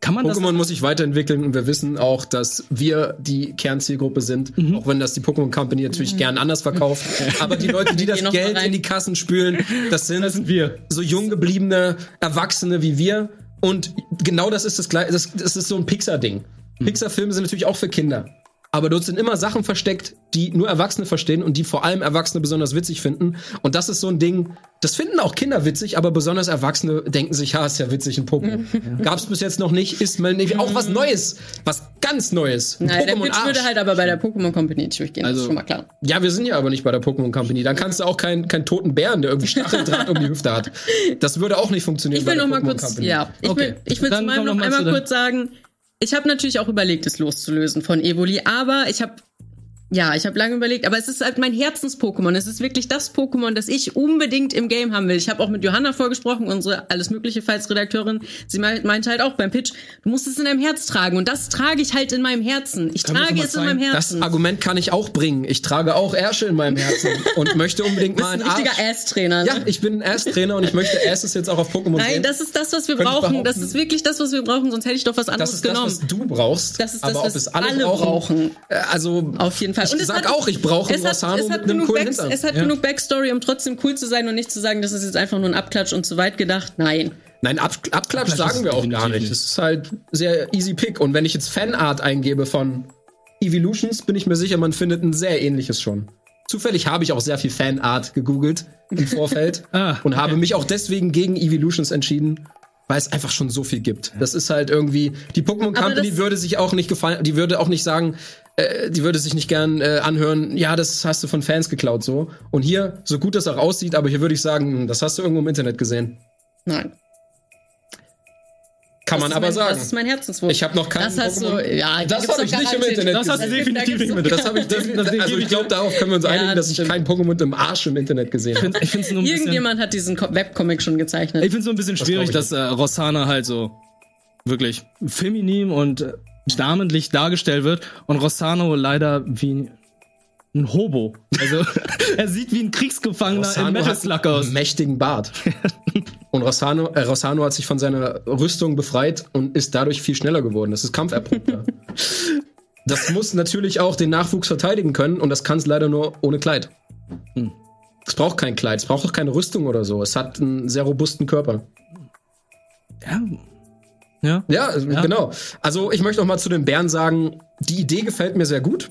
Kann man
Pokémon
das.
muss sich weiterentwickeln und wir wissen auch, dass wir die Kernzielgruppe sind,
Mhm.
auch wenn das die Pokémon Company natürlich gern anders verkauft. Aber die Leute, die das
Mhm. gehen noch mal
Geld
rein.
in die Kassen spülen, das sind,
Das sind wir.
so jung gebliebene Erwachsene wie wir. Und genau das ist das gleiche, das, das ist so ein Pixar-Ding.
Hm.
Pixar-Filme sind natürlich auch für Kinder. Aber dort sind immer Sachen versteckt, die nur Erwachsene verstehen und die vor allem Erwachsene besonders witzig finden. Und das ist so ein Ding, das finden auch Kinder witzig, aber besonders Erwachsene denken sich, ja, ist ja witzig, ein Pokémon. Gab's bis jetzt noch nicht, ist mal nicht. Auch was Neues, was ganz Neues. Ein
Mhm. Nein, der Pitch
Pokémon-Arsch.
würde halt aber bei der Pokémon Company nicht durchgehen,
Also
das ist schon mal klar.
Ja, wir sind ja aber nicht bei der Pokémon Company. Dann kannst du auch keinen keinen toten Bären, der irgendwie Stacheldraht um die Hüfte hat. Das würde auch nicht funktionieren.
Ich will
bei der
noch mal
Pokémon
kurz,
Company.
ja, ich
Okay.
will, ich will zu
Dann
meinem
komm
noch
noch mal zu
einmal
deinem-
kurz sagen, ich habe natürlich auch überlegt, es loszulösen von Evoli, aber ich habe Ja, ich habe lange überlegt, aber es ist halt mein Herzens-Pokémon. Es ist wirklich das Pokémon, das ich unbedingt im Game haben will. Ich habe auch mit Johanna vorgesprochen, unsere alles mögliche Falls-Redakteurin. Sie meint meint halt auch beim Pitch, du musst es in deinem Herz tragen. Und das trage ich halt in meinem Herzen. Ich
Da muss
trage
man
es
sagen,
in meinem
Das
Herzen.
Argument kann ich auch bringen. Ich trage auch Ärsche in meinem Herzen und möchte unbedingt mal
ein
einen
richtiger
Arsch.
Ass-Trainer.
Ja,
ne?
ich bin ein Ass-Trainer und ich möchte Asses jetzt auch auf Pokémon sehen.
Nein, das ist das, was wir
Könnte ich
brauchen. Das
behaupten.
ist wirklich das, was wir brauchen. Sonst hätte ich doch was anderes
das ist
genommen.
das, was du brauchst.
Das ist das,
aber ob
was
es alle,
alle brauchen.
brauchen. äh, Also
Auf jeden Fall.
Ich
Und es
sag
hat-
auch, ich brauche einen
es hat,
Rossano
es
mit
hat,
einem
genug,
coolen
Backs-
Hintern.
es hat
Ja.
genug Backstory, um trotzdem cool zu sein und nicht zu sagen, das ist jetzt einfach nur ein Abklatsch und zu weit gedacht. Nein.
Nein, Ab Abklatsch
Abklatsch
sagen
ist
wir auch gar
definitiv
nicht.
nicht.
Das ist halt sehr easy pick. Und wenn ich jetzt Fanart eingebe von Evolutions, bin ich mir sicher, man findet ein sehr ähnliches schon. Zufällig habe ich auch sehr viel Fanart gegoogelt im Vorfeld
Ah,
und habe mich auch deswegen gegen Evolutions entschieden, weil es einfach schon so viel gibt. Das ist halt irgendwie die Pokémon
Aber
Company
das-
würde sich auch nicht gefallen, die würde auch nicht sagen, äh, die würde sich nicht gern äh, anhören, ja, das hast du von Fans geklaut so. Und hier so gut das auch aussieht, aber hier würde ich sagen, hm, das hast du irgendwo im Internet gesehen.
Nein.
Kann
Das
man
ist
aber
mein,
sagen.
Das ist mein Herzenswunsch.
Ich hab noch keinen
Das hast du,
Pokémon-
ja, da
Das
gibt's
hab
doch
ich nicht im
garantiert-
Internet
Das hast du
gesehen.
definitiv nicht mit.
Das habe ich definitiv. Also ich glaube, darauf können wir uns
Ja,
einigen,
das
dass ich
stimmt.
keinen Pokémon mit einem Arsch im Internet gesehen habe.
Ich finde es nur ein bisschen,
Irgendjemand hat diesen Co- Webcomic schon gezeichnet.
ich find's nur ein bisschen schwierig,
glaub ich
dass äh, Rossana halt so wirklich feminin und äh, namentlich dargestellt wird und Rossano leider wie ein Hobo. Also er sieht wie ein Kriegsgefangener in Metal aus.
einen mächtigen Bart. Und Rossano, äh, Rossano hat sich von seiner Rüstung befreit und ist dadurch viel schneller geworden. Das ist kampferprobter. das muss natürlich auch den Nachwuchs verteidigen können und das kann es leider nur ohne Kleid. Es braucht kein Kleid, es braucht auch keine Rüstung oder so. Es hat einen sehr robusten Körper.
Ja. Ja.
Ja, also,
Ja.
genau. Also ich möchte noch mal zu den Bären sagen, die Idee gefällt mir sehr gut,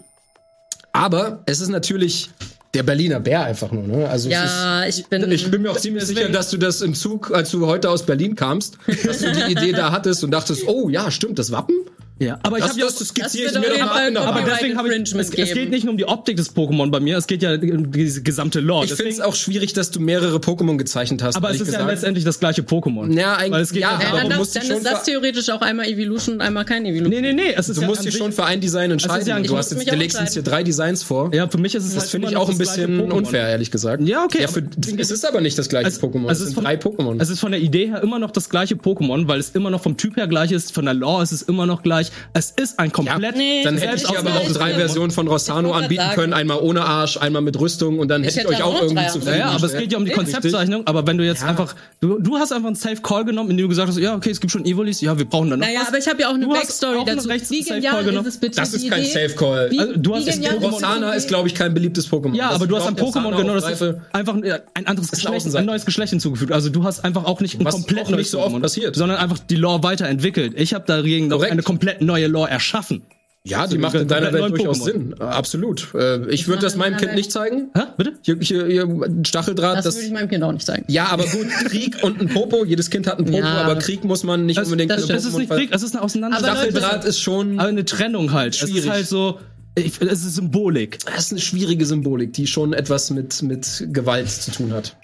aber es ist natürlich der Berliner Bär einfach nur. Ne? Also es
ja, ich bin.
ist, ich bin mir auch ziemlich sicher, dass du das im Zug, als du heute aus Berlin kamst, dass du die Idee da hattest und dachtest, oh ja, stimmt, das Wappen?
ja. Aber ich
Das,
habe ja
das, das skizziere
das
ich mir
wird
doch
auf
mal
jeden
in der
Fall
aber
Hand.
Copyright
deswegen habe ich, es,
Infringement
es geht
geben.
nicht nur um die Optik des Pokémon bei mir, es geht ja um diese gesamte Lore.
Ich finde
Deswegen-
es auch schwierig, dass du mehrere Pokémon gezeichnet hast.
aber es
ehrlich
ist ja
gesagt.
letztendlich das gleiche Pokémon.
Ja, eigentlich-
Weil es geht
ja,
ja,
aber
ja, dann
warum
das,
musst du
dann
schon
ist das
ver-
theoretisch auch einmal Evolution und einmal kein Evolution.
Nee, nee, nee, es ist
Du
ja
musst
an
dich
sich-
schon für ein Design entscheiden.
Also ja ein
du hast
Grund.
jetzt, du legst jetzt hier drei Designs vor.
Ja, für mich ist es
Das
halt
finde ich
immer noch
auch ein
das gleiche
bisschen
Pokémon.
unfair, ehrlich gesagt.
Ja, okay,
Ja, für,
aber-
es ist aber nicht das gleiche Pokémon. Es
es ist
sind
von-
drei Pokémon.
Es ist von der Idee her immer noch das gleiche Pokémon, weil es immer noch vom Typ her gleich ist, von der Lore ist es immer noch gleich. Es ist ein komplett.
Nee,
dann
das
hätte
ist
ich
das
aber auch
Gleiche.
drei Versionen von
wollte
Rossano
grad
anbieten
sagen.
können. Einmal ohne Arsch, einmal mit Rüstung und dann hätte ich
hätte
euch
aber
auch
auch
irgendwie
drei
zu
Ja, ja, aber es geht ja um die Konzeptzeichnung, aber wenn du jetzt einfach, du, du hast einfach einen Safe Call genommen, indem du gesagt hast, ja, okay, es gibt schon Evolis, ja, wir brauchen dann noch
Naja,
was.
aber ich habe ja auch eine
Du hast
Backstory
auch einen
dazu.
rechts-
Wie
Safe
genial
Call genommen.
ist es bitte?
Das ist
die
kein
Idee?
Safe Call.
Wie,
Also, du hast
wie
jetzt
genial ist
Rossana
die
ist,
Idee?
glaube ich, kein beliebtes Pokémon.
Ja, aber du hast ein Pokémon genau das
das
einfach ein, ein anderes Geschlecht,
Außenseiter.
ein neues Geschlecht hinzugefügt. Also du hast einfach auch nicht ein
Was
komplett
auch nicht
neues
so oft
Pokémon,
passiert.
sondern einfach die Lore weiterentwickelt. Ich habe dagegen noch
Korrekt.
eine komplett neue Lore erschaffen.
Ja, die
Also,
macht in deiner
komplett
Welt
neuen
durchaus
Pokémon.
Sinn. Äh, Absolut. Äh, Ich würde das meinem Kind nicht zeigen.
Hä? Bitte?
Hier, hier, hier ein Stacheldraht,
Das,
das
würde ich meinem Kind auch nicht sagen.
Ja, aber gut, Krieg und ein Popo, jedes Kind hat einen Popo,
Ja.
aber Krieg muss man nicht
Das,
unbedingt
das,
mit
das ist
Pokémon
nicht
ver-
Krieg, das ist eine
Also
Auseinandersetzung.
Aber Leute-
Stacheldraht ist schon
Aber eine Trennung halt. Es
Schwierig.
ist halt so, ich, es ist Symbolik.
das ist eine schwierige Symbolik, die schon etwas mit, mit Gewalt zu tun hat.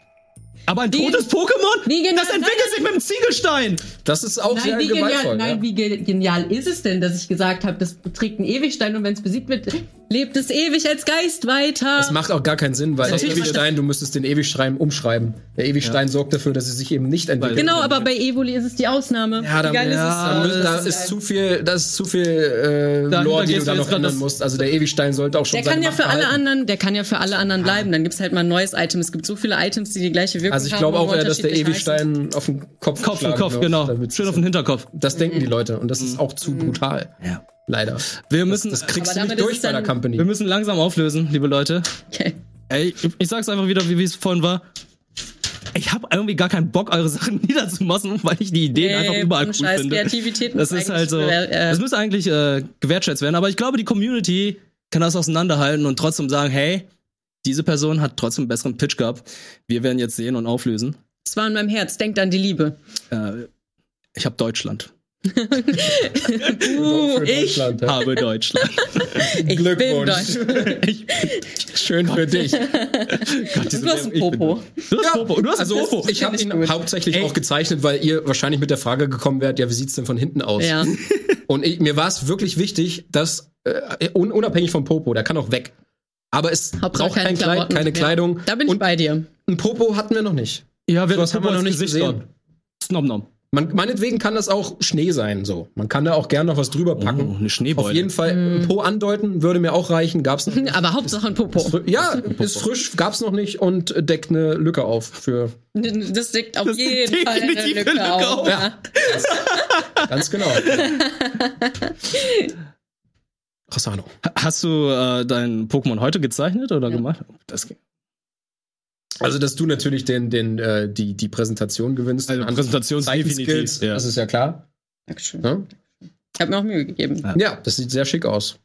Aber ein totes Pokémon?
Wie genial-
das entwickelt sich mit dem Ziegelstein.
Das ist auch sehr
Nein, wie,
gewaltvoll.
genial, nein
ja.
wie ge- genial ist es denn, dass ich gesagt habe, das trägt einen Ewigstein und wenn es besiegt wird, lebt es ewig als Geist weiter.
Das macht auch gar keinen Sinn, weil
Natürlich macht
Ewigstein, du müsstest den Ewigstein umschreiben. Der Ewigstein sorgt dafür, dass sie sich eben nicht entwickelt.
genau, aber bei Evoli ist es die Ausnahme.
Ja, da,
Wie geil
ja,
Genau, ist es?
da, da
Das
ist zu viel, das ist zu viel äh,
Da-
Lore,
da
die du
gehst
da
du jetzt
noch
grad
ändern
das-
musst. Also der Ewigstein sollte auch schon
der kann
seine
ja
Macht
für alle
behalten.
anderen, der kann ja für alle anderen bleiben. Dann gibt es halt mal ein neues Item. Es gibt so viele Items, die die gleiche Wirkung haben.
Also ich glaube auch
und
eher, dass der
unterschiedlich heißen.
Ewigstein auf den Kopf
Kopf und
geschlagen
Kopf,
wird,
genau.
damit
Schön
es-
auf den Hinterkopf.
Das denken die
Mhm.
Leute und das ist auch zu brutal.
Ja.
Leider.
Wir müssen,
Das kriegst
Aber
du
damit
nicht
ist
durch
es
bei der
dann-
wir
Company.
müssen langsam auflösen, liebe Leute.
Okay.
Ey, ich- ich sag's einfach wieder, wie wie es vorhin war. Ich habe irgendwie gar keinen Bock, eure Sachen niederzumassen, weil ich die Ideen
Nee,
einfach überall cool
und scheiß
finde.
Kreativität muss
das ist
eigentlich
halt so.
gewer- äh,
das müsste eigentlich äh, gewertschätzt werden. Aber ich glaube, die Community kann das auseinanderhalten und trotzdem sagen, hey, diese Person hat trotzdem einen besseren Pitch gehabt. Wir werden jetzt sehen und auflösen.
Es war in meinem Herz. Denkt an die Liebe.
Äh, ich habe Deutschland.
Uh, ich, ich
Deutschland, ja.
Habe Deutschland.
bin
Glückwunsch.
Deutsch.
ich,
Schön für dich.
Gott, diese
Du
Werbung,
hast ein
ich bin-
Popo.
Du hast ein Popo. Du hast ein
Also
Popo.
ich habe ihn hauptsächlich
Ey.
auch gezeichnet, weil ihr wahrscheinlich mit der Frage gekommen wärt, ja, wie sieht's denn von hinten aus?
Ja.
Und ich, mir war es wirklich wichtig, dass äh, un, unabhängig vom Popo, der kann auch weg. aber es
Hauptsache
braucht kein Kleid,
Klamotten.
keine
Ja.
Kleidung.
Da bin ich
und
bei dir.
ein Popo hatten wir noch nicht.
Ja, wir
Sowas haben wir noch nicht gesehen.
Snom nom.
Man, meinetwegen kann das auch Schnee sein, so. Man kann da auch gern noch was drüber packen.
Oh, eine Schneebeule.
Auf jeden Fall ein
Mhm.
Po andeuten, würde mir auch reichen, gab's noch nicht.
Aber Hauptsache ein Popo.
Fr- Ja, ist frisch, gab's noch nicht und deckt eine Lücke auf für.
Das deckt auf
Das deckt
jeden Fall eine
definitiv
Lücke,
eine Lücke
auf. ne?
auf.
Ja.
Ganz genau. Rossano.
Hast du äh, dein Pokémon heute gezeichnet oder
Ja.
gemacht? Das ging.
Also, dass du natürlich den, den, äh, die, die Präsentation gewinnst.
Also
An
Präsentations
Zeichenskills,
definitiv. Ja.
das ist ja klar.
Dankeschön.
Ne?
Ich habe mir auch Mühe gegeben.
Ja, das sieht sehr schick aus.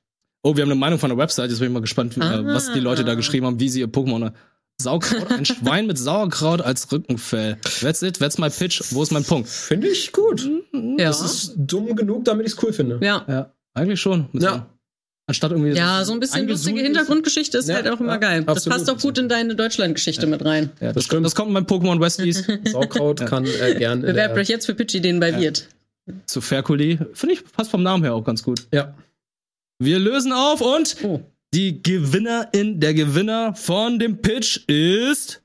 Oh, wir haben eine Meinung von der Website. Jetzt bin ich mal gespannt, wie,
Ah.
äh, was die Leute da geschrieben haben, wie sie ihr Pokémon. Saukraut, ein Schwein mit Sauerkraut als Rückenfell. That's it, that's my pitch. Wo ist mein Punkt?
Finde ich gut.
Mhm.
Ja.
Das ist dumm genug, damit ich es cool finde.
ja.
Ja, eigentlich schon. Mit
Ja.
so einem- Anstatt irgendwie.
Ja, so ein bisschen lustige
eingesudeltes-
Hintergrundgeschichte ist
Ja,
halt auch immer
ja,
geil. Das
absolut.
passt auch gut in deine Deutschlandgeschichte mit rein.
Ja, das,
Das stimmt.
das kommt in meinem Pokémon Westies
Saukraut kann äh, gern. in
Bewerbt
der-
euch jetzt für Pitch-Ideen bei Wirt.
zu Ferkuli. Finde ich, passt vom Namen her auch ganz gut.
Ja.
Wir lösen auf und
Oh.
die Gewinnerin, der Gewinner von dem Pitch ist.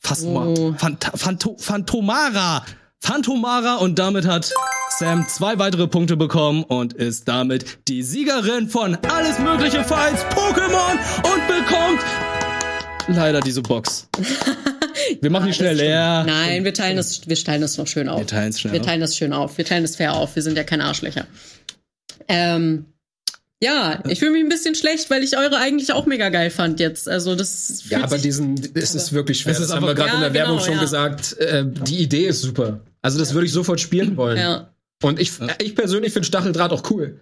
Fast
Oh.
mal. Phanta Phanto Phantomara. Phantomara und damit hat Sam zwei weitere Punkte bekommen und ist damit die Siegerin von Alles Mögliche Vereins Pokémon und bekommt leider diese Box. Wir machen die schnell leer.
Nein, wir teilen das, wir teilen das noch schön auf.
Wir teilen es schnell.
Wir
auf.
teilen das schön auf. Wir teilen das fair auf. Wir sind ja keine Arschlöcher. Ähm, ja, ich fühle mich ein bisschen schlecht, weil ich eure eigentlich auch mega geil fand jetzt. Also das
Ja,
fühlt
aber
sich-
diesen, es ist wirklich schwer.
Es ist
das haben wir
einfach-
gerade in
Ja,
der Werbung
genau,
schon
ja.
gesagt. Äh, die Idee ist super. Also das würde ich sofort spielen wollen.
ja.
Und ich, äh, ich persönlich finde Stacheldraht auch cool.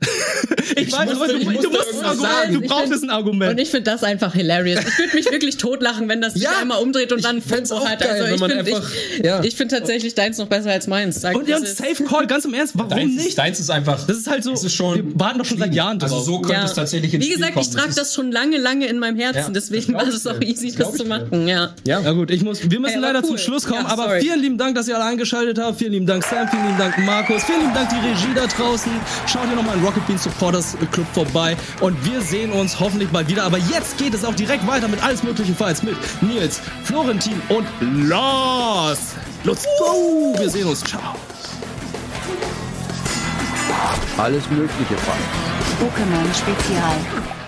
Ich, weiß,
musste-
aber du,
ich musste
du, musst ein
irgendwas
Argument,
sagen.
du
Ich
brauchst
find-
ein
Und
Argument.
ich finde das einfach hilarious. Ich würde mich wirklich totlachen, wenn das sich
Ja,
einmal umdreht und
ich
dann
fänd's
Popo
auch
hat.
geil,
also
wenn
ich
man
finde
einfach-
ich,
ja.
ich find tatsächlich deins noch besser als meins. Sag,
Und ja,
das
und
ist-
Safe Call, ganz im Ernst, warum nicht?
deins ist einfach.
Das ist halt so,
Das ist schon
wir warten doch schon seit Jahren drauf.
Also so könnte
Ja.
es tatsächlich ins
Wie
Spiel
gesagt,
kommen.
ich trage
ist-
das schon lange, lange in meinem Herzen.
Ja,
deswegen
das glaub
war
ich
es auch
dir.
easy,
Das glaub
das zu
ich
machen. Ja.
Ja.
Na gut, ich muss, wir müssen
Ey, aber
leider
cool.
zum Schluss kommen,
Ja,
aber
sorry.
vielen lieben Dank, dass ihr alle eingeschaltet habt. Vielen lieben Dank, Sam. Vielen lieben Dank, Markus. Vielen lieben Dank, die Regie da draußen. Schaut ihr nochmal in Rocket Bean Supporters Club vorbei. Und wir sehen uns hoffentlich bald wieder. Aber jetzt geht es auch direkt weiter mit alles möglichen Fights mit Nils, Florentin und Lars. Let's go! Wir sehen uns. Ciao.
Alles Mögliche Fall.
Pokémon Spezial.